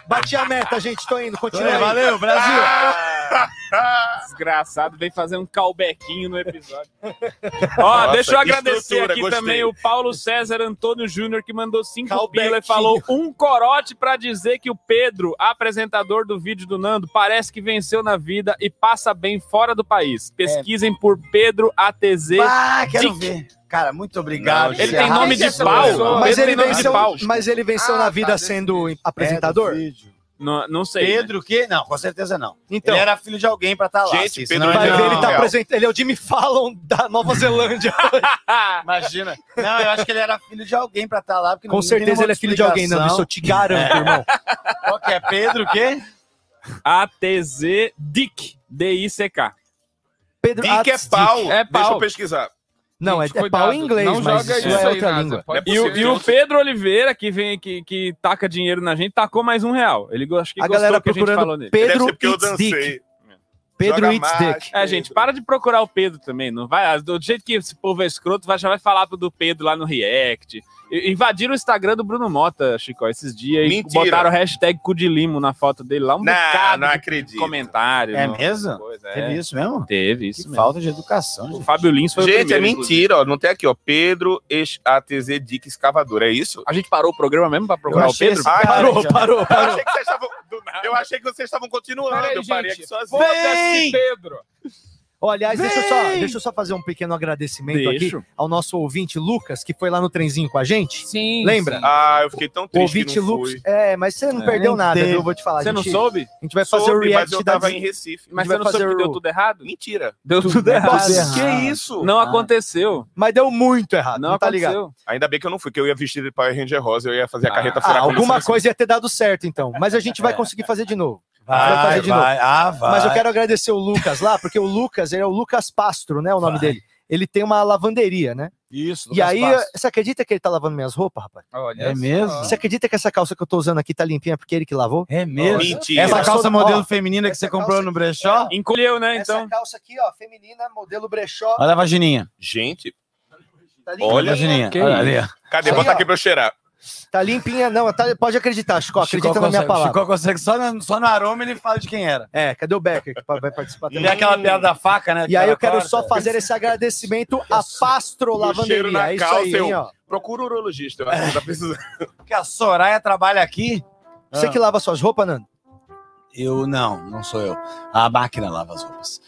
Bati a meta, gente. Tô indo. Continua aí. Valeu, Brasil. Ah! Desgraçado, vem fazer um calbequinho no episódio. Ó, deixa eu que agradecer estrutura, aqui gostei. também o Paulo César Antônio Júnior, que mandou cinco Calbequinho. pila e falou um corote pra dizer que o Pedro, apresentador do vídeo do Nando, parece que venceu na vida e passa bem fora do país. Pesquisem por Pedro ATZ. Ah, quero Dick. ver. Cara, muito obrigado. Não, Ele gente, tem nome de essa pau. pessoa- Pedro Ah, Mas ele, tem nome de venceu, pau. mas ele venceu Ah, na tá, vida desse sendo É, apresentador? do vídeo. Não, não sei. né? Pedro, que? Não, com certeza não. Então, ele era filho de alguém pra estar lá. Gente, assim, Pedro senão vai ele ver, não- ele tá Real. apresentando. Ele é o Jimmy Fallon da Nova Zelândia. Imagina. Não, eu acho que ele era filho de alguém pra estar lá. Porque Com não tem certeza nenhuma ele é filho de alguém, Nando. Isso explicação. eu te garanto, irmão. Qual que é? Pedro, o quê? ATZ Dick. D-I-C-K. Pedro Dick é Atz- pau. Deixa É pau. eu pesquisar. Não, é, Gente, é pau cuidado, em inglês, não mas joga isso isso é aí, outra Nasa, língua. Não é pode E o, possível. e o Pedro Oliveira, que vem que, que taca dinheiro na gente, tacou mais um real. Ele go- acho que A gostou galera que a gente falou procurando nele. Deve Pedro ser porque eu It's Dick. dancei. Pedro Joga It's mais, Dick. É, gente, para de procurar o Pedro também. Não vai, do jeito que esse povo é escroto, vai, já vai falar pro do Pedro lá no React. E- Invadiram o Instagram do Bruno Mota, Chico, esses dias. E Mentira. botaram o hashtag cu de limo na foto dele lá. Um Não, bocado não de acredito. comentário. É não- mesmo? coisa, Teve é. isso mesmo? Teve Que isso mesmo. falta de educação. O gente. Fábio Lins foi o Gente, é primeiro, inclusive. mentira, ó. Não tem aqui, ó. Pedro ex- ATZ Dick Escavador, é isso? A gente parou o programa mesmo pra Eu procurar o achei Pedro? esse cara, Parou, já. parou, Eu parou. achei que vocês estavam. do nada. Eu achei que vocês estavam continuando. Peraí, eu parei gente. aqui sozinho. Foda-se, Pedro! Ó, aliás, deixa eu, só, deixa eu só fazer um pequeno agradecimento Deixa. aqui ao nosso ouvinte Lucas, que foi lá no trenzinho com a gente. Sim. Lembra? Ah, eu fiquei tão O triste. ouvinte que não Lucas. fui. É, mas você não perdeu nem nada, teve. viu? Eu vou te falar. Você a não gente, soube? A gente vai fazer o Soube, mas react eu da tava em Recife. gente Mas você vai não soube fazer que o- deu tudo errado? Mentira. Deu tudo, errado. errado. Que é Ah. isso? Não aconteceu. Mas deu muito errado. Não, Não tá ligado? aconteceu. Ainda bem que eu não fui, que eu ia vestir de Power Ranger Rosa, eu ia fazer a carreta Ah, furar a polícia. alguma coisa ia ter dado certo, então. Mas a gente vai conseguir fazer de novo. Vai fazer Vai, de novo. vai. Ah, vai. Mas eu quero agradecer o Lucas lá, porque o Lucas, ele é o Lucas Pastro, né? O nome dele. Ele tem uma lavanderia, né? Isso, e Lucas aí, Passos. você acredita que ele tá lavando minhas roupas, rapaz? Olha É só. mesmo? Você acredita que essa calça que eu tô usando aqui tá limpinha porque ele que lavou? É mesmo? Mentira. Essa Passou da- calça modelo ó, feminina que essa você comprou calça- no brechó? Encolheu, né? Então. É, calça aqui, ó, feminina, modelo brechó. Olha a vagininha. Gente, Tá Olha Olha, a vagininha. que Olha ali, ó. cadê? Aí, Bota ó. aqui pra eu cheirar. Tá limpinha, não. tá- pode acreditar, Chico. Acredita Chico na minha consegue- palavra. Chico consegue só, na- só no aroma ele fala de quem era. É, cadê o Becker que vai participar Ele também? é aquela piada da faca, né? E aí eu quero Corta. só fazer esse agradecimento a Pastro cheiro Lavanderia. na É isso calça, aí, eu- Ah. hein, ó. Procura o urologista, eu acho que tá precisando. Porque a Soraya trabalha aqui. Você Ah. que lava suas roupas, Nando? Eu não, não sou eu. A máquina lava as roupas.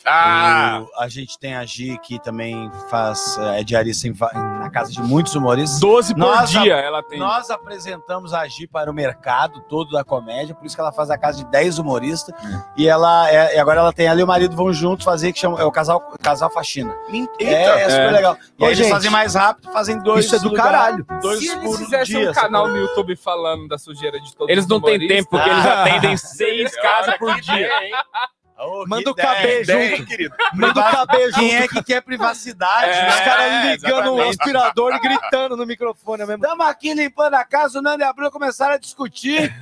Ah! Eu- a gente tem a Gi que também faz é, diarista em va- em- na casa de muitos humoristas. 12 por Nossa, dia ela tem. Nós apresentamos a Gi para o mercado todo da comédia, por isso que ela faz a casa de 10 humoristas. E ela é- e agora ela tem ela e o marido vão juntos fazer que chama, é o casal, casal faxina. Mentira. É, é super legal. E Ô, aí eles gente, fazem mais rápido, fazem dois. Isso é do lugares, caralho. Dois Se eles por fizessem dia, um canal no YouTube falando da sujeira de todos Eles não têm tempo, porque eles Ah. atendem seis casas por dia. sacou? Manda Que o KB ideia, Bem, hein? querido. Manda o cabelo Quem é que quer privacidade? É, Os caras ligando o exatamente. aspirador e gritando no microfone ao mesmo Estamos aqui limpando a casa, o Nando e a Bruna começaram a discutir.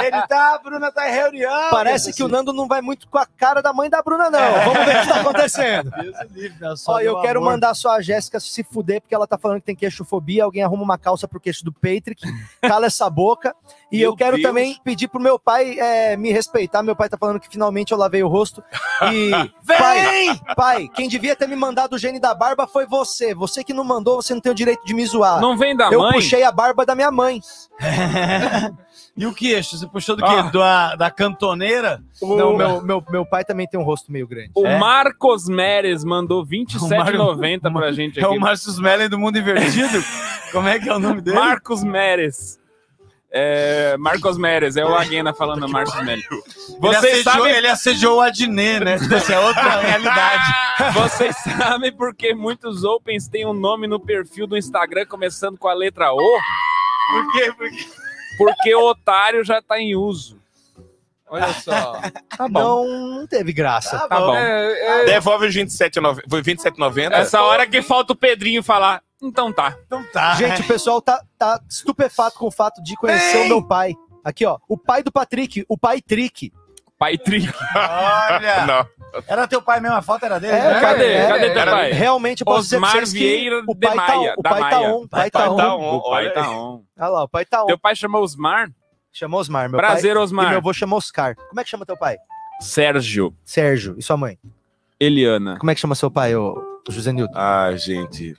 Ele tá, a Bruna tá em reunião. Parece que o Nando não vai muito com a cara da mãe da Bruna, não. Vamos ver o que tá acontecendo. né? Ó, eu quero mandar só a Jéssica se fuder, porque ela tá falando que tem queixofobia. Alguém arruma uma calça pro queixo do Patrick, cala essa boca. E Meu eu quero Deus. também pedir pro meu pai eh, me respeitar. Meu pai tá falando que finalmente eu lavei o rosto. E. pai, pai, quem devia ter me mandado o gene da barba foi você. Você que não mandou, você não tem o direito de me zoar. Não vem da eu mãe. puxei a barba da minha mãe. E o queixo? Você puxou do Ah. quê? Do- a- da cantoneira? O, Não, meu, meu, meu pai também tem um rosto meio grande. o É. Marcos Meres mandou 27,90 pra gente É o aqui. Márcio Mellen do Mundo Invertido? Como é que é o nome dele? Marcos Meres. É, Marcos Meres, é o Aguena falando Marcos Meres. Vocês ele, assediou, sabem, ele assediou o Adnet, né? Tipo assim, é outra realidade. vocês sabem porque muitos Opens têm um nome no perfil do Instagram começando com a letra O? Por quê? Por quê? Porque o otário já tá em uso. Olha só. Tá Não, não teve graça. Tá bom. É, é, Devolve os 27,90. Foi 27,90? Essa hora que falta o Pedrinho falar. Então tá. Então tá. Gente, o pessoal tá, tá estupefato com o fato de conhecer o meu pai. Aqui, ó. O pai do Patrick, o pai Trick. Pai Tri. olha. Não. Era teu pai mesmo, a falta era dele? né? o cara- cadê? Cadê teu cara, pai? Realmente eu posso dizer pra Osmar vocês que Vieira o de pai tá on. Maia, O da pai tá Maia. on, o pai tá on. tá O on. pai Olha tá on. Olha lá, o pai tá on. Teu pai chamou Osmar? Chamou Osmar, meu Prazer, pai. E Osmar. meu avô chamou Oscar. Como é que chama teu pai? Sérgio. Sérgio, e sua mãe? Eliana. Como é que chama seu pai, ô, José Nildo? Ah, gente.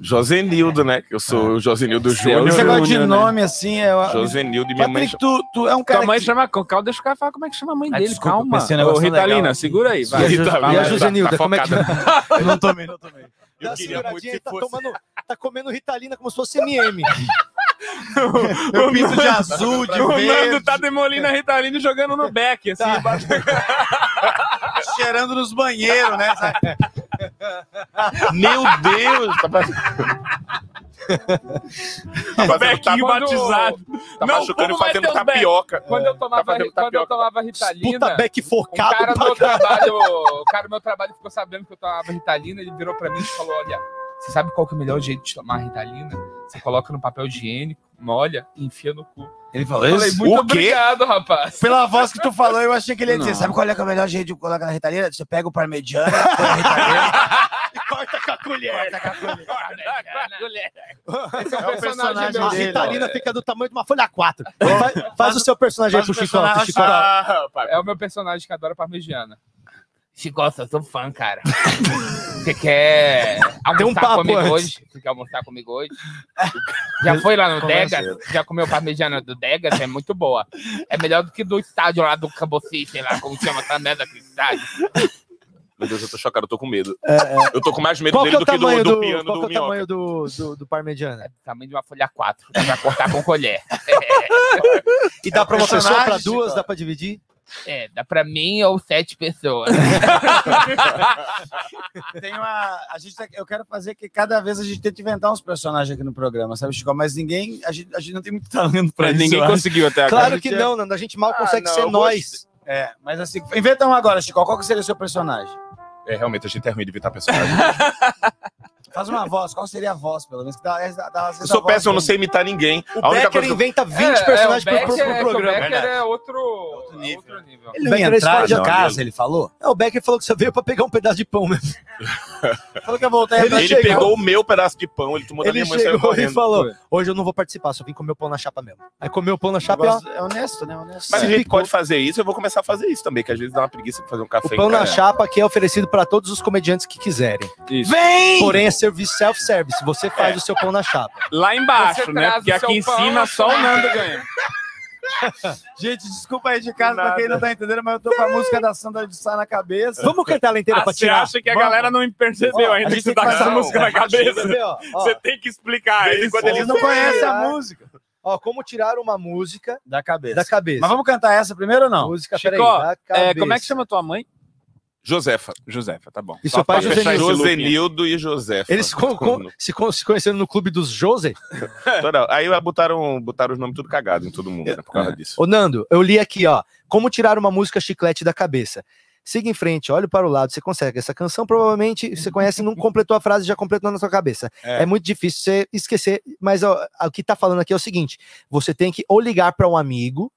Josenildo, né? Que eu sou o Josenildo Júnior. Esse negócio de Júnior, né? nome, assim, é... Josenildo e minha mãe. Patrick, tu, tu é um cara Tua mãe que... chama. Calma, deixa o cara falar como é que chama a mãe Ah, dele. desculpa, calma. pensei num negócio Ô, Ritalina, legal. segura aí. E a, Vai. Ju- Tá, e a tá, Josenilda, tá como é que Eu não tomei, não tomei. Eu Dá uma queria muito seguradinha que aí, tá, fosse. tomando, tá comendo Ritalina como se fosse MM. Eu pinto de azul, O Nando tá demolindo a Ritalina e jogando no back, assim. Tá. embaixo- cheirando nos banheiros, né? Sabe? Meu Deus! Tá, O bequinho batizado. tá Não, machucando como e vai fazendo ter os back? tapioca. Quando eu tomava, fazendo ri- quando eu tapioca. tomava Ritalina. Puta beck O Um focado. cara, do pra meu trabalho, o cara do meu trabalho ficou sabendo que eu tomava Ritalina, ele virou pra mim e falou, olha, você sabe qual que é o melhor jeito de tomar Ritalina? Você coloca no papel higiênico, molha e enfia no cu. Ele falou Eu falei, muito O quê? obrigado, rapaz. Pela voz que tu falou, eu achei que ele ia dizer, Não. sabe qual é, que é o melhor jeito de colocar na ritalina? Você pega o parmegiana, põe a ritalina e corta com a colher. Esse é o personagem personagem dele, meu. A ó. Ritalina tá né, fica do tamanho de uma folha 4. Faz, faz o seu personagem aí pro faz o Chico. pro personagem. Chico. Ah, rapaz. É o meu personagem que adora parmegiana. Chico, eu sou fã, cara. Você quer almoçar Tem um papo comigo antes. hoje? Você quer almoçar comigo hoje? Já foi lá no Conversa. Degas? Já comeu parmegiana do Degas? É muito boa. É melhor do que do estádio lá do Camboci, sei lá, como chama essa merda aquele estádio. Meu Deus, eu tô chocado, eu tô com medo. Eu tô com mais medo É, Qual que dele é do o que do, tamanho do do, piano qual do que é o Minhoca. tamanho do, do, do É parmegiana? do tamanho de uma folha 4. Dá pra cortar com colher. É, E dá pra uma pessoa, personagem, pra duas, Chico. dá pra dividir? é, dá pra mim ou sete pessoas. Tem uma. A gente, tá- eu quero fazer que cada vez a gente tenta inventar uns personagens aqui no programa, sabe, Chico? Mas ninguém. A gente, a gente não tem muito talento É, pra isso. eu Ninguém acho. conseguiu até agora. Claro que não, Nando. A gente mal Ah, consegue não, ser eu nós. É, mas assim, inventa um agora, Chico. Qual que seria o seu personagem? É, realmente, a gente é ruim de evitar personagem. Faz uma voz, qual seria a voz, pelo menos? Que dá, é, dá, dá, Eu sou péssimo, eu não sei imitar ninguém. O A única Becker coisa que eu... inventa 20 É, é, personagens o pro- pro, pro Becker é- O programa. Becker é outro, outro é nível. outro nível. Ele Becker, ele fala de não, casa, ele falou. É, o Becker falou que você veio pra pegar um pedaço de pão, né? Falou que ia voltar Ele ele Ele chegou. pegou o meu pedaço de pão, ele tomou da Ele minha mãe e saiu chegou e correndo. falou: Hoje eu não vou participar, só vim comer o pão na chapa mesmo. Aí comeu o pão na chapa e ó, É honesto, né? Honesto. Mas a se gente picou. pode fazer isso, eu vou começar a fazer isso também, que às vezes dá uma preguiça de fazer um café o pão em na casa. chapa que é oferecido pra todos os comediantes que quiserem. Vem! Porém, é serviço self-service. Você faz o seu pão na chapa. Lá embaixo, Você né? traz Porque o seu aqui em pão, né? cima eu só o Nando ganha. Gente, desculpa aí de casa pra quem não tá entendendo, mas eu tô com a música da Sandra de Sá na cabeça. Vamos cantar ela inteira Ah, pra Você tirar. acha que a galera não percebeu Ó, ainda a que gente você tem tá que com fazer essa um- música na cabeça? Vê, ó, ó, Você tá tem que explicar isso. quando Vocês não conhecem a música ó, como tirar uma música da cabeça. da cabeça. Mas vamos cantar essa primeiro ou não? Música, Chico, peraí, da É, cabeça. como é que chama tua mãe? Josefa. Josefa, tá bom. E seu pai, Pra fechar Josenildo? esse Josenildo e Josefa. Eles com- com- se, con- se conheceram no clube dos Jose? Toda- Aí botaram, botaram os nomes tudo cagado em todo mundo, né? Por causa disso. Ô, Nando, eu li aqui, ó. Como tirar uma música chiclete da cabeça. Siga em frente, olhe para o lado, você consegue. Essa canção provavelmente você conhece, não completou a frase, já completou na sua cabeça. É, É. muito difícil você esquecer, mas ó, o que tá falando aqui é o seguinte: você tem que ou ligar para um amigo.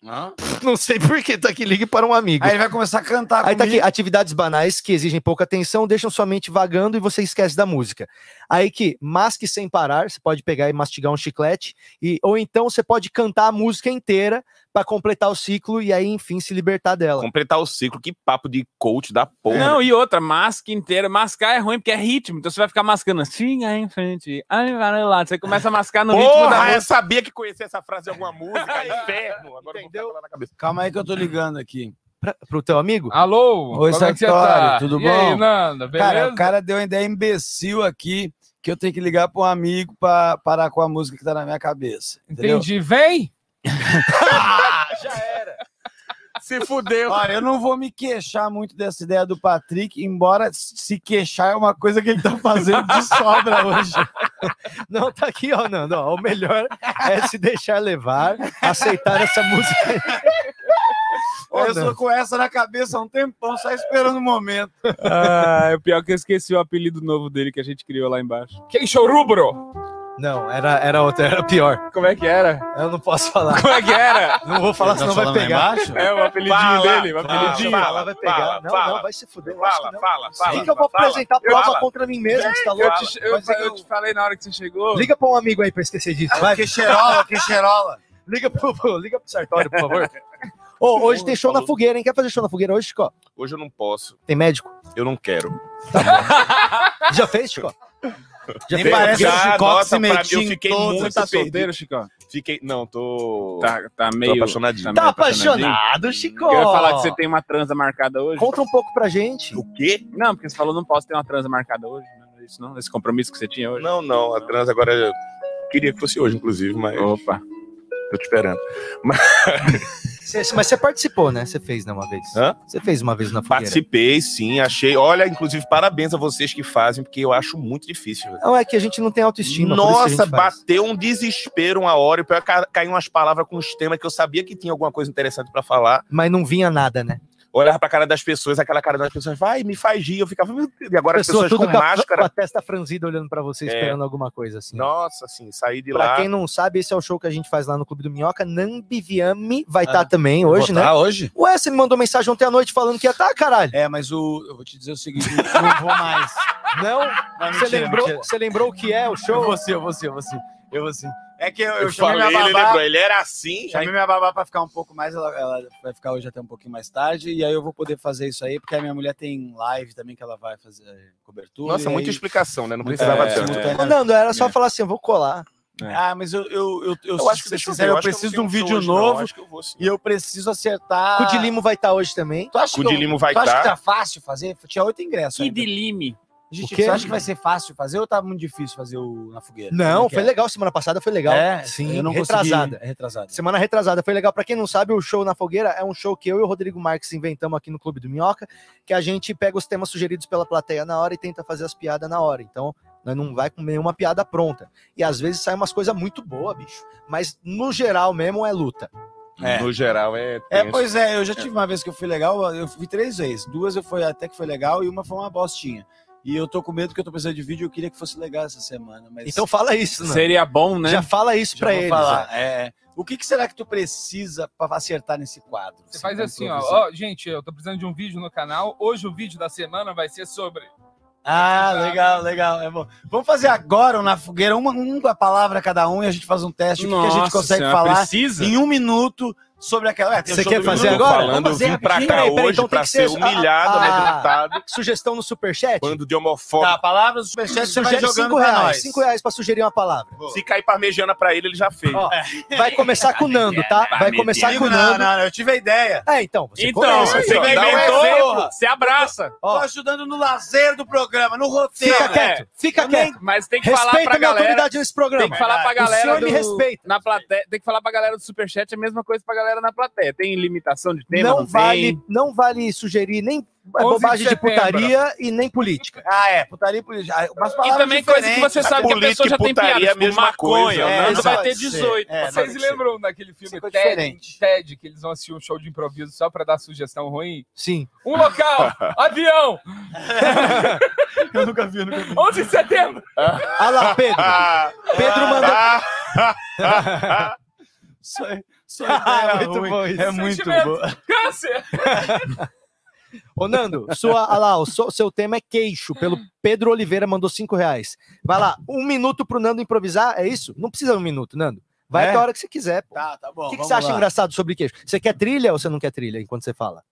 Não sei por que tá aqui, ligue para um amigo. Aí ele vai começar a cantar Aí tá aqui, comigo. atividades banais que exigem pouca atenção, deixam sua mente vagando e você esquece da música. Aí que masque sem parar, você pode pegar e mastigar um chiclete, e, ou então você pode cantar a música inteira pra completar o ciclo e aí, enfim, se libertar dela. Completar o ciclo, que papo de coach da porra. Não, e outra, masca inteira. Mascar é ruim porque é ritmo, então você vai ficar mascando assim, aí em frente. Aí vai lá, você começa a mascar no ritmo da Porra, eu música. sabia que conhecia essa frase de alguma música, inferno. Agora eu vou botar ela na cabeça. Calma aí que eu tô ligando aqui. Pra, pro teu amigo? Alô, Oi, como é que você Sartori, tá? tudo e aí, bom? Nanda, beleza? Cara, o cara deu uma ideia imbecil aqui que eu tenho que ligar pra um amigo pra parar com a música que tá na minha cabeça. Entendeu? Entendi, vem! Se fudeu. Olha, eu não vou me queixar muito dessa ideia do Patrick, embora se queixar é uma coisa que ele tá fazendo de sobra hoje. Não, tá aqui, ó, Nando. ó, o melhor é se deixar levar, aceitar essa música. Ô, eu Nando. sou com essa na cabeça há um tempão, só esperando o momento. Ah, o pior é que eu esqueci o apelido novo dele que a gente criou lá embaixo. Quem chorubro? Não, era, era outra, era pior. Como é que era? Eu não posso falar. Como é que era? Não vou falar, senão vai pegar. É o apelidinho Fala, dele, o fala, apelidinho. Fala, vai pegar. Fala, não, fala. não, vai se fuder. eu acho que Fala, não. fala, Sim, fala. que eu vou fala. apresentar prova Fala. contra mim mesmo, que tá Eu, louco? te, eu, Mas é que eu te falei na hora que você chegou. Liga pra um amigo aí pra esquecer disso. Vai. Queixerola, queixerola. Liga pro, pro- liga pro Sartório, por favor. Ô, hoje tem show na fogueira, hein? Quer fazer show na fogueira hoje, Chico? Hoje eu não posso. Tem médico? Eu não quero. Já fez, Chico? Tá Já fez? Já, nossa, nossa, pra mim, eu fiquei muito Você tá perdido. solteiro, Chico? Fiquei, não, tô... Tá, tá meio. Tô apaixonadinho. meio apaixonado, Chico? Eu ia falar que você tem uma transa marcada hoje. Conta um pouco pra gente. O quê? Não, porque você falou não posso ter uma transa marcada hoje. Não é isso, não? Esse compromisso que você tinha hoje. Não, não, a trans agora... eu Queria que fosse hoje, inclusive, mas... Opa. Tô Tá te esperando. Cê- mas você participou, né? Você fez, né, uma vez. Você fez uma vez na fogueira. Participei, sim, achei. Olha, inclusive, parabéns a vocês que fazem, porque eu acho muito difícil. velho. Não, é que a gente não tem autoestima. por isso que a Nossa, gente faz. bateu um desespero uma hora e pior ca- caiu umas palavras com os temas que eu sabia que tinha alguma coisa interessante pra falar. Mas não vinha nada, né? Olhava pra cara das pessoas, aquela cara das pessoas, vai, me faz rir. Eu ficava, meu Deus, e agora Pessoa as pessoas tudo com com a, máscara. com a testa franzida olhando pra você, É. esperando alguma coisa assim. Nossa, assim, saí de Pra lá. quem não sabe, esse é o show que a gente faz lá no Clube do Minhoca. Nambiviame vai Ah. estar também Vou hoje, né? tá hoje? Ué, você me mandou mensagem ontem à noite falando que ia estar, caralho. É, mas o, eu vou te dizer o seguinte, não vou mais. Não? Você É. mentira, lembrou, mentira. você lembrou o que é o Eu show? vou sim, eu vou sim, eu vou sim. Eu vou sim. É que eu, eu Eu chamei falei, minha ele babá, lembrou, ele era assim. chamei minha babá pra ficar um pouco mais, ela, ela vai ficar hoje até um pouquinho mais tarde, e aí eu vou poder fazer isso aí, porque a minha mulher tem live também que ela vai fazer é, cobertura. Nossa, e muita aí- explicação, né? Não Muito- precisava é, tanto. muito- Ô, Nando, era só falar assim, eu vou colar. Ah, mas eu, eu, eu, É. eu, Eu acho que se deixa eu sincero, ver, eu acho que eu preciso de não um tenho vídeo show hoje, não, novo acho que eu vou sim. e eu preciso acertar. O de limo vai estar hoje também. Tu acha que O de eu- limo vai tu acha que tá. tá fácil fazer? Tinha oito ingressos. Que ainda. delime. Gente, O quê? você acha que vai ser fácil fazer ou tá muito difícil fazer o na fogueira? Como Não, que foi é? legal. Semana passada foi legal. É, Sim, eu não consegui- retrasada. é retrasada. Semana retrasada foi legal. Pra quem não sabe, o show na fogueira é um show que eu e o Rodrigo Marques inventamos aqui no Clube do Minhoca, que a gente pega os temas sugeridos pela plateia na hora e tenta fazer as piadas na hora. Então, nós não vai com nenhuma piada pronta. E às vezes sai umas coisas muito boas, bicho. Mas no geral mesmo é luta. É. No geral, é. É, tenso. pois é, eu já tive uma vez que eu fui legal, eu fui três vezes. Duas eu fui até que foi legal e uma foi uma bostinha. E eu tô com medo que eu tô precisando de vídeo, eu queria que fosse legal essa semana, mas Então fala isso, né? Seria bom, né? Já fala isso já pra vou eles. falar. ó. É, o que, que será que tu precisa pra acertar nesse quadro? Você faz pra assim, ó, improvisar? ó, Gente, eu tô precisando de um vídeo no canal. Hoje o vídeo da semana vai ser sobre. Ah, legal, legal, é bom. Vamos fazer agora um na fogueira, uma, uma palavra cada um e a gente faz um teste, o que que a gente Nossa consegue Senhora, falar Precisa? em um minuto sobre aquela... É, tem o Você show quer do fazer eu tô minuto. agora? falando, eu Vamos fazer vim pra rapidinho. cá Peraí, peraí, hoje então tem pra que ser ser- humilhado, Ah. amedrontado, Sugestão no superchat? bando de Tá, a homofóbico. palavra do superchat você vai Sugere jogando cinco pra reais. nós. Cinco reais pra sugerir uma palavra. Se cair parmegiana pra ele, ele já fez. Ó, vai começar com o Nando, tá? Vai começar com Digo, o não, Nando. não, não, eu tive a ideia. É, então, você Então, começa, você ó, que dá um inventou, exemplo. se abraça. Tô ajudando no lazer do programa, no roteiro. Fica né? quieto, fica quieto. Mas tem que falar Respeita pra a minha galera. autoridade nesse programa. Tem que falar pra Verdade. O galera. senhor do, me respeita. Na plateia, tem que falar pra galera do Superchat é a mesma coisa pra galera na plateia. Tem limitação de tema? não, Não, vale, Tem. não vale sugerir nem 11 de bobagem de, setembro. putaria e nem política. Ah, é, putaria e política. Ah, Umas E palavras também coisa que você Mas sabe que a política pessoa e já tem putaria piada. é a Tipo, mesma coisa, né? maconha. O Nando Não vai pode ter ser. 18. É, Vocês não, tem que lembram daquele filme Isso é coisa Ted, diferente. Ted, que eles vão assistir um show de improviso só pra dar sugestão ruim? Sim. Um local! avião! Eu nunca vi, eu nunca vi. 11 de setembro! Olha lá, Pedro. Ah, Pedro mandou. ah, Só, só ideia Ah, Muito ruim. bom isso. É muito Sentimento. bom. Câncer! Ô, Nando, sua, olha lá, o seu, seu tema é queixo. Pelo Hum. Pedro Oliveira mandou cinco reais. Vai lá, um minuto pro Nando improvisar, é isso? Não precisa de um minuto, Nando. Vai É? até a hora que você quiser. pô. Tá, tá bom. O que, que vamos você acha lá. engraçado sobre queixo? Você quer trilha ou você não quer trilha enquanto você fala?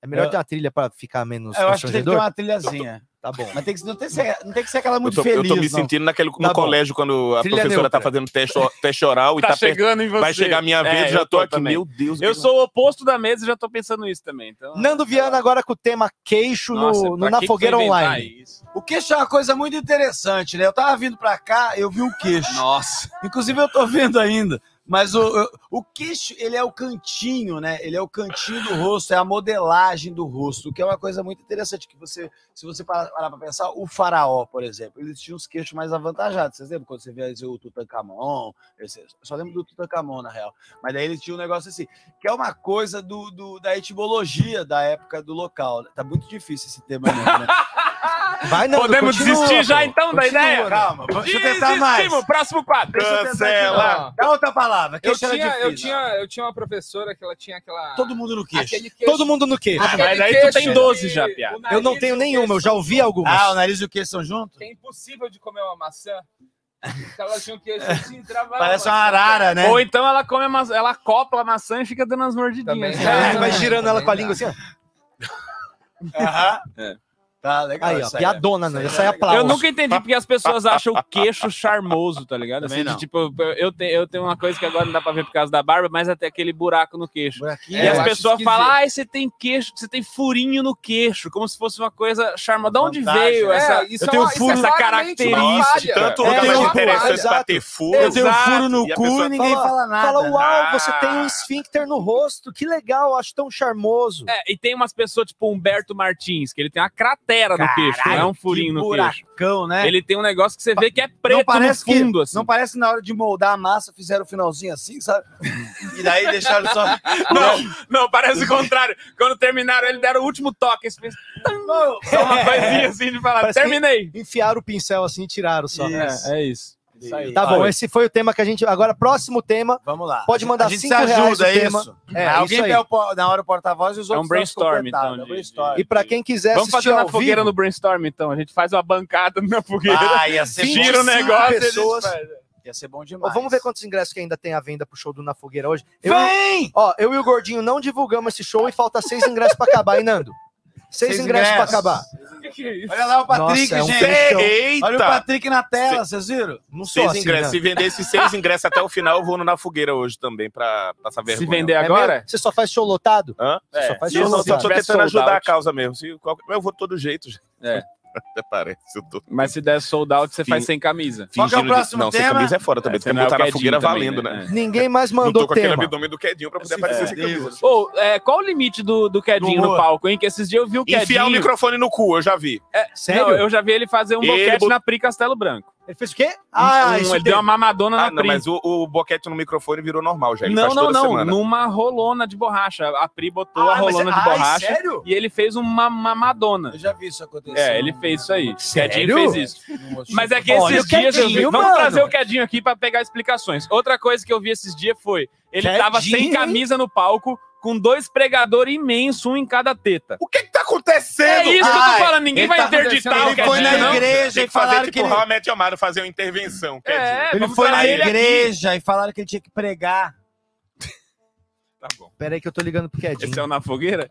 É melhor Eu- ter uma trilha pra ficar menos Eu acho que tem que ter constrangedor? uma trilhazinha. Tá bom. Mas tem que, não, tem que ser, não tem que ser aquela eu muito tô, eu feliz. tô me não. sentindo naquele, no Tá bom. colégio quando a Trilha professora neutra. tá fazendo teste, o- teste oral e tá, Tá perto. chegando em você. Vai chegar a minha É, vez, eu já tô, tô aqui. também. Meu Deus, Eu que- sou o oposto da mesa e já tô pensando nisso também. Então... Nando Viana agora com o tema queixo no- Nossa, no, pra Na que que Fogueira foi inventar Online. isso? O queixo é uma coisa muito interessante, né? Eu tava vindo pra cá, eu vi o queixo. Nossa. Inclusive, eu tô vendo ainda. Mas o, o, o queixo, ele é o cantinho, né? Ele é o cantinho do rosto, é a modelagem do rosto, o que é uma coisa muito interessante. Que você, se você parar parar pra pensar, o faraó, por exemplo, eles tinham os queixos mais avantajados. Vocês lembram quando você vê o Tutankhamon? Eu sei- só lembro do Tutankhamon, na real. Mas daí eles tinham um negócio assim, que é uma coisa do, do- da etimologia da época do local. né? Tá muito difícil esse tema, mesmo, né? Vai, Nando, Podemos continua, desistir pô. já então da Continua, ideia? Nando. Calma, deixa eu tentar mais. Desistimos, próximo quadro. Deixa eu tentar de Cancela. novo. Dá outra É, palavra. Eu Queixo era tinha, eu, difícil. tinha, eu tinha uma professora que ela tinha aquela. Todo mundo no queixo. aquele queixo- Todo mundo no queixo. aquele mas aí tu queixo tem que 12 já, Pia. o Eu não nariz e tenho o nenhuma, eu queixo já ouvi algumas. Ah, o nariz e o queixo são juntos? É impossível de comer uma maçã Ela achou que ia se entravar. Parece uma arara, né? Ou então ela come a maçã, ela copla a maçã e fica dando as mordidinhas. É, vai girando ela com a língua assim, ó. Aham. É. Tá legal. Aí, ó, isso piadona, né? Essa é Eu aplauso. nunca entendi porque as pessoas acham o queixo charmoso, tá ligado? Também Assim, de, não. tipo, eu, te- eu tenho uma coisa que agora não dá pra ver por causa da barba, mas até aquele buraco no queixo. Buraquinho. e eu as acho pessoas esquisito. falam, ah, você tem queixo, você tem furinho no queixo, como se fosse uma coisa charmosa. De onde Vantagem, veio né? essa, isso eu tenho uma- isso essa claramente uma falha. característica? Tanto É, lugar mais eu- interessante exato. pra ter furo. Eu tenho um Exato. furo no E a cu pessoa e ninguém fala- fala nada. Fala, Ah. uau, você tem um esfíncter no rosto, que legal, acho tão charmoso. É, e tem umas pessoas, tipo Humberto Martins, que ele tem uma cratera no queixo, não é um furinho que no queixo. buracão, né? Ele tem um negócio que você vê que é preto não parece no fundo, que, assim. Não parece que na hora de moldar a massa, fizeram um o finalzinho assim, sabe? E daí deixaram só. Não, não, parece o contrário. Quando terminaram, ele deram o último toque. Esse fez só uma coisinha assim de falar, Parece que- terminei. Enfiaram o pincel assim e tiraram só. Isso. É, é isso. Tá bom, esse foi o tema que a gente. Agora, próximo tema. Vamos lá. Pode mandar a gente cinco se reais o ajuda, é tema. isso. É, Ah, alguém isso aí. pega o po- na hora o porta-voz e os É um outros. nós brainstorm, completamos, então, é um de- brainstorm. E pra quem quiser Vamos assistir fazer na ao fogueira vivo, no brainstorm, então. A gente faz uma bancada na fogueira. Ah, ia ser Vinte- bom. Tira o 25 negócio e a gente pessoas. faz. Ia ser bom ó, demais. vamos ver quantos ingressos que ainda tem à venda pro show do Na Fogueira hoje. Eu, Vem! ó, eu e o Gordinho não divulgamos esse show e falta seis ingressos pra acabar, hein, Nando? Seis, Seis ingressos, pra ingressos. acabar. Que que é isso? Olha lá o Patrick, Nossa, é um gente. fechão. Olha o Eita! Patrick na tela, vocês viram? Não sou Seis assim, ingressos. Nando. Se vender esses seis ingressos até o final, eu vou no na fogueira hoje também pra passar vergonha. Se vender É agora? mesmo? Você só faz show lotado? Hã? É. Você só Eu faz se show só, não- lotado. se não só tô tiver tentando sold ajudar out. a causa mesmo. Se qualquer- Eu vou todo jeito, gente. É. Até parece. Eu tô Mas se der sold out, você Sim. faz sem camisa. Qual que é o fingindo de- próximo Não, sem tema? camisa é fora também. É, Tu quer senão é o botar na Quedinho fogueira também, valendo, né? né? Ninguém mais Não tô mandou com aquele tema. abdômen do Quedinho pra poder aparecer sem camisa. Ou, é, qual o limite do, do Quedinho Do no humor. palco, hein? Que esses dias eu vi o Quedinho... Enfiar o microfone no cu, eu já vi. Sério? Não, eu já vi ele fazer um Ele boquete bot- na Pri Castelo Branco. Ele fez o quê? Ah, Um- isso ele tem. deu uma mamadona Ah, na não, Pri. mas o, o boquete no microfone virou normal, já. Ele Não, faz não, toda não. semana. Numa rolona de borracha. A Pri botou a Ah, mas- rolona de ai, borracha sério? e ele fez uma mamadona. Eu já vi isso acontecer. É, ele fez isso aí. Sério? Quedinho fez isso. Mas é que esses Olha o dias eu vi. Quedinho, Vamos mano. trazer o Quedinho aqui pra pegar explicações. Outra coisa que eu vi esses dias foi: ele tava Quedinho, sem hein? camisa no palco, com dois pregadores imensos, um em cada teta. O que que tá acontecendo? É isso que eu ai, tô falando, ninguém ele vai tá interditar acontecendo, o Ele foi na Quedinho, não? igreja Tem e que fazer falaram tipo que ele, How I Met Your Mother, fazer uma intervenção, Quedinho. É, ele vamos foi na trazer ele aqui. igreja e falaram que ele tinha que pregar. Tá bom. Pera aí que eu tô ligando pro Esse Quedinho. é o Na Fogueira?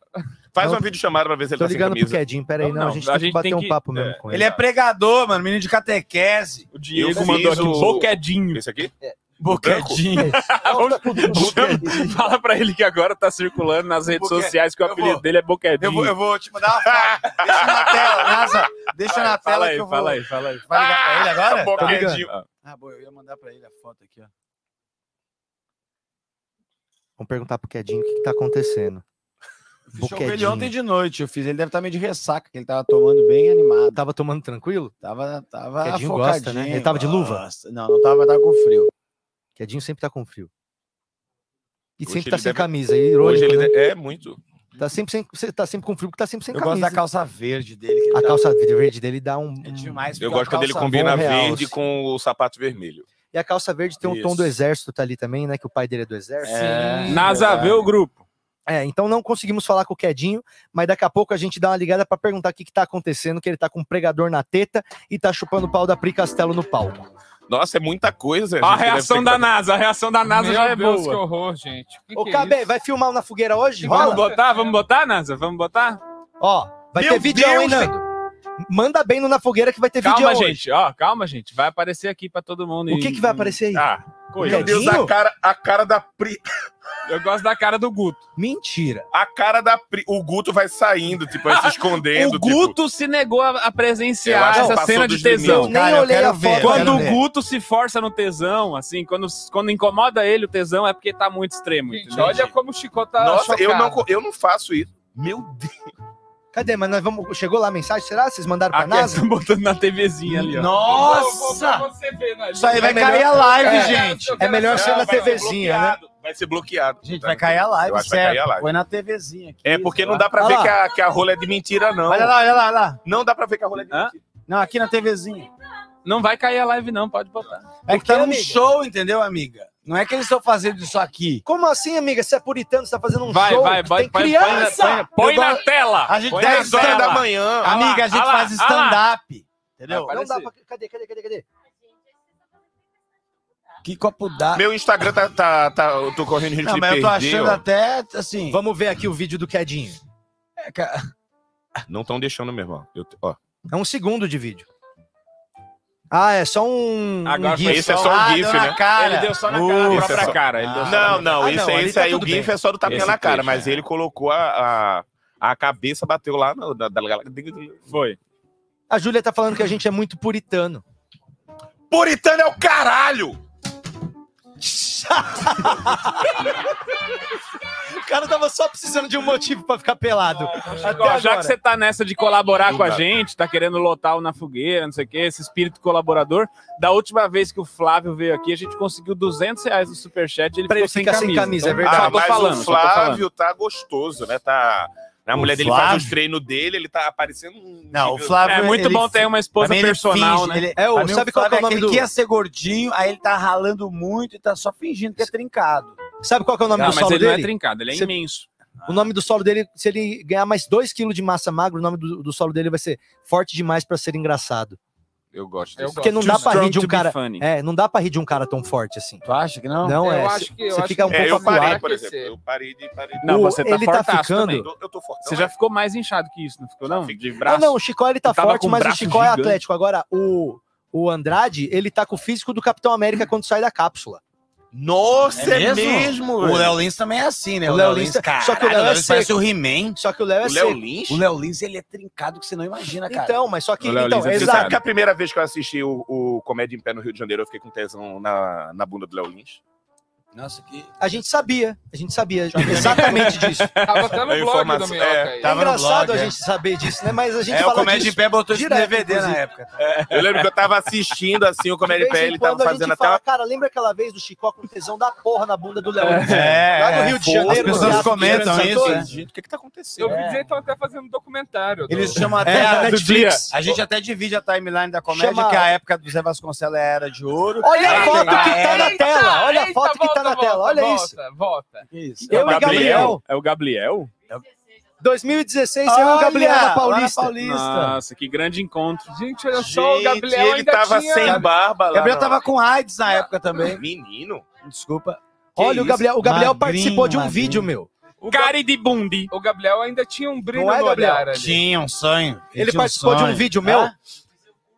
Faz Não, uma videochamada pra ver se ele Tô tá sem ligando pro camisa. Quedinho, pera aí. Não, Não, não, a gente a tem gente que bater tem um que- papo mesmo com ele. Ele é pregador, mano, menino de catequese. O Eu Diego fiz mandou aqui, o- boquedinho. Esse aqui? Boquedinho. Vamos- chama- Fala pra ele que agora tá circulando nas redes Boque- sociais que o Eu apelido vou- dele é Boquedinho. Eu vou, eu vou te mandar uma foto. Deixa na tela, Nasa. Deixa na tela Fala que eu aí, vou. fala aí, fala aí. Vai ligar pra ele agora? Bom, Tá. Quedinho. Ah, boa, eu ia mandar pra ele a foto aqui, ó. Vamos perguntar pro Quedinho o que, que tá acontecendo. Eu fiz show com ele Boquedinho. ontem de noite, eu fiz. Ele deve estar meio de ressaca, que ele tava tomando bem animado. Tava tomando tranquilo? Tava, tava Quedinho focadinho. gosta, né? Ele tava de luva? Gosta. Não, não tava, tava com frio. Quedinho sempre tá com frio. E Hoje sempre ele tá sem deve- camisa. É irônico, Hoje ele né? de- é muito. tá, sempre sem... você tá sempre com frio porque tá sempre sem eu gosto camisa. da calça verde dele. que ele A tá- calça verde dele dá um... É demais. Eu porque gosto quando a ele calça- é combina bom realce. verde com o sapato vermelho. E a calça verde tem um tom Isso. do exército tá ali também, né? Que o pai dele é do exército. É, Nasa, vê o grupo. É, então não conseguimos falar com o Quedinho, mas daqui a pouco a gente dá uma ligada pra perguntar o que, que tá acontecendo, que ele tá com um pregador na teta e tá chupando o pau da Pri Castelo no palco. Nossa, é muita coisa. Ó a gente, deve reação ter- da NASA, a reação da NASA já é Deus, que boa. horror, gente. Que Ô, que é Cabé, isso? vai filmar o na fogueira hoje? Vamos Rola? Vamos botar, vamos botar, NASA? Vamos botar? Ó, vai Meu ter vídeo, Deus, hein, Nando? Manda bem no Na Fogueira que vai ter vídeo Calma, hoje. gente, ó, calma, gente. Vai aparecer aqui pra todo mundo. O e- que, que vai aparecer aí? Ah, coisa. Meu Deus, a Quedinho? cara, a cara da Pri. Eu gosto da cara do Guto. Mentira. A cara da Pri. O Guto vai saindo, tipo, vai se escondendo. O Guto se negou a, a tipo, Eu presenciar acho que essa passou cena de dos tesão. eu cara, nem eu olhei quero a ver, foto. eu quero Quando cara. o Guto se força no tesão, assim, quando, quando incomoda ele o tesão, é porque tá muito extremo. Gente, entendeu? olha como o Chico tá Tipo, nossa, chocado. eu não, co- eu não faço isso. Meu Deus. Cadê? Mas nós vamos... Chegou lá a mensagem? Será? Vocês mandaram pra A NASA? Kessa botando na TVzinha ali, ó. Pra Nossa! você ver, né? Isso aí vai É melhor- cair a live, gente. É melhor ser na vai ser TVzinha, né? bloqueado, Vai ser bloqueado. Gente, vai cair a Eu live, acho que vai cair a certo? live. Põe na TVzinha aqui. É porque sei não lá. dá pra Olha ver lá. que a, que a rola é de mentira, não. Olha lá, olha lá, olha lá. Não dá pra ver que a rola é de Hã? mentira. Não, aqui na TVzinha. Não vai cair a live, não, pode botar. É Por que quê, tá num amiga? show, entendeu, amiga? Não é que eles estão fazendo isso aqui. Como assim, amiga? Você é puritano, você tá fazendo um Vai, show? vai, que vai, tem põe, põe, na- criança! põe, põe Eu na gosto- tela. A gente põe 10 na horas tela. da manhã. Ah lá, Amiga, a gente ah lá, faz ah lá. stand-up. Entendeu? Vai Não dá aparecer. pra... Cadê, cadê, cadê, cadê? Que copo dá. Meu Instagram tá, tá, tá- Eu tô correndo risco Não, de mas eu perder. tô achando ó. até assim. Vamos ver aqui o vídeo do Quedinho. É, cara. Não estão deixando, meu irmão. Eu, ó. É um segundo de vídeo. Ah, é só um. Agora um foi esse é só um Ah, GIF, deu na né? cara. Ele deu só na cara, Esse na própria só- cara, ele deu só na não, cara. não, Ah, esse, não, aí, ali esse tá aí, o tudo GIF bem. é só do tapinha Esse na cara, trecho, mas ele colocou a, a, a cabeça, bateu lá no, na, da- Foi. A Júlia tá falando que a gente é muito puritano. Puritano é o caralho! O cara tava só precisando de um motivo pra ficar pelado. Até Ó, já agora. que você tá nessa de colaborar com a Obrigado. gente, tá querendo lotar o na fogueira, não sei o quê, esse espírito colaborador, da última vez que o Flávio veio aqui, a gente conseguiu 200 reais no superchat, ele Pra ficou ele sem ficar camisa. sem camisa, é Então, verdade. Só tô Ah, mas falando, o só tô falando. Flávio tá gostoso, né? Tá, a O mulher dele Flávio? faz os treinos dele, ele tá aparecendo um... Não, o Flávio. É muito ele- bom ter uma esposa Pra mim, ele personal, finge, né? ele- É, o- pra mim, sabe qual que é o Flávio nome aquele do- que ia ser gordinho, aí ele tá ralando muito e tá só fingindo que é trincado. Sabe qual que é o nome Ah, do mas ele solo não é dele? trincado, ele é Você- imenso. O nome do solo dele, se ele ganhar mais 2kg de massa magra, o nome do, do solo dele vai ser Forte Demais pra Ser Engraçado. Eu gosto é Eu desse. Porque não Too dá pra rir strong de to um be cara. funny. É, não dá pra rir de um cara tão forte assim. Tu acha que não? Não, Eu é. acho cê- que- eu cê acho fica um que- É, eu pouco parei, acuado. por acuado. exemplo. Eu parei de... Parei de... Não, O- você tá ele tá fortaço ficando- também. Eu, eu tô fortão. Você já ficou mais inchado que isso, não ficou não? Fico de Ah, braço. não, o Chicó ele tá Ele tava forte, com um mas o braço Chicó gigante. é atlético. Agora, o, o Andrade, ele tá com o físico do Capitão América quando sai da cápsula. Nossa, É é mesmo? mesmo? O velho. Léo Lins também é assim, né? O Léo Lins- Só que o Léo é Lins parece o He-Man. Só que o Léo é O Léo seco. Lins? O Léo Lins, ele é trincado que você não imagina, cara. Então, mas só que. O Léo Então, Lins é Você sabe exato. que a primeira vez que eu assisti o, o Comédia em Pé no Rio de Janeiro, eu fiquei com tesão na, na bunda do Léo Lins. Nossa, que... A gente sabia. A gente sabia exatamente disso. Tava até no É blog informação- do Minhoca é, aí. É Tava no engraçado blog, a é. gente saber disso, né? Mas a gente É, o fala Comédia de disso. Pé botou esse direto, DVD na inclusive. época. Eu lembro que eu tava assistindo assim o De Comédia em vez Pé, em ele quando tava a fazendo gente até fala, uma. cara, lembra aquela vez do Chicó com tesão da porra na bunda do Léo Lins? É, Lá no Rio de Janeiro, As pessoas no Teatro comentam Grande isso, Santos. né? assim, O que que tá acontecendo? Eu vi dizer que estão até fazendo um documentário. do- Eles chamam até a É, do Netflix. A gente até divide a timeline da comédia, Chama- que a época do Zé Vasconcelos era de ouro. Olha a Eita, foto que tá na eita, tela, olha a eita, foto que tá volta, na volta, tela, olha volta, isso. Volta. Isso. Eu e Gabriel. Gabriel. É o Gabriel? 2016, eu e o Gabriel Olha, lá na na Paulista. Nossa, que grande encontro. Gente, olha só, o Gente, Gabriel ele ainda tava tinha... sem barba lá. Gabriel não. tava com AIDS na época também. Menino? Desculpa. Olha, o isso? Gabriel, o Gabriel Magrinho, participou de um magrinho. vídeo meu. O, Ga- Cari de bundi. o Gabriel ainda tinha um brilho Não é, no Gabriel? olhar ali. Tinha um sonho. Ele tinha um participou de um sonho. vídeo meu? Ah?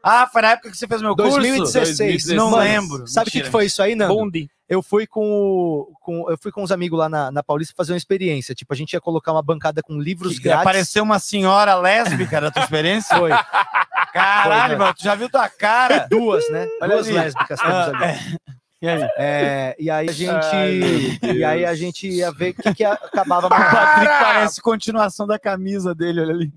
Ah, foi na época que você fez meu curso? 2016. 2016. Não Mano, lembro. Sabe o que, Mentira. que foi isso aí, Nando? É Bundi. eu fui com, o- com- eu fui com uns amigos lá na, na Paulista fazer uma experiência. Tipo, a gente ia colocar uma bancada com livros Que grátis. Apareceu uma senhora lésbica da tua experiência? Foi. Foi, Caralho, né? mano, tu já viu tua cara? Duas, né? Olha Duas ali. lésbicas temos Ah, ali. é. E aí? É, e aí a gente. meu e aí a Deus. gente ia ver o que, que acabava O mais. Patrick parece continuação da camisa dele, olha ali.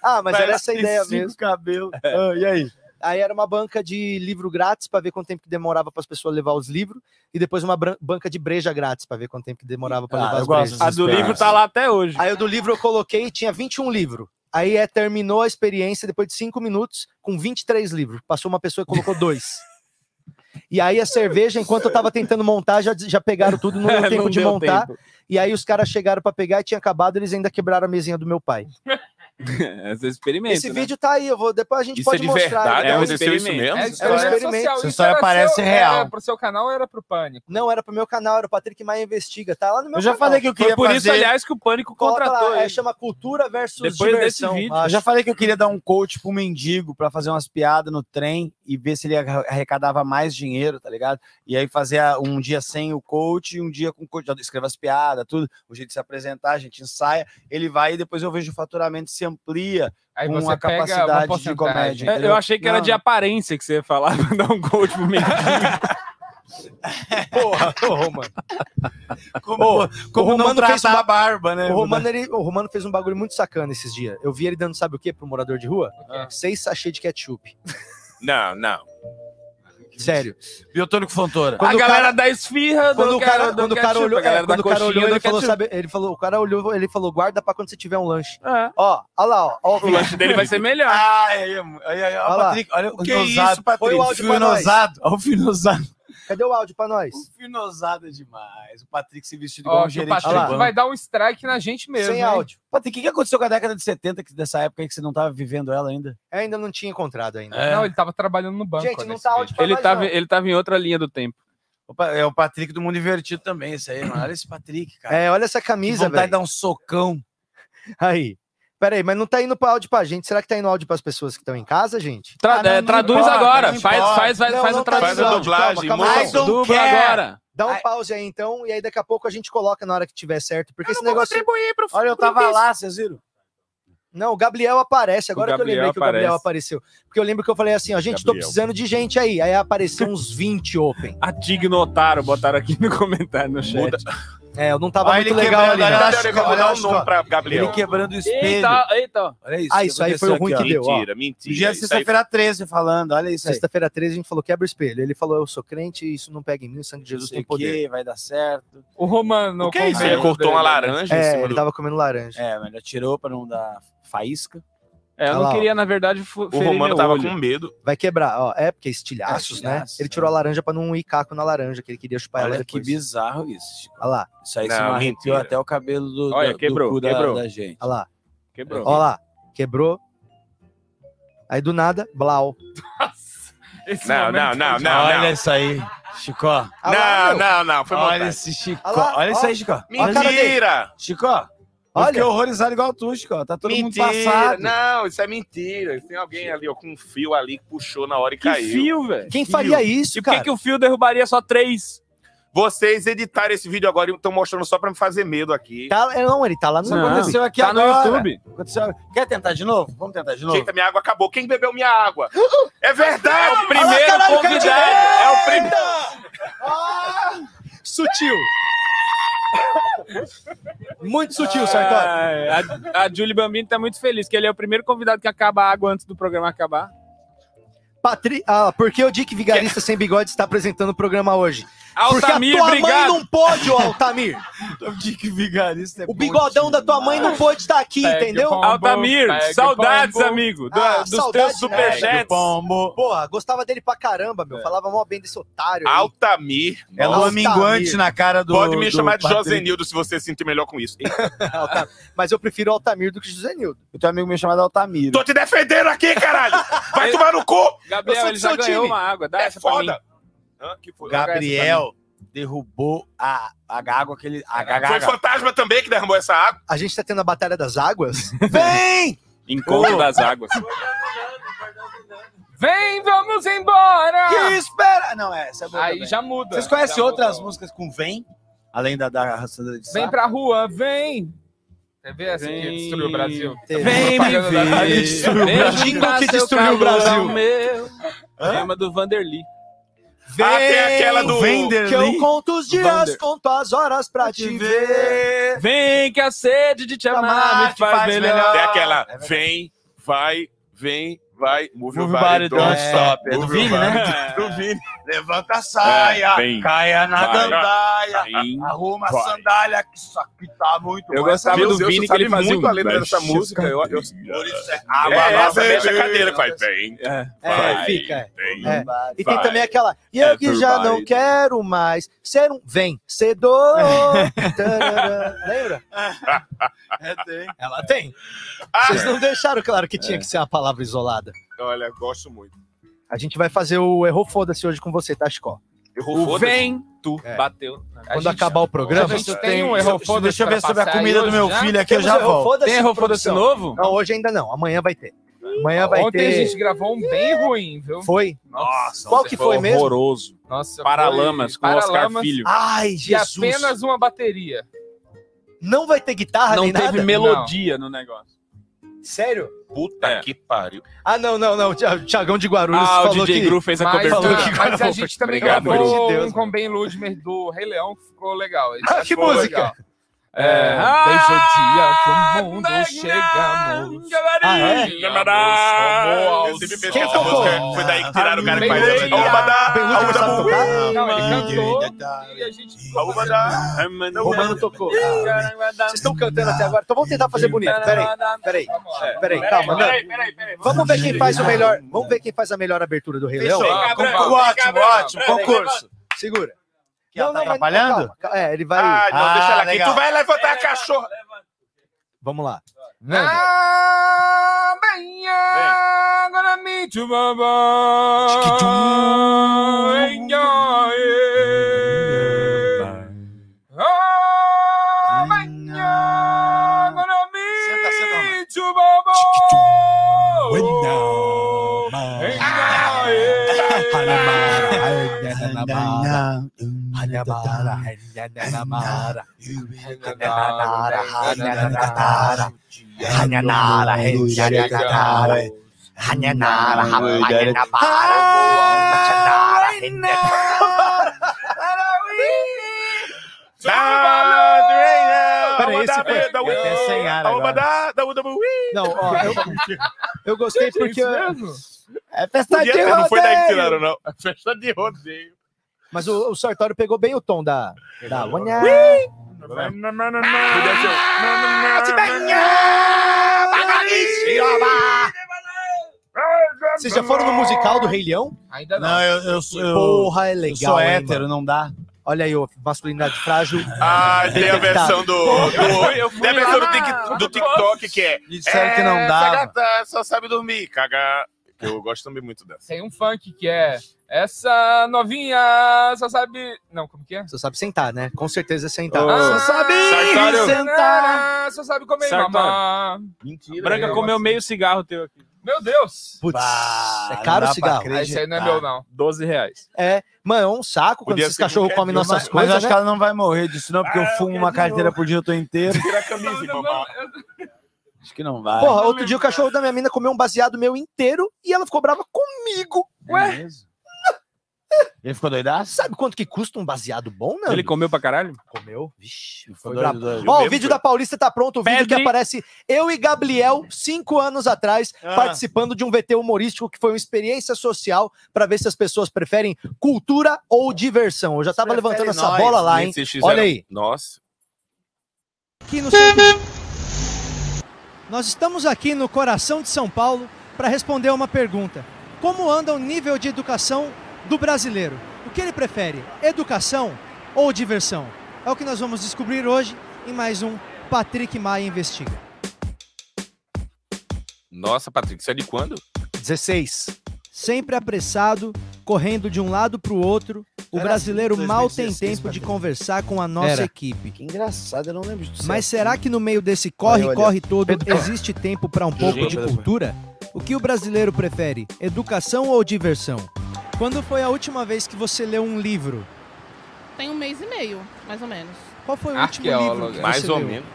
Ah, mas era essa Parece a ideia cinco mesmo. É. Cabelo. Ah, e aí? Aí era uma banca de livro grátis para ver quanto tempo que demorava para as pessoas levar os livros. E depois uma bran- banca de breja grátis para ver quanto tempo que demorava para Ah, levar eu as gosto brejas. A do livro tá lá até hoje. Aí o do livro eu coloquei, tinha 21 livros. Aí é, terminou a experiência depois de 5 minutos com 23 livros. Passou uma pessoa e colocou dois. E aí a cerveja, enquanto eu tava tentando montar, já, já pegaram tudo, não deu tempo Não de deu montar. tempo. E aí os caras chegaram pra pegar e tinha acabado, eles ainda quebraram a mesinha do meu pai. Esse experimento. Esse né? vídeo tá aí, eu vou, depois a gente Isso é pode de mostrar. né? verdade? É um Aconteceu isso mesmo? experimento. É, É um história experimento. social. Essa Isso história era parece seu- real. Era pro seu canal ou era pro Pânico? Não, era pro meu canal, era o Patrick Maia Investiga. Tá lá no meu Eu já canal. falei que eu Foi queria por fazer... isso, aliás, que o Pânico Coloca contratou lá, é, ele. chama Cultura versus Depois desse Diversão. vídeo, acho. Eu já falei que eu queria dar um coach pro mendigo pra fazer umas piadas no trem e ver se ele arra- arrecadava mais dinheiro, tá ligado? E aí fazer a- um dia sem o coach e um dia com o coach. Já Escreva as piadas, tudo, o jeito de se apresentar, a gente ensaia, ele vai e depois eu vejo o faturamento se amplia. Aí Com você a pega capacidade de uma porcentagem. comédia. É, Eu achei que era Não, de não. aparência que você ia falar pra dar um gol pro menino. Porra, porra, mano. Como, como não tratar a barba, né? O Romano, ele- o Romano fez um bagulho muito sacana esses dias. Eu vi ele dando, sabe o quê, pro morador de rua? Ah. Seis sachês de ketchup. É, Não, não. Sério. Biotônico Fontoura. a Quando o galera cara- da esfirra, do Quando o cara, do quando o cara ketchup, olhou, a galera é, quando da o cara coxinha olhou, do ele falou, ketchup. sabe, ele falou, o cara olhou, ele falou, guarda pra quando você tiver um lanche. É. Ó, olha lá, ó, ó o O vídeo. lanche dele vai ser melhor. Ai, ai, ai, Olha olha, lá. Patrick, olha o Que finosado. isso, Patrick? Põe o áudio pra nós. Finosado, olha o finosado. Cadê o áudio pra nós? O finosado é demais. O Patrick se vestiu igual Ó, um que o gerente de Olha lá. Patrick banco. vai dar um strike na gente mesmo. Sem hein? áudio. Patrick, o que aconteceu com a década de 70, que dessa época aí que você não estava vivendo ela ainda? Eu ainda não tinha encontrado ainda. É, Não, ele tava trabalhando no banco. Gente, não nesse tá vídeo. áudio pra né, Ele nós, tava, não. ele tava em outra linha do tempo. Opa, é o Patrick do Mundo Invertido também, isso aí, mano. Olha esse Patrick, cara. É, olha essa Que camisa, vontade velho. de dar um socão. um- Aí. Peraí, mas não tá indo pra áudio pra gente. Será que tá indo áudio pras pessoas que estão em casa, gente? Ah, Ah, Tra- é, traduz agora. Faz- faz- faz- Não, faz não a tá tradução. indo áudio. Faz a dublagem, Calma, calma. moço. I don't Dubla care. agora. Dá um pause aí, então, e aí daqui a pouco a gente coloca na hora que tiver certo. Porque esse negócio. Olha, eu tava lá, vocês viram? Não, o Gabriel aparece. Agora que eu Gabriel lembrei que o Gabriel aparece. apareceu. Porque eu lembro que eu falei assim, ó, gente, tô Gabriel. precisando de gente aí. Aí apareceu uns 20 open. A Digno Otário, botaram aqui no comentário, no chat. É, eu não tava Olha ele muito legal quebrando, ali. olha né? lá, Gabriel, vou dar um nome pra Gabriel. Ele quebrando o espelho. Eita, eita. Olha isso. um Ah, isso aí foi o ruim que deu, ó. Mentira, mentira. isso Dia aí de sexta-feira foi- 13 falando, olha isso aí. Sexta-feira 13 a gente falou quebra o espelho. Ele falou, eu sou crente, isso não pega em mim, o sangue de Jesus tem Não sei o poder. quê, vai dar certo. O Romano. O que é isso? Ele cortou uma laranja É, ele tava comendo laranja. É, mas ele atirou pra não dar faísca. É, eu não Olha lá, ó. queria, na verdade, fu- ferir meu olho. medo. Vai quebrar, ó. É, porque estilhaços, né? Ele tirou a laranja pra não ir caco na laranja, que ele queria chupar ela Olha que depois. bizarro isso. Chico. Olha lá. Isso aí você não arrepiou até o cabelo do, Olha, da- do quebrou, cu da, quebrou. da gente. Olha lá. Quebrou. Olha lá. Quebrou. Aí do nada, blau. Esse Não, momento não, foi não, demais. não. Olha isso aí, Chico. Não, não, não. Foi Olha montagem. esse Chico. Olha lá, olha isso ó. aí, Chico. Mentira! Chico, eu Olha. fiquei horrorizado igual tu, Chico. Tá todo Mentira. mundo passado. Não, isso é mentira. Tem alguém ali ó, com um fio ali que puxou na hora e caiu. fio, velho? Quem faria isso, E cara? que o fio derrubaria só três? Vocês editaram esse vídeo agora e estão mostrando só pra me fazer medo aqui. Tá, é, não, ele tá lá no Isso aconteceu aqui Tá no agora. YouTube. Aconteceu... Quer tentar de novo? Vamos tentar de novo? Eita, minha água acabou. Quem bebeu minha água? É verdade! o primeiro Olha lá, caralho, convidado. cara, É o primeiro. Sutil. Muito sutil, Sartori. Ah, é. A, a Julie Bambini tá muito feliz, que ele é o primeiro convidado que acaba a água antes do programa acabar. Patri... Ah, por que o Dick Vigarista Sem Bigode está apresentando o programa hoje? Porque a tua Altamir, mãe obrigado. não pôde, ô Altamir. O Dick Vigarista O bigodão da tua mãe não pôde estar aqui, entendeu? Altamir, saudades, amigo, do- Ah, dos saudades, teus superchats. pombo. Porra, gostava dele pra caramba, meu. Falava mó bem desse otário. aí. Altamir. É lua minguante na cara do- Pode me do chamar de Patrick. Josenildo se você se sentir melhor com isso. Altamir. Mas eu prefiro o Altamir do que o José Nildo. Eu tenho um amigo meu chamado Altamiro. Tô te defendendo aqui, caralho! Vai tomar no cu! Eu Gabriel, sou ele do já seu ganhou time. uma água, dá É essa pra foda. mim. Hã? Que foi? Gabriel derrubou a, a água que ele. Foi A o gaga. fantasma também que derramou essa água. A gente tá tendo a Batalha das Águas? Vem! Hum. Encontro das águas. Vem, vamos embora! Que espera! Não, é, essa é boa Aí também. já muda. Vocês conhecem Já outras músicas tá? com Vem? Além da da Sandra de Sá? Vem pra rua, vem! Quer ver essa que Hum. destruiu o Brasil? Vem me ver. Destruiu o Brasil. Jingle que destruiu o Brasil. Meu. Tema do Vanderly. Vem, Ah, um Que eu conto os dias, Vander. conto as horas pra te ver. Vem que a sede de te amar, Amar me faz, melhor. Tem aquela, vem, vai, vem, vai, move, o body, don't É, stop. é do Move Vini, your body, né? do Vini. Levanta a saia, É, vem. caia na Vai. gandaia, Vem. arruma Vai. a sandália, que isso aqui tá muito Eu bom. gostava Meu do Deus, Vini tu que ele sabe fazia muito um- além da- Essa música, eu... eu por isso é água, É, nossa, vem. mexe a cadeira, que faz bem. É, vai, fica. é. vem, É. E tem vai. também aquela. E eu que já não Everybody. quero mais ser um. Vem, cedor. Tarará. Lembra? Ela É, tem. É. Vocês não deixaram claro que tinha que ser uma palavra isolada. Ah! Olha, gosto muito. A gente vai fazer o Errou Foda-se hoje com você, tá, Chico? Errou, O foda-se. vem, tu É. bateu. A Quando gente- acabar o programa. Deixa eu ver se tem um erro foda-se deixa eu ver pra sobre a passar comida aí do hoje meu já? filho aqui, eu Temos já errou volto. foda-se, Tem errou foda-se produção? novo? Não, hoje ainda não. Amanhã vai ter. Amanhã vai Ontem ter. a gente gravou um bem ruim, viu? Foi? Nossa, Qual que foi mesmo? Horroroso. Nossa, Paralamas foi- com Oscar Paralamas Filho. Ai, E Jesus. apenas uma bateria. Não vai ter guitarra Não Ah, nem teve nada? melodia no negócio. Sério? Puta que pariu. Ah, não, não, não. O Tiagão de Guarulhos Ah, o falou DJ que... Gru fez a Mas, cobertura. falou ah, que mas a gravou. gente também Obrigado, gravou Bruno. Deus, um mano. com Ben Ludmer do Rei Leão, ficou legal. Esse Ah, que ficou música? legal. É, Ah, Desde o dia que o mundo chegamos. Ah, é? Ah, Quem Essa tocou? música Foi daí que tiraram o cara que faz essa. Meia. Oba da, Ben Ludmer oba da, sabe tocar? Tá, Não, ele cantou e a gente ficou oba da. Romano tocou. Vocês estão cantando até agora, então vamos tentar fazer bonito. Peraí, peraí, peraí, calma. não. Vamos ver quem faz o melhor. Vamos ver quem faz a melhor abertura do Rei Leão. Fechou. Vem cá, Concurso, Branco, ótimo, ótimo. Concurso. Segura. Que ela tá mas- atrapalhando? calma, calma. É, ele vai. Ah, não, Ah, deixa ela aqui. legal. Tu vai levantar a cachorra. Vamos lá. Ah, bem, agora me chupa, vai, ai, ai. é é É Ah! Peraí, esse foi- eu até sem ar agora. Não, ó, eu, eu gostei Gente, é porque. isso mesmo? É festa de rodeio. Não foi daí que tiraram, não. Festa de rodeio. Mas o, o Sartório pegou bem o tom da. da Olha. Vocês já foram no musical do Rei Leão? Ainda não. eu, eu, sou- eu, Porra, é legal. Eu sou hein, hétero, mano? não dá. Olha aí, ó, masculinidade frágil. Ah, tem a Detectado. versão do. do- eu Tem a versão do, Tik- do TikTok que é. disseram que não "É, dava." essa gata só sabe dormir. Caga. Eu gosto também muito dessa. Tem um funk que é. Essa novinha só sabe. Não, como que é? Você sabe sentar, né? Com certeza é sentar. Ô, Você sabe Sartório. sentar. Ah, só sabe comer Sartório. mamar. Mentira. Branca eu comeu gosto. meio cigarro teu aqui. Meu Deus! Putz, é não caro dá o pra cigarro. crer. Ah, Esse aí não é meu, não. 12 reais. É, mano, é um saco quando Podia esses ser cachorros qualquer comem dia, nossas Mas, mas coisas, acho né? que é ela não vai morrer disso, não, porque eu fumo uma carteira por dia, eu tô é- inteiro. Tirar a camisa e mamar. Acho que não vai. Porra, outro dia o cachorro da minha mina comeu um baseado meu inteiro e ela ficou brava comigo. É mesmo? Ele ficou doidaço? Sabe quanto que custa um baseado bom, né? Ele comeu pra caralho? comeu. Vixe, Foi foi doido, brabo. doido. Ó, o mesmo, vídeo foi. da Paulista tá pronto, o vídeo Pedre. que aparece eu e Gabriel, cinco anos atrás, participando de um VT humorístico que foi uma experiência social pra ver se as pessoas preferem cultura ou diversão. Eu já tava Prefere levantando essa nós. bola lá, hein? Vocês né? fizeram- Olha aí. Nossa. aqui no centro. Nós estamos aqui no coração de São Paulo para responder a uma pergunta: como anda o nível de educação do brasileiro? O que ele prefere, educação ou diversão? É o que nós vamos descobrir hoje em mais um Patrick Maia Investiga. Nossa, Patrick, isso é de quando? 16. Sempre apressado, correndo de um lado para o outro, o Era brasileiro assim, mal tem 2016, tempo de Patrick. conversar com a nossa Era. equipe. Que um engraçado, eu não lembro disso. Mas será que no meio desse corre, Olha, olha. corre todo, existe tempo para um pouco Gente, de olha. cultura? O que o brasileiro prefere, educação ou diversão? Quando foi a última vez que você leu um livro? Tem um mês e meio, mais ou menos. Qual foi o último livro? Arqueóloga. que Mais você ou leu? menos.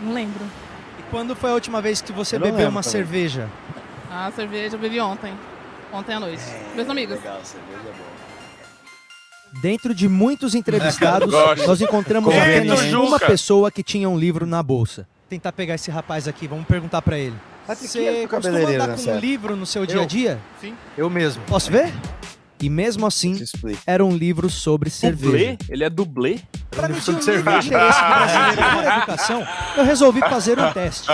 Não lembro. E quando foi a última vez que você Eu não bebeu lembro uma também. cerveja? A cerveja Ah, eu bebi ontem. Ontem à noite. Meus amigos. Legal, cerveja é boa. Dentro de muitos entrevistados, Gosto. nós encontramos Convém, apenas né? uma Juca. pessoa que tinha um livro na bolsa. Tentar pegar esse rapaz aqui, vamos perguntar para ele. Patrick, quem era Você o costuma cabeleireiro andar nessa com um época? livro no seu dia a Eu? dia? Eu mesmo. Posso ver? E mesmo assim, Te explico. era um livro sobre cerveja. Dublê? Ele é dublê? Um Para medir o nível de interesse brasileiro por educação, eu resolvi fazer um teste.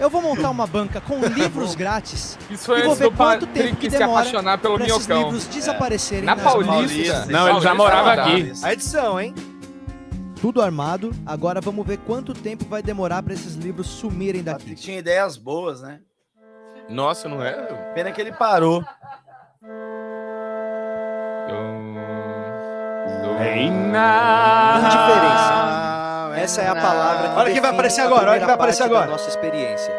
Eu vou montar uma banca com livros grátis Isso foi E vou antes ver do quanto tempo Patrick que se demora apaixonar pelo para esses minhocão. livros desaparecerem Na nas mãos. Paulista. Não, ele já Paulista, morava tá. aqui. A edição, hein? Tudo armado, agora vamos ver quanto tempo vai demorar para esses livros sumirem daqui. Patrick tinha ideias boas, né? Nossa, não é? Pena que ele parou. Indiferença. Ah, Essa é a palavra Olha quem vai define aparecer a agora, primeira olha quem vai aparecer parte da agora. Nossa experiência.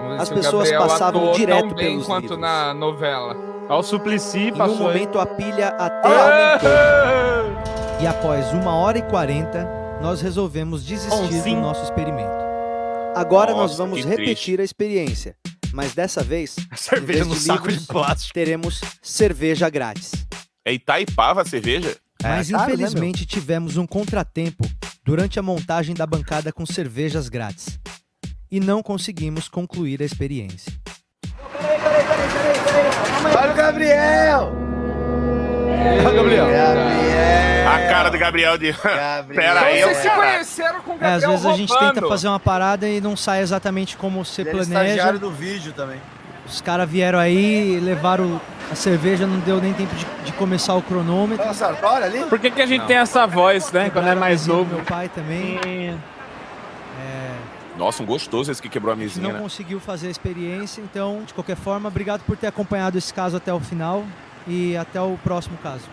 Vamos ver As se o pessoas Gabriel passavam atuou direto tão bem pelos quanto livros. na novela. Olha o Suplicy, Em um passou aí. momento a pilha até Ah! aumentou. E após uma hora e quarenta, nós resolvemos desistir do nosso experimento. Agora nós Nossa, vamos que repetir triste. a experiência, mas dessa vez A cerveja no saco de plástico. teremos cerveja grátis. É Itaipava a cerveja? Mas caro, né, infelizmente tivemos um contratempo durante a montagem da bancada com cervejas grátis. E não conseguimos concluir a experiência. Olha o Gabriel! Olha, Gabriel. É. A cara do Gabriel de. Pera aí, Vocês se eu- conheceram com o É, Gabriel às vezes a gente tenta roubando. fazer uma parada e não sai exatamente como você Ele é planeja. estagiário do vídeo também. Os caras vieram aí, levaram a cerveja, não deu nem tempo de, de começar o cronômetro. Olha o Sartório ali. Por que, que a gente tem essa voz, né? Quando é Quebraram a mais mesinha do novo. Meu pai também. é- Nossa, um gostoso esse que quebrou a A gente mesinha, não né? conseguiu fazer a experiência, então, de qualquer forma, obrigado por ter acompanhado esse caso até o final e até o próximo caso.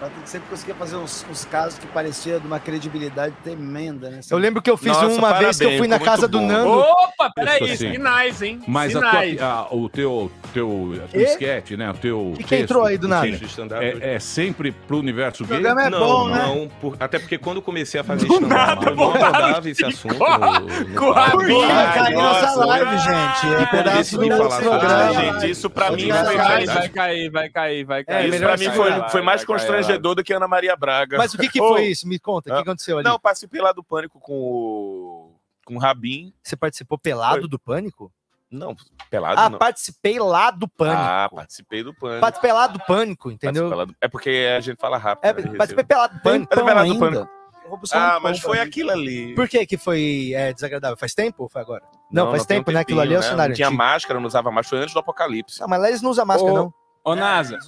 Ela tem- sempre conseguia fazer uns, uns casos que parecia de uma credibilidade tremenda, né? Eu lembro que eu fiz Nossa, uma vez que eu parabéns, fui na ficou casa muito do bom. Nando. Opa, peraí, Isso, assim. sinais, hein? Mas a sinais. tua- a- o teu, teu, a tua E? esquete, né? O teu. que texto, entrou aí do o nada? texto stand-up. É, é sempre pro universo gay? programa é não, bom, né? não, por- até porque quando eu comecei a fazer stand-up, eu não abordava esse assunto. Por que caiu nossa live, gente? É pedaço do programa. gente, isso pra mim Vai foi cair, Vai cair, vai cair, vai É, cair. isso vai pra mim cair foi, lá, foi mais vai cair lá. constrangedor do que Ana Maria Braga. Mas o que, que Oh, foi isso? Me conta, o que aconteceu ali? Não, participei lá do Pânico com o, com o Rabin. Você participou pelado do Pânico? Não, pelado Ah, não. participei lá do Pânico. Ah, participei do Pânico. Participei lá do Pânico, entendeu? Pelado- É porque a gente fala rápido. É, né, participei pelado do Pânico. Mas é pelado do ainda. Pânico. Eu vou buscar um Ah, pão mas pra foi mim. aquilo ali. Por que que foi é, desagradável? Faz tempo ou foi agora? Não, faz tem um tempo, né? Aquilo ali é tempinho, o né? cenário Não tinha antigo. Tá máscara, não usava máscara, foi antes do apocalipse. Não, mas lá eles não usam máscara, Ô, É, não. Ô, Nasa,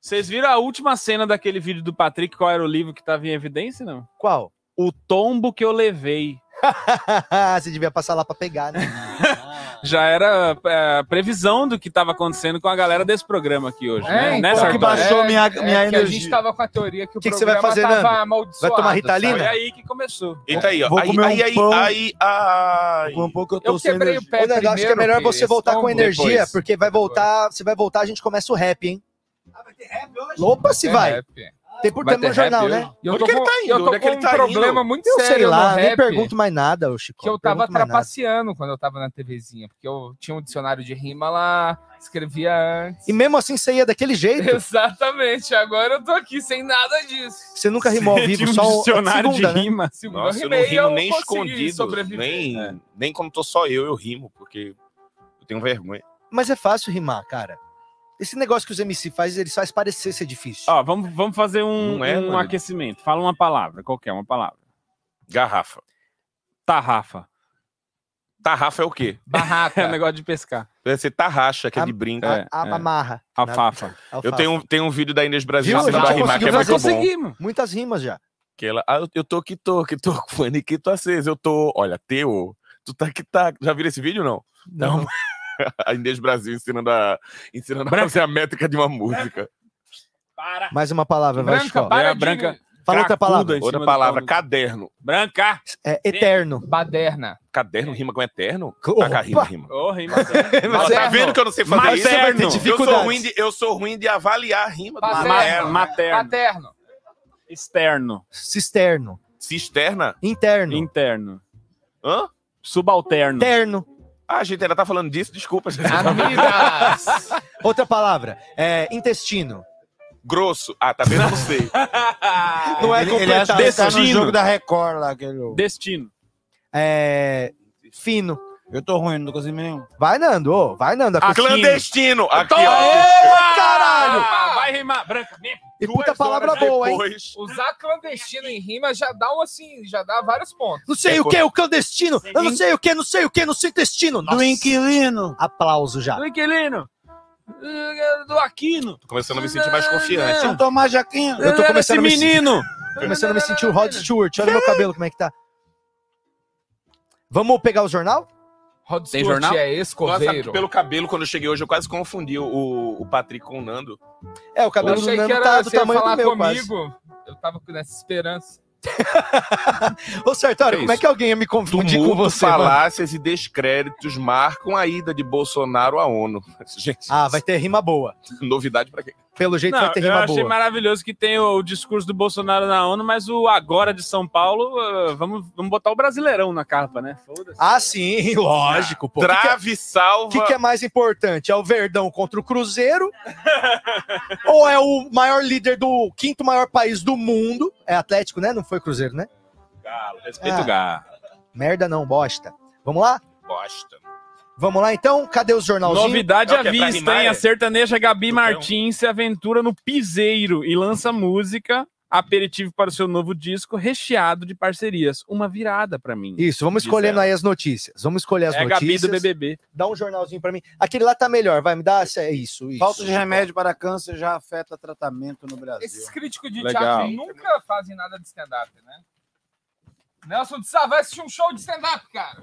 vocês viram a última cena daquele vídeo do Patrick? Qual era o livro que tava em evidência, não? Qual? O tombo que eu levei. Você devia passar lá pra pegar, né? Já era é, a previsão do que tava acontecendo com a galera desse programa aqui hoje. É, né? então. né, Sartori? É, então, baixou minha- que minha É A gente energia. tava com a teoria que o Que que você vai programa fazer, tava Nando? amaldiçoado. Vai tomar Ritalina? É sabe? aí que começou. E tá aí, ó. Vou aí, comer um aí, aí, pão. aí, ai. Com um pouco eu tô Eu sem quebrei energia. o pé Ô, Nando, eu acho que é primeiro, melhor Fê, você voltar com estômago. energia, Depois. porque vai voltar, se vai voltar, a gente começa o rap, hein? Opa, se É vai. rap. Tem por Vai tempo no ter rap jornal, hoje? né? E eu tô com- e Eu tô com um problema muito tá eu sério sei lá, no nem rap. pergunto mais nada, ô Chico. que eu não tava pergunto mais nada. trapaceando quando eu tava na TVzinha, porque eu tinha um dicionário de rima lá, escrevia antes. E mesmo assim você ia daquele jeito. Exatamente, agora eu tô aqui sem nada disso. Você nunca rimou ao vivo, Tinha um só dicionário a segunda, de né? rima. Segunda, Nossa, eu não rimei, rimo eu nem consegui escondido. É. sobreviver. Nem, nem quando tô só eu, eu rimo, porque eu tenho vergonha. Mas é fácil rimar, cara. Esse negócio que os MC fazem, eles fazem parecer ser difícil. Ah, Ó, vamos, vamos fazer um, Não é, um mano. aquecimento. Fala uma palavra, qualquer uma palavra. Tá, Garrafa. Tarrafa. Tarrafa é o quê? Barraca. é um negócio de pescar. Deve ser tarracha, que é de brinco. a, a- amarra. Alfafa. Eu tenho, um- tenho um vídeo da Inês Brasil Viu? A gente ensinando a rimar, que é conseguiu muito fazer bom. mano. Muitas rimas já. Que ela, ah, eu, eu tô que tô, que tô com o faniquito aceso. Eu tô, olha, teu, tu tá que tá. Já viram esse vídeo ou não? Então, Não. a Inês Brasil ensinando a, ensinando a fazer a métrica de uma música. Mais uma palavra, vai, Chico. para É, de- branca. Fala outra Cracuda palavra. em cima Outra do palavra, pau. caderno. Branca. É eterno. Baderna. Caderno rima com eterno? Opa! Taca rima, rima. Ô, rima. Ela tá Materno. vendo que eu não sei fazer isso? Materno. Eu sou Dificuldades. ruim de- Eu sou ruim de avaliar a rima do Paterno. materno. Ma- Materno. Paterno. Externo. Cisterno. Cisterna? Interno. Interno. Hã? Subalterno. Terno. Ah, a gente ainda tá falando disso, desculpa. gente. Ah, Amigas. Outra palavra. É intestino. Grosso. Ah, tá vendo? Eu não sei. Não é Ele, ele acha completar. que tá no Destino. jogo da Record lá. Aquele... Destino. É fino. Eu tô ruim, não consigo nenhum. Vai, Nando. ô, vai, Nando. Ah, A coxinha. Clandestino. Tá Aqui, ó. Ah, Ô, caralho! Vai rimar. Branca. E puta palavra boa, hein? hein? Usar clandestino em rima já dá um assim, já dá vários pontos. Não sei É o que, o clandestino. Eu não sei o que, não sei o que, não sei intestino. Do Nossa. inquilino. Aplauso já. Do inquilino. Do Aquino. Tô começando a me sentir mais confiante. São Tomás Jaquinho. Eu tô Esse começando a me sentir, menino. tô começando a me sentir o Rod Stewart. Olha meu cabelo como é que tá. Vamos pegar o jornal? Rod Tem Stewart jornal? é Nossa, escoveiro. pelo cabelo, quando eu cheguei hoje, eu quase confundi o, o Patrick com o Nando. É, o Eu cabelo do achei Nando que era tá do você ia tamanho do falar meu quase. comigo. Eu tava com essa esperança. Ô, Sartório, Que como é isso? que alguém ia me confundir com Tumulto, você? mano? falácias e descréditos marcam a ida de Bolsonaro à ONU. Gente, Ah, vai ter rima boa. novidade pra quem? Pelo jeito Não, vai ter eu rima achei boa. maravilhoso que tem o, o discurso do Bolsonaro na ONU, mas o agora de São Paulo, ah, vamos, vamos botar o brasileirão na capa, né? Foda-se. Ah, sim, lógico, pô. O que, que é- Trave salva. o que que é mais importante? É o Verdão contra o Cruzeiro? ou é o maior líder do quinto maior país do mundo? É Atlético, né? Não foi Cruzeiro, né? Galo, respeito Respeita Ah. o Gá. Merda não, bosta. Vamos lá? bosta. Vamos lá então? Cadê os jornalzinhos? Novidade É o que à é pra vista, rimar, hein? um. é? A sertaneja Gabi Tucão. Martins se aventura no piseiro e lança música aperitivo para o seu novo disco recheado de parcerias. Uma virada pra mim. Isso, vamos Diz escolhendo ela. aí as notícias. Vamos escolher as é a Gabi notícias. do BBB. Dá um jornalzinho pra mim. Aquele lá tá melhor, vai, me dá. É isso, isso. Falta de remédio para câncer já afeta tratamento no Brasil. Esses críticos de Legal. teatro nunca fazem nada de stand-up, né? Nelson de Sá vai assistir um show de stand-up, cara.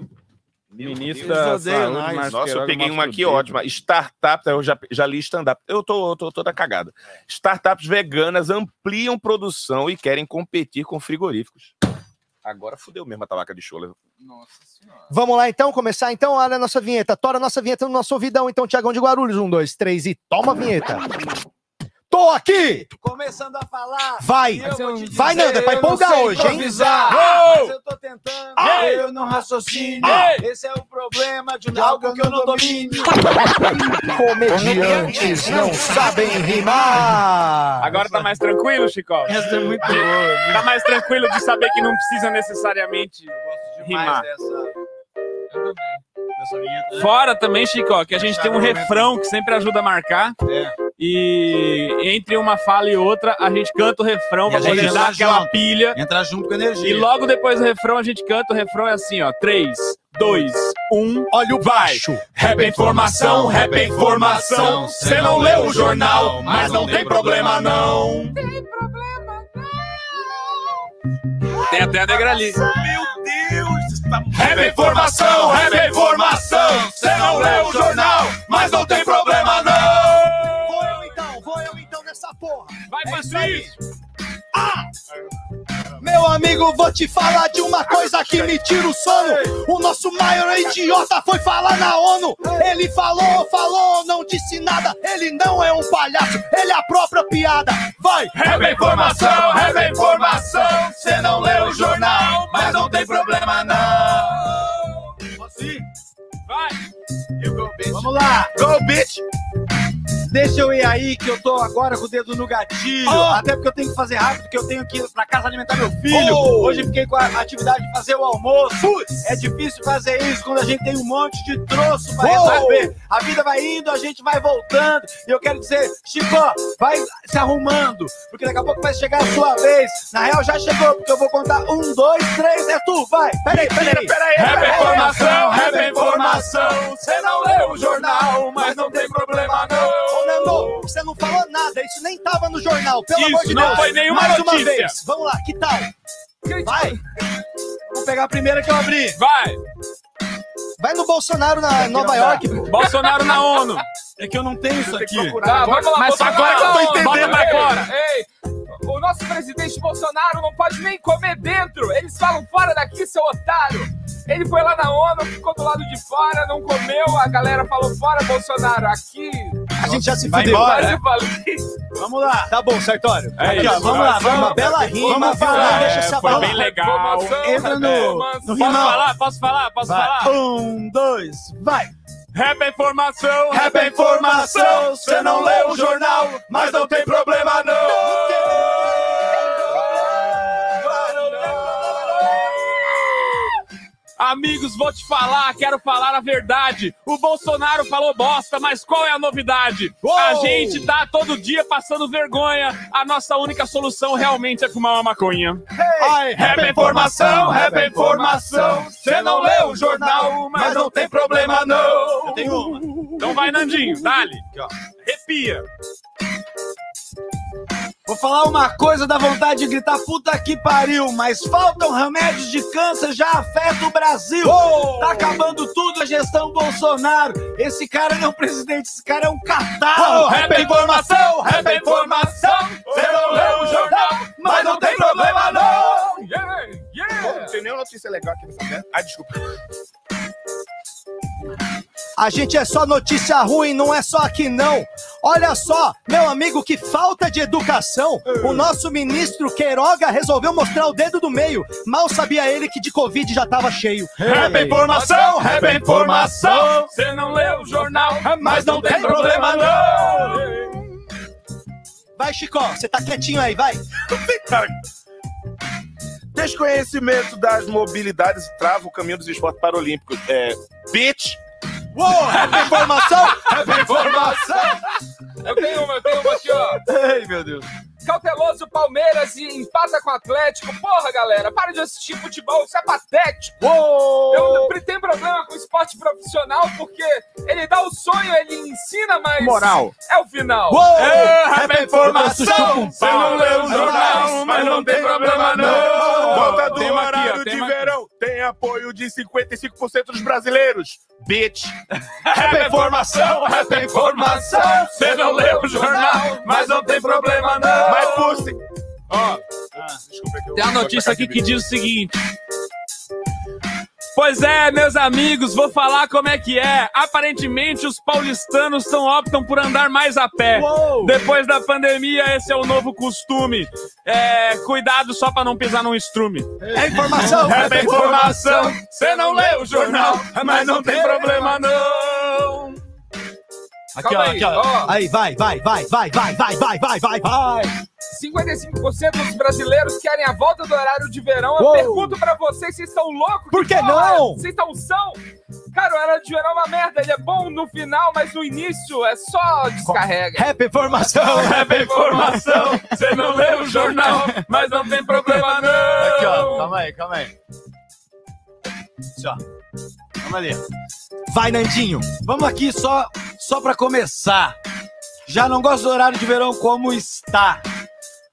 Ministro Deus, da eu odeio Saúde, nós. Márcio Nossa, eu Queiroga, peguei mostra uma o aqui dedo. ótima. Startup, eu já, já li stand-up. Eu tô, tô toda cagada. É. Startups veganas ampliam produção e querem competir com frigoríficos. Agora fudeu mesmo a tabaca de chola. Vamos lá então, começar então. Olha a nossa vinheta. Tora a nossa vinheta no nosso ouvidão. Então, Tiagão de Guarulhos. Um, dois, três e toma a vinheta. Tô aqui! Começando a falar. Vai! e eu vou te Vai, dizer, Nanda, é pra eu não empolgar sei hoje, hein? improvisar, Uou! Mas eu tô tentando, Ai! eu não raciocínio. Ah! Esse é o problema de um algo que eu não domino. Comediantes não sabem rimar. Agora tá mais tranquilo, Chico? Essa é muito boa. Tá mais tranquilo de saber que não precisa necessariamente rimar. né? Fora também, Chico, que a gente tem um refrão que sempre ajuda a marcar. E entre uma fala e outra, a gente canta o refrão E a pra poder gente dar entra aquela junto. pilha. Entrar junto com a energia. E logo depois do refrão, a gente canta o refrão é assim, ó. 3, 2, 1. Olha o vai. Rap é informação, rap é informação. Cê não leu o jornal, mas não tem problema não. Tem até a Negrali. Meu Deus! Rap é informação, rap é informação. Cê não leu o jornal, mas não tem problema não. então, Vai passar isso. Meu amigo, vou te falar de uma coisa que me tira o sono. O nosso maior idiota foi falar na ONU. Ele falou, falou, não disse nada. Ele não é um palhaço, ele é a própria piada. Vai! Rap é informação, rap é informação. Cê não leu o jornal, mas não tem problema não. Vamos lá. Go, bitch. Deixa eu ir aí que eu tô agora com o dedo no gatilho. Até porque eu tenho que fazer rápido, que eu tenho que ir pra casa alimentar meu filho. Oh. Hoje fiquei com a atividade de fazer o almoço. É difícil fazer isso quando a gente tem um monte de troço pra Oh. resolver. A vida vai indo, a gente vai voltando. E eu quero dizer, Chico, vai se arrumando. Porque daqui a pouco vai chegar a sua vez. Na real já chegou, porque eu vou contar um, dois, três, é tu, vai. Peraí, peraí, peraí. Rap é peraí. informação, rap é informação. Cê não leu o jornal, mas não tem problema não. Nando, você não falou nada, isso nem tava no jornal, pelo Isso, amor de não Deus. foi nenhuma Mais uma notícia. vez, vamos lá, que tal? Vai! Vou pegar a primeira que eu abri. Vai! Vai no Bolsonaro na Nova dá. York. pô. Bolsonaro na ONU. É que eu não tenho isso aqui. Tá, vamos lá, Mas bota agora que eu tô entendendo Bota pra agora. fora. Ei, o nosso presidente Bolsonaro não pode nem comer dentro. Eles falam fora daqui, seu otário. Ele foi lá na ONU, ficou do lado de fora, não comeu. A galera falou fora, Bolsonaro. Aqui. A gente já se Vai fudeu. embora, Vai né? se Vamos lá. Tá bom, Sartório. É Aqui, ó, isso, vamos lá, vai, vamos uma vamos. bela rima. Vamos viu? falar. Deixa É, essa foi bala. bem legal. Entra no, no Posso rimão. falar? Posso falar? Posso Vai. falar? Um, dois, vai! Rap é informação, Rap é informação, cê não leu o jornal, mas não tem problema não. Amigos, vou te falar, quero falar a verdade. O Bolsonaro falou bosta, mas qual é a novidade? A gente tá todo dia passando vergonha. A nossa única solução realmente é fumar uma maconha. Ai, rap é informação, rap é informação. Cê não leu o jornal, mas não tem problema não. Eu tenho uma. Então vai, Nandinho, dale. Arrepia. Vou falar uma coisa da vontade de gritar puta que pariu, mas faltam remédios de câncer, já afeta o Brasil. Oh! Tá acabando tudo a gestão Bolsonaro. Esse cara não é um presidente, esse cara é um catarro. Oh, rap é informação, rap é informação. Cê não leu o jornal, mas não tem problema não. Não tem nenhuma notícia legal aqui nessa merda. Ah, desculpa. A gente é só notícia ruim, não é só aqui não. Olha só, meu amigo, que falta de educação. O nosso ministro Queiroga resolveu mostrar o dedo do meio. Mal sabia ele que de Covid já tava cheio. Rap é informação, rap é informação. Cê não leu o jornal, mas não tem problema não. Vai, Chico, você tá quietinho aí, vai. Desconhecimento das mobilidades trava o caminho dos esportes paralímpicos. É, bitch. Uou, rap é informação, rap é informação. Eu tenho uma, eu tenho uma aqui, ó. Ei, meu Deus. Cauteloso Palmeiras e empata com o Atlético. Porra, galera, para de assistir futebol, isso é patético. Eu pre- tenho problema com esporte profissional porque ele dá o sonho, ele ensina, mas. Moral. É o final. É, rap é informação. Cê não leu o jornal, mas não tem problema não. Volta do horário de verão, tem a apoio de 55% dos brasileiros. Bitch. Rap informação, rap informação. Você não lê o jornal, mas não tem problema não. Mas pussy. Ó, Ah, Tem uma notícia aqui que diz o seguinte. Pois é, meus amigos, vou falar como é que é. Aparentemente, os paulistanos tão, optam por andar mais a pé. Depois da pandemia, esse é o novo costume. É, cuidado só pra não pisar num estrume. É informação, é informação. Você não lê o jornal, mas não tem problema não. Aqui, Calma ó, aí, aqui, ó. ó. Aí, vai, vai, vai, vai, vai, vai, vai, vai, vai, vai. 55% dos brasileiros querem a volta do horário de verão. Eu Uou. pergunto pra vocês, vocês estão loucos? Por que não? Vocês estão são? Cara, o horário de verão é uma merda. Ele é bom no final, mas no início é só descarrega. Rap informação, rap informação. Você não lê o jornal, mas não tem problema não. Aqui, ó. Calma aí, calma aí. Aqui, ó. Vamos ali. Vai, Nandinho. Vamos aqui só, só pra começar. Já não gosto do horário de verão como está.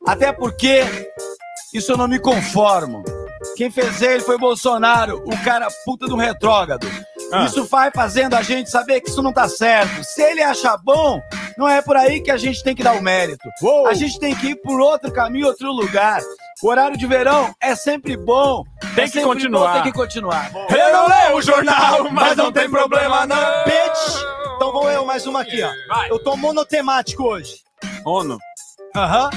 Até porque isso eu não me conformo. Quem fez ele foi Bolsonaro, o cara puta de um retrógrado. Isso vai fazendo a gente saber que isso não tá certo. Se ele achar bom, não é por aí que a gente tem que dar o mérito. A gente tem que ir por outro caminho, outro lugar. O horário de verão é sempre bom. Tem é que sempre bom, continuar. tem que continuar. Eu não leio o jornal, mas não tem problema não. Bitch! Então vou eu mais uma aqui, ó. Eu tô monotemático hoje. ONU. Aham.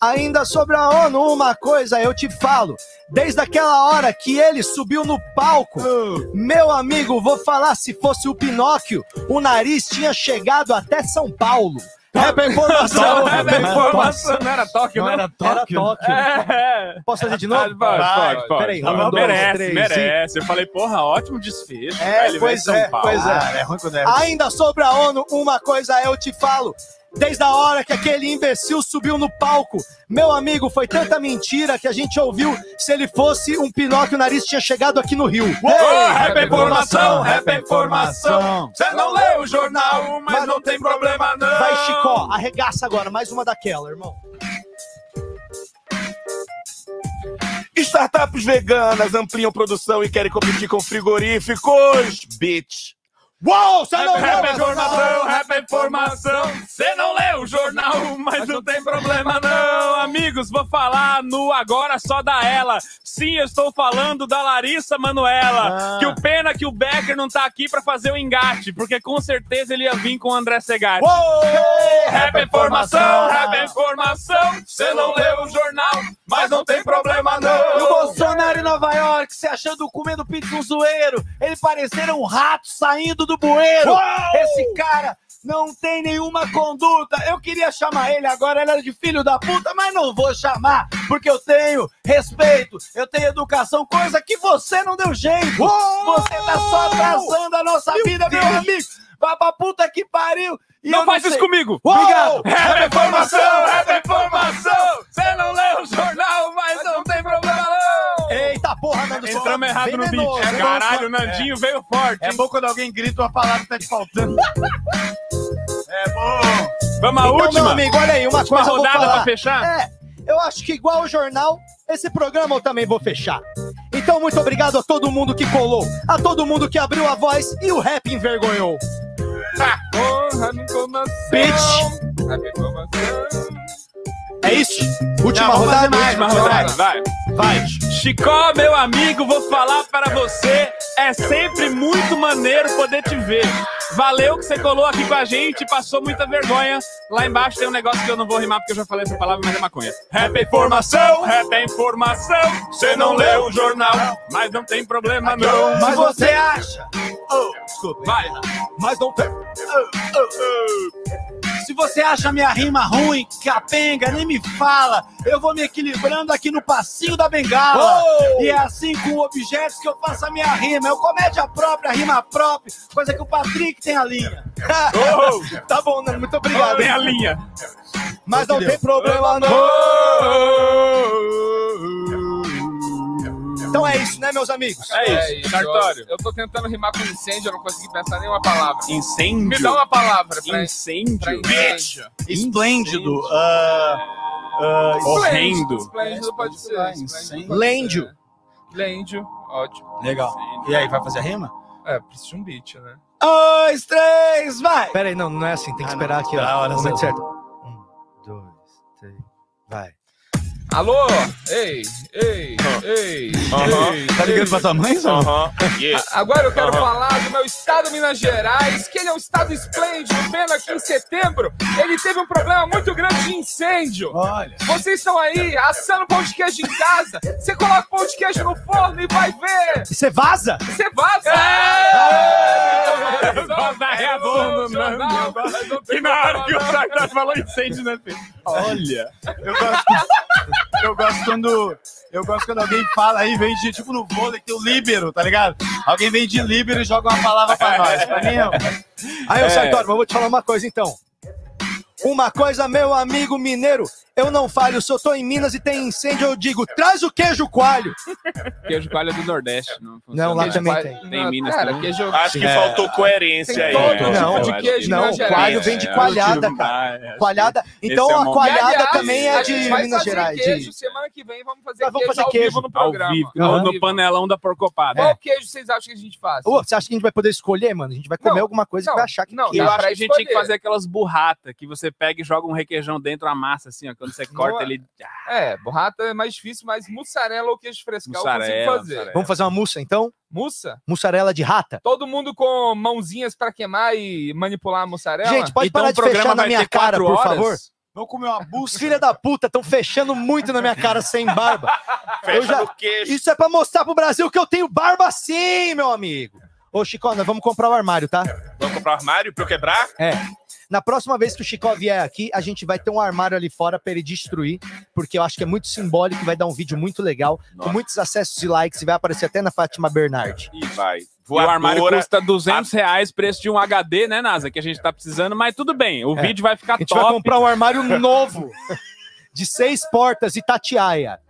Ainda sobre a ONU, uma coisa eu te falo. Desde aquela hora que ele subiu no palco, Oh. meu amigo, vou falar se fosse o Pinóquio, o nariz tinha chegado até São Paulo. Tá Rap é informação, Rap é informação. Não era Tóquio, né? não? não? Era Tóquio. É. Posso fazer de novo? Pode, Vai, pode, pode. Peraí, um, dois, merece, três, merece. Eu falei, porra, ótimo desfecho. É, Ele pois veio de São é, Paulo. pois é. Ainda sobre a ONU, uma coisa eu te falo. Desde a hora que aquele imbecil subiu no palco, meu amigo, foi tanta mentira que a gente ouviu. Se ele fosse um Pinóquio, o nariz tinha chegado aqui no Rio. Ô, rap é informação, rap é informação. Você não lê o jornal, mas não tem problema não. Vai, Chicó, arregaça agora, mais uma daquela, irmão. Startups veganas ampliam produção e querem competir com frigoríficos. Bitch. Uou, você Rap, rap é informação, rap é informação. Você não lê o jornal, mas não tem problema não. Então, amigos, vou falar no agora só da ela. Sim, eu estou falando da Larissa Ah. Manuela. Que o pena que o Becker não tá aqui pra fazer o engate, porque com certeza ele ia vir com o André Segatti. Rap é informação, rap é informação. Você não lê o jornal, mas não tem problema E o não. Bolsonaro em Nova York se achando comendo pizza um zoeiro. Ele parecer um rato saindo do bueiro. Uou! Esse cara não tem nenhuma conduta. Eu queria chamar ele agora, ele era de filho da puta, mas não vou chamar, porque eu tenho respeito, eu tenho educação, coisa que você não deu jeito. Você tá só atrasando a nossa vida, meu amigo. Vá pra puta que pariu. E Não eu faz isso sei. comigo! Uou! Obrigado! Rap é informação, rap é informação. Você não lê o jornal, mas não tem problema não. Eita porra, Nando Soares. Entramos errado no Venenoso, beat. hein? Caralho, o Nandinho veio forte. É hein? bom quando alguém grita uma palavra que tá te faltando. Vamos à Então, meu última. amigo, olha aí, uma última coisa eu vou rodada falar. pra fechar. É, eu acho que igual o jornal, esse programa eu também vou fechar. Então, muito obrigado a todo mundo que colou, a todo mundo que abriu a voz e o rap envergonhou. Ah, Porra, me informação. Bitch! Tá Rap informação. É isso? Última Não, vamos fazer rodada, mais, última vamos rodada. fazer mais, vai. Vai. Chicó, meu amigo, vou falar para você. É sempre muito maneiro poder te ver. Valeu que você colou aqui com a gente, passou muita vergonha. Lá embaixo tem um negócio que eu não vou rimar porque eu já falei essa palavra, mas é maconha. Rap é informação, rap é informação. Você não lê o jornal, mas não tem problema não. Mas você acha? Oh, desculpa. Vai. Mas não tem. Oh, Se você acha minha rima ruim, capenga, nem me fala. Eu vou me equilibrando aqui no passinho da bengala. Oh! E é assim com objetos que eu faço a minha rima. Eu comédia própria, rima própria, coisa que o Patrick tem a linha. tá bom, Nando, muito obrigado. Oh! Tem a linha. Oh! Mas não tem problema não. Então é isso, né, meus amigos? É isso, Sartório. Eu, eu tô tentando rimar com incêndio, eu não consegui pensar nenhuma palavra. Incêndio. Me dá uma palavra pra Incêndio. pra incêndio. Esplêndido. ah, ah, Esplêndido, Horrendo. Esplêndido pode ser. esplêndido pode ser. Lêndio. Ele é índio, ótimo. Legal. E aí, vai fazer a rima? É, precisa de um beat, né? Dois, três, vai! Peraí, não, não é assim, tem que esperar aqui, ó. esperar a hora o momento certa. certo. Um, dois, três, vai. Alô? Ei, ei, ei. ei, Tá ligando pra tua mãe, Sam? A- Agora eu quero Aham. falar do meu estado Minas Gerais, que ele é um estado esplêndido. Pena que em setembro ele teve um problema muito grande de incêndio. Olha. Vocês estão aí assando pão de queijo em casa. Você coloca pão de queijo no forno e vai ver. E Você vaza? Você vaza! É! Vaza é redondo, não. Que na hora que o Sartre falou incêndio, né, filho? Olha, eu gosto, eu gosto quando eu gosto quando alguém fala aí, vem de tipo no vôlei que tem o líbero, tá ligado? Alguém vem de líbero e joga uma palavra pra nós. Pra mim, é um- Aí, ô É. Sartori, mas eu vou te falar uma coisa então. Uma coisa, meu amigo mineiro, eu não falho, se eu tô em Minas e tem incêndio, eu digo, traz o queijo coalho. Queijo coalho é do Nordeste. Não, Não, lá também tem. Tem em Minas Ah, Cara, também. queijo- Acho que faltou coerência aí. Todo não, É. tipo de queijo não, Minas coalho Gerais. vem de É, coalhada, eu cara. Coalhada. Então esse é um a momento. coalhada E, aliás, também é a de gente vai Minas fazer Gerais. Queijo, de- semana que vem vamos fazer Nós vamos queijo fazer ao queijo. vivo no Ao programa. vivo, Aham. no panelão da Porcopada. Qual queijo vocês acham que a gente faz? Ô, você acha que a gente vai poder escolher, mano? A gente vai comer alguma coisa que vai achar que não, queijo. eu acho que a gente tinha que escolher. fazer aquelas burratas que você pega e joga um requeijão dentro da massa, assim, ó. Quando você corta, Não, ele. É, borrata é mais difícil, mas mussarela ou queijo frescal eu Mussarela, consigo fazer. é. Vamos fazer uma mousse, então? Mussa? Mussarela de rata? Todo mundo com mãozinhas pra queimar e manipular a mussarela? Gente, pode então parar de fechar na minha cara, por favor. Vamos comer uma bucha. Os filha da puta estão fechando muito na minha cara sem barba. Fecha Eu já- no queixo. Isso é pra mostrar pro Brasil que eu tenho barba sim, meu amigo. Ô, Chicó, nós vamos comprar o armário, tá? Vamos comprar um armário pra eu quebrar? É. Na próxima vez que o Chicó vier aqui, a gente vai ter um armário ali fora pra ele destruir, porque eu acho que é muito simbólico e vai dar um vídeo muito legal, com muitos acessos e likes, e vai aparecer até na Fátima Bernardi. E vai. E o armário Voadora. custa 200 reais, preço de um HD, né, Nasa? Que a gente tá precisando, mas tudo bem. O É. vídeo vai ficar A gente top. vai comprar um armário novo, de seis portas e tatiaia.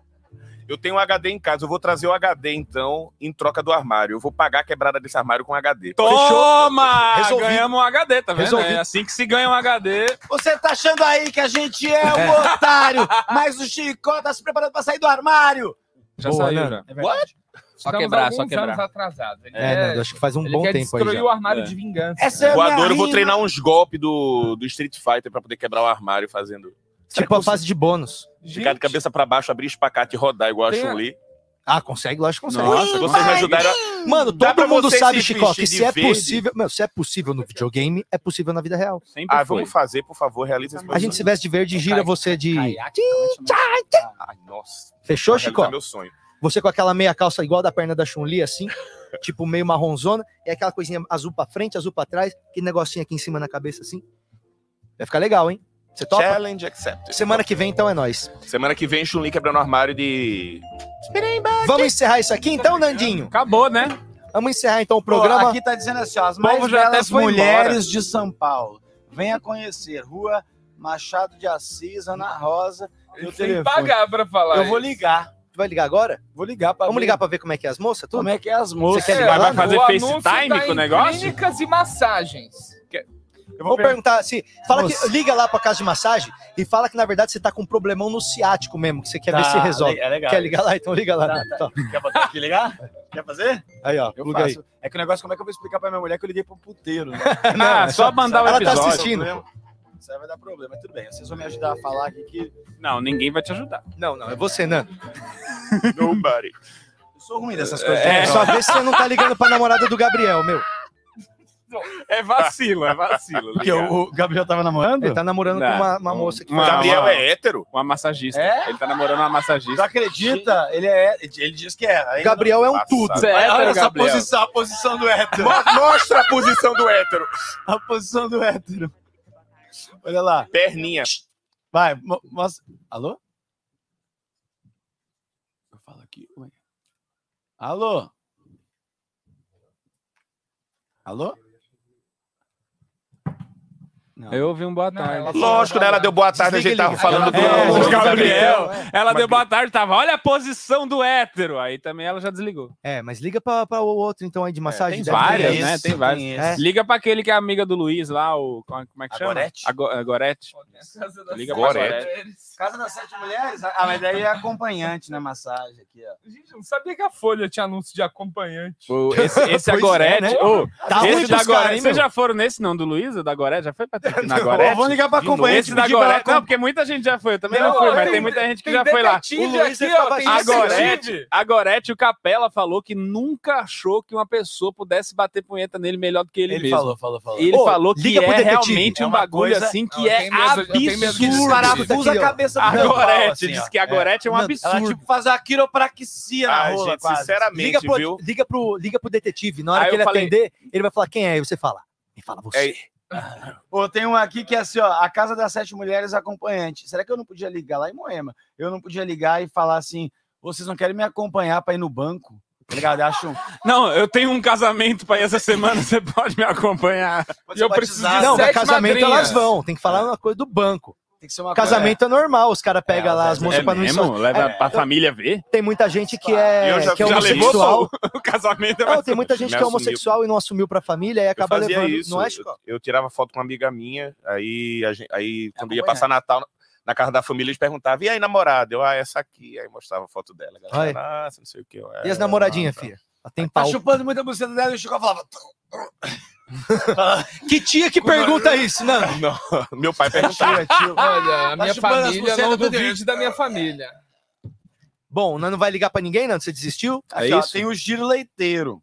Eu tenho um HD em casa, eu vou trazer o HD então em troca do armário. Eu vou pagar a quebrada desse armário com HD. Toma! Resolvi. Ganhamos um HD, tá vendo? Resolvi. É assim que se ganha um HD. Você tá achando aí que a gente é um otário, mas o Chicó tá se preparando pra sair do armário. Já Boa, saiu, né? já. É verdade. Só Estamos quebrar, só alguns anos quebrar. atrasados. Ele É, quer- Nando, acho que faz um ele bom quer tempo aí destruir já. o armário É. de vingança. Essa é a minha Voador, eu vou rima. treinar uns golpes do, do Street Fighter pra poder quebrar o armário fazendo. Tipo a fase de bônus. Ficar de cabeça pra baixo, abrir espacate e rodar igual a Tem a- Chun-Li. Ah, consegue, lógico que consegue. Nossa, vocês me ajudaram a- Mano, Dá pra todo mundo você sabe, se Chicó, que vestir se de é verde? possível. Meu, se é possível no videogame, é possível na vida real. Ah, vamos fazer, por favor, realiza esse A gente se veste de verde e gira você de. Ai, nossa. Fechou, Vai realizar Chicó? meu sonho. Você com aquela meia calça igual da perna da Chun-Li, assim, tipo meio marronzona, e aquela coisinha azul pra frente, azul pra trás, aquele negocinho aqui em cima na cabeça, assim. Vai ficar legal, hein? Você topa? Challenge accepted. Semana que vem, então, é nóis. Semana que vem, Chun-Li quebrando o armário de. Vamos encerrar isso aqui, então, Nandinho? Acabou, né? Vamos encerrar, então, o Pô, programa. aqui tá dizendo assim, ó, as O povo mais já até belas foi mulheres embora. de São Paulo. Venha conhecer, Rua Machado de Assis, Ana Rosa. Eu Tem que pagar pra falar. Eu vou isso. ligar. Tu vai ligar agora? Vou ligar pra Vamos ver. ligar pra ver como é que é as moças? Tudo? Como é que é as moças? Você quer É, ligar lá? vai fazer o anúncio FaceTime tá com o em negócio? Clínicas e massagens. Eu Vou vou perguntar. perguntar se. Fala Nossa. que, liga lá pra casa de massagem e fala que, na verdade, você tá com um problemão no ciático mesmo, que você quer ver Tá, se resolve. le- é legal quer isso. ligar lá? Então liga lá. Tá, Nando. tá. Tá. Quer botar aqui e ligar? Quer fazer? Aí, ó. Eu pluga aí. faço. É que o negócio, como é que eu vou explicar pra minha mulher que eu liguei pro puteiro? Né? Não, é só mandar o Ela tá episódio. assistindo. Isso aí vai dar problema, mas tudo bem. Vocês vão me ajudar a falar aqui que Não, ninguém vai te ajudar. Não, não, é você, Nando. Nobody. eu sou ruim dessas coisas. É, né? só vê se você não tá ligando pra namorada do Gabriel, meu. É vacilo, é vacilo. Porque o, o Gabriel tava namorando? Ele tá namorando Não. com uma, uma moça que Uma- faz- Gabriel uma- é hétero? Uma massagista. É? Ele tá namorando uma Tu massagista. acredita? Ele é. Ele diz que é. Ainda Gabriel é um Passado. tudo. Você é Mas hétero, olha essa Gabriel? posição, a posição do hétero. Mostra a posição do hétero. A posição do hétero. Olha lá. Perninha. Vai, mo- mostra. Alô? Eu falo aqui. Ué. é? Alô? Alô? Eu ouvi um boa tarde. Lógico, né? Ela deu boa tarde, a gente tava falando do É, do do Gabriel. Ela Mas- deu boa tarde, tava. Olha a posição do hétero. Aí também ela já desligou. É, mas liga pra, pra o outro, então, aí de massagem. Tem deve ter várias, isso, né? Tem é. várias. Liga pra aquele que é amiga do Luiz lá, o. Como é- como é que chama? Gorete. Ago- A Gorete. Liga pra é Gorete. Gorete. Casa das Sete Mulheres? Ah, mas daí é acompanhante na massagem aqui, ó. Gente, eu não sabia que a Folha tinha anúncio de acompanhante. Ô, Esse, esse é Pois Gorete. é, né? ô, Tá ruim esse pros da caras, Gorete. hein, Vocês meu? já foram nesse, não, do Luiz? O da Gorete? Já foi, Patrick? Na Não, Gorete? vamos ligar pra De novo? acompanhante Esse da é pedir pra Gorete. acom- Não, porque muita gente já foi. Eu também não, Não, fui, mas tem- tem muita gente que tem já foi lá. detetive O Luiz aqui, ó, estava tem a, detetive. Gorete, a Gorete, o Capela, falou que nunca achou que uma pessoa pudesse bater punheta nele melhor do que ele, Ele mesmo. falou, falou, falou. Ele Ô, falou que liga pro é detetive. realmente É um uma bagulho coisa- assim Não, que eu é tenho medo- eu tenho medo absurdo. disso. Parafusa a cabeça do A meu pau, Gorete assim, ó. disse que a É. Gorete é um Mano, absurdo. Ela, tipo, faz a quiropraxia na Ah, rola, gente, quase. sinceramente, liga pro, viu? Liga pro, liga pro detetive. Na hora Aí que eu ele falei- atender, ele vai falar quem é, e você fala. Me fala você. Pô, tem um aqui que é assim, ó, a casa das sete mulheres acompanhante. Será que eu não podia ligar lá em Moema? Eu não podia ligar e falar assim, vocês não querem me acompanhar pra ir no banco? Tá ligado? Eu acho um... Não, eu tenho um casamento pra ir essa semana, você pode me acompanhar. Pode E eu ser preciso de batizado. Não, sete mas casamento madrinhas. elas vão. Tem que falar uma coisa do banco. Tem que ser uma Casamento é normal, os caras pegam lá as moças é pra não mesmo? enso- Leva É, pra família ver? Tem muita gente que é, Eu já- que é já levou homossexual. O casamento Não, tem muita gente Me que é assumiu. homossexual e não assumiu pra família e Eu acaba fazia levando. isso. Não é, eu- Chico? eu, tirava foto com uma amiga minha, aí, a gente- aí Tá quando é. ia passar Natal na- na casa da família, eles perguntavam, e aí, namorada? Eu, ah, essa aqui. Aí mostrava a foto dela. a Galera, Nossa, não sei o que. eu, E "É, as namoradinhas, filha? Ela tem Tá pau. chupando muita buceta dela e o Chico falava... Que tia que pergunta isso, não? Meu pai perguntava. é Olha, a Tá minha chupando as família, bucetas não do duvide Deus. da minha família. Bom, não vai ligar pra ninguém, não? Você desistiu? Aqui, ó, tem o giro leiteiro.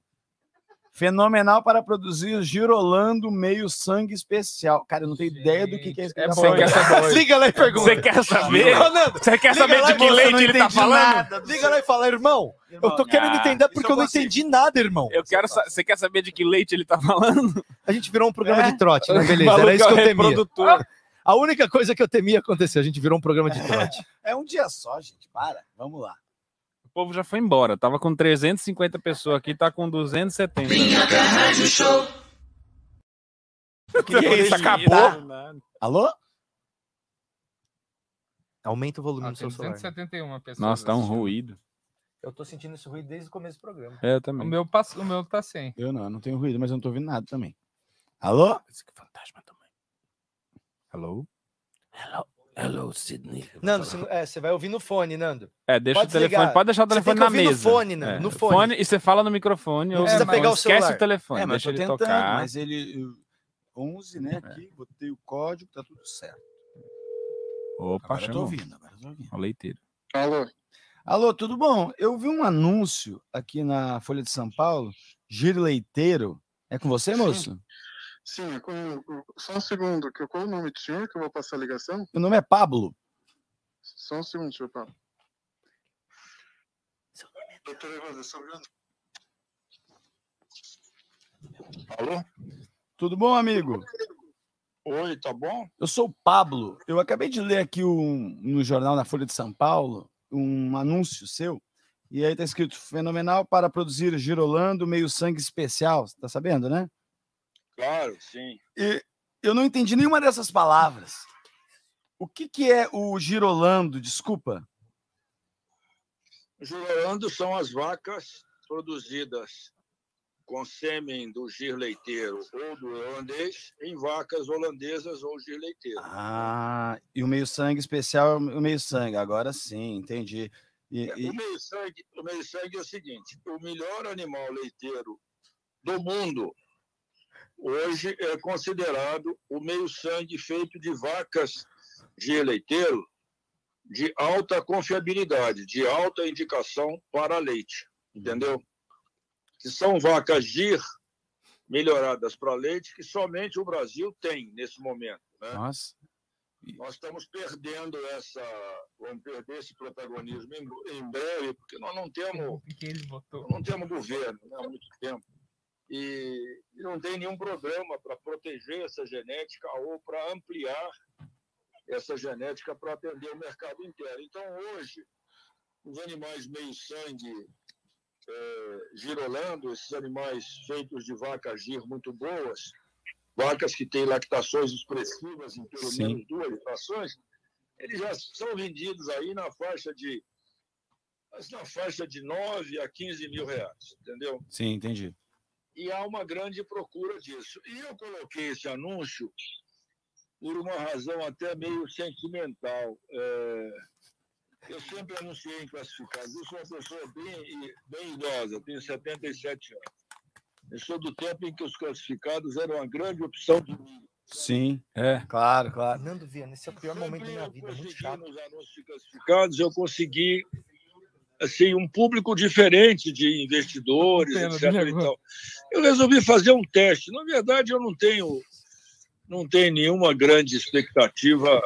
Fenomenal para produzir girolando meio sangue especial. Cara, eu não tenho ideia do que, que é isso. que é tá bom, falando. quer saber? Liga lá e pergunta. Você quer saber? Ronaldo, Você quer liga saber lá, de que moça, leite eu não ele tá entendi falando? nada do Liga lá e fala, irmão, eu tô querendo ah, entender porque eu não entendi nada, irmão. Eu quero sa- Você quer saber de que leite ele tá falando? A gente virou um programa de trote, né? O Beleza, maluco era isso que eu é o temia. reprodutor. A única coisa que eu temia aconteceu, a gente virou um programa de trote. É um dia só, gente. Para. Vamos lá. O povo já foi embora. Tava com 350 pessoas aqui, tá com 270. que é isso? Acabou? Alô? É. Aumenta o volume do seu celular. 171 pessoas. Nossa, tá um ruído. Eu tô sentindo esse ruído desde o começo do programa. É, eu também. O meu, passa- o meu tá sem. Eu não, eu não tenho ruído, mas eu não tô ouvindo nada também. Alô? Hello? Hello, hello Sidney. Nando, você, não- é, você vai ouvir no fone, Nando. É, deixa Pode o telefone. desligar. Pode deixar o Você tem telefone que na ouvir no mesa. fone, Nando, É, no fone. E você fala no microfone. Não ou- precisa ou pegar o esquece celular. o telefone. É, mas deixa eu tô ele tentando, tocar. É, mas ele... eu- 11, né, aqui, botei o código, tá tudo certo. Opa, Agora eu tô chamou. ouvindo, agora eu tô ouvindo. Ó, leiteiro. Alô. Alô, tudo bom? Eu vi um anúncio aqui na Folha de São Paulo, giro leiteiro. É com você, moço? Sim, é com- só um segundo. que- Qual o nome do senhor que eu vou passar a ligação? Meu nome é Pablo. Só um segundo, senhor Pablo. Doutor Evandro, um seu nome Alô? Tudo bom, amigo? Oi, tá bom? Eu sou o Pablo. Eu acabei de ler aqui um- no jornal da Folha de São Paulo um anúncio seu. E aí tá escrito: fenomenal para produzir girolando meio sangue especial. Você tá sabendo, né? Claro, sim. E eu não entendi nenhuma dessas palavras. O que, que é o girolando? Desculpa. Girolando são as vacas produzidas com sêmen do gir leiteiro ou do holandês em vacas holandesas ou gir leiteiro. Ah, e o meio sangue especial é o meio sangue. Agora sim, entendi. E- É, e- O meio-sangue o meio-sangue é o seguinte: o melhor animal leiteiro do mundo hoje é considerado o meio-sangue feito de vacas de leiteiro de alta confiabilidade, de alta indicação para leite, entendeu? Que são vacas GIR melhoradas para leite que somente o Brasil tem nesse momento. É. Né? Nossa. Nós estamos perdendo essa, vamos perder esse protagonismo em, em breve, porque nós não temos, não temos governo né, há muito tempo. E, e não tem nenhum programa para proteger essa genética ou para ampliar essa genética para atender o mercado inteiro. Então, hoje, os animais meio-sangue eh, girolando, esses animais feitos de vacas gir muito boas, vacas que têm lactações expressivas em pelo Sim. menos duas lactações, eles já são vendidos aí na faixa de mas na faixa de 9 a 15 mil reais, entendeu? Sim, entendi. e há uma grande procura disso. E eu coloquei esse anúncio por uma razão até meio sentimental. É, eu sempre anunciei em classificados. Eu sou uma pessoa bem, bem idosa, tenho 77 anos. Eu sou do tempo em que os classificados eram uma grande opção de Sim, é. Claro, claro. Nando Viana, esse é o pior momento da minha vida, é muito chato. classificados. Eu consegui assim, um público diferente de investidores, Pena, etc. né, e tal. Eu resolvi fazer um teste. Na verdade, eu não tenho, não tenho nenhuma grande expectativa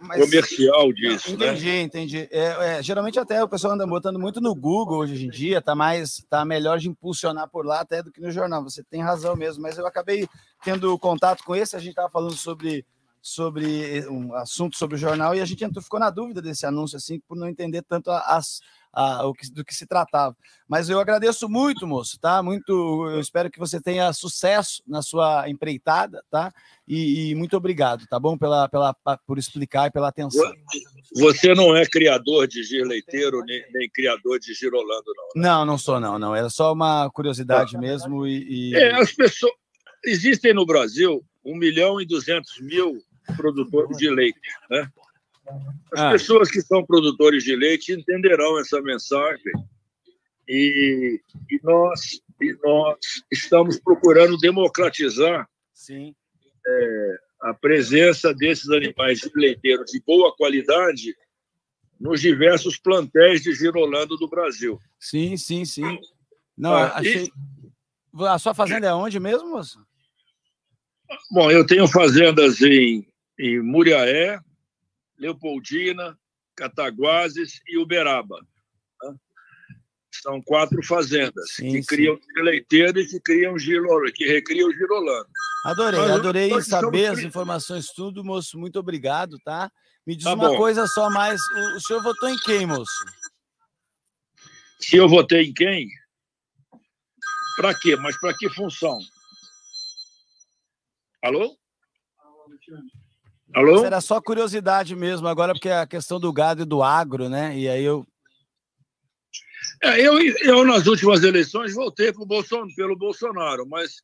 Mas- comercial disso. né? Entendi, entendi. É, é, geralmente até o pessoal anda botando muito no Google hoje em dia, tá mais, tá melhor de impulsionar por lá até do que no jornal. Você tem razão mesmo, mas eu acabei tendo contato com esse, a gente tava falando sobre sobre um assunto sobre o jornal e a gente entrou, ficou na dúvida desse anúncio assim, por não entender tanto a- as a- o que- do que se tratava. Mas eu agradeço muito, moço, tá? Muito, eu espero que você tenha sucesso na sua empreitada, tá? E, e muito obrigado, tá bom? Pela, pela, por explicar e pela atenção. Você não é criador de girleiteiro nem, nem criador de girolando, não. Não, não sou, não, não. Era só uma curiosidade mesmo e. e- É, as pessoas. Existem no Brasil 1 milhão e 200 mil produtores de leite. Né? As Ah. pessoas que são produtores de leite entenderão essa mensagem. E, e nós, e nós estamos procurando democratizar Sim. é, a presença desses animais leiteiros de boa qualidade nos diversos plantéis de girolando do Brasil. Sim, sim, sim. Não, Ah, achei. e- A sua fazenda é onde mesmo, moço? Bom, eu tenho fazendas em, em Muriaé, Leopoldina, Cataguases e Uberaba. né? São quatro fazendas que criam leiteiro e que criam girolando, que recriam girolando. Adorei, Mas- adorei mas saber somos as informações, tudo, moço. Muito obrigado, tá? Me diz Tá uma bom. coisa só mais. O, o senhor votou em quem, moço? Se eu votei em quem? Para quê? Mas para que função? Alô? Alô? Isso Então Era só curiosidade mesmo, agora porque é a questão do gado e do agro, né? E aí eu. É, eu, eu, nas últimas eleições, voltei pro Bolson- pelo Bolsonaro, mas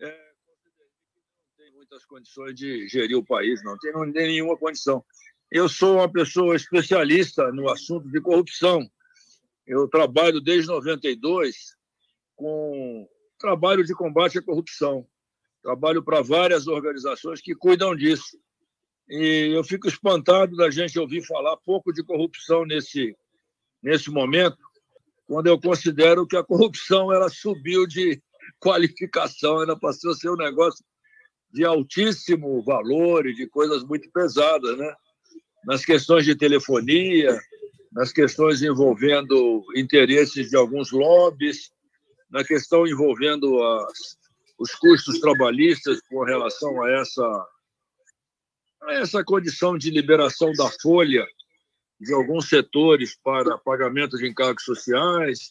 é, não tem muitas condições de gerir o país, não tem não tem nenhuma condição. Eu sou uma pessoa especialista no assunto de corrupção. Eu trabalho desde 92 com trabalho de combate à corrupção. Trabalho para várias organizações que cuidam disso. E eu fico espantado da gente ouvir falar pouco de corrupção nesse, nesse momento, quando eu considero que a corrupção ela subiu de qualificação, ela passou a ser um negócio de altíssimo valor e de coisas muito pesadas, né? Nas questões de telefonia, nas questões envolvendo interesses de alguns lobbies, na questão envolvendo as- os custos trabalhistas com relação a essa a essa condição de liberação da folha de alguns setores para pagamento de encargos sociais,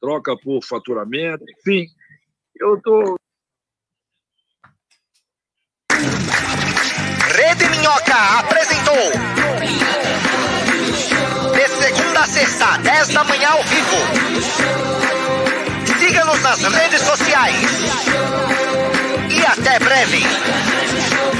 troca por faturamento, enfim. Eu estou Rede Minhoca apresentou. De segunda a sexta, 10 da manhã ao vivo. Siga-nos nas redes sociais. E até breve.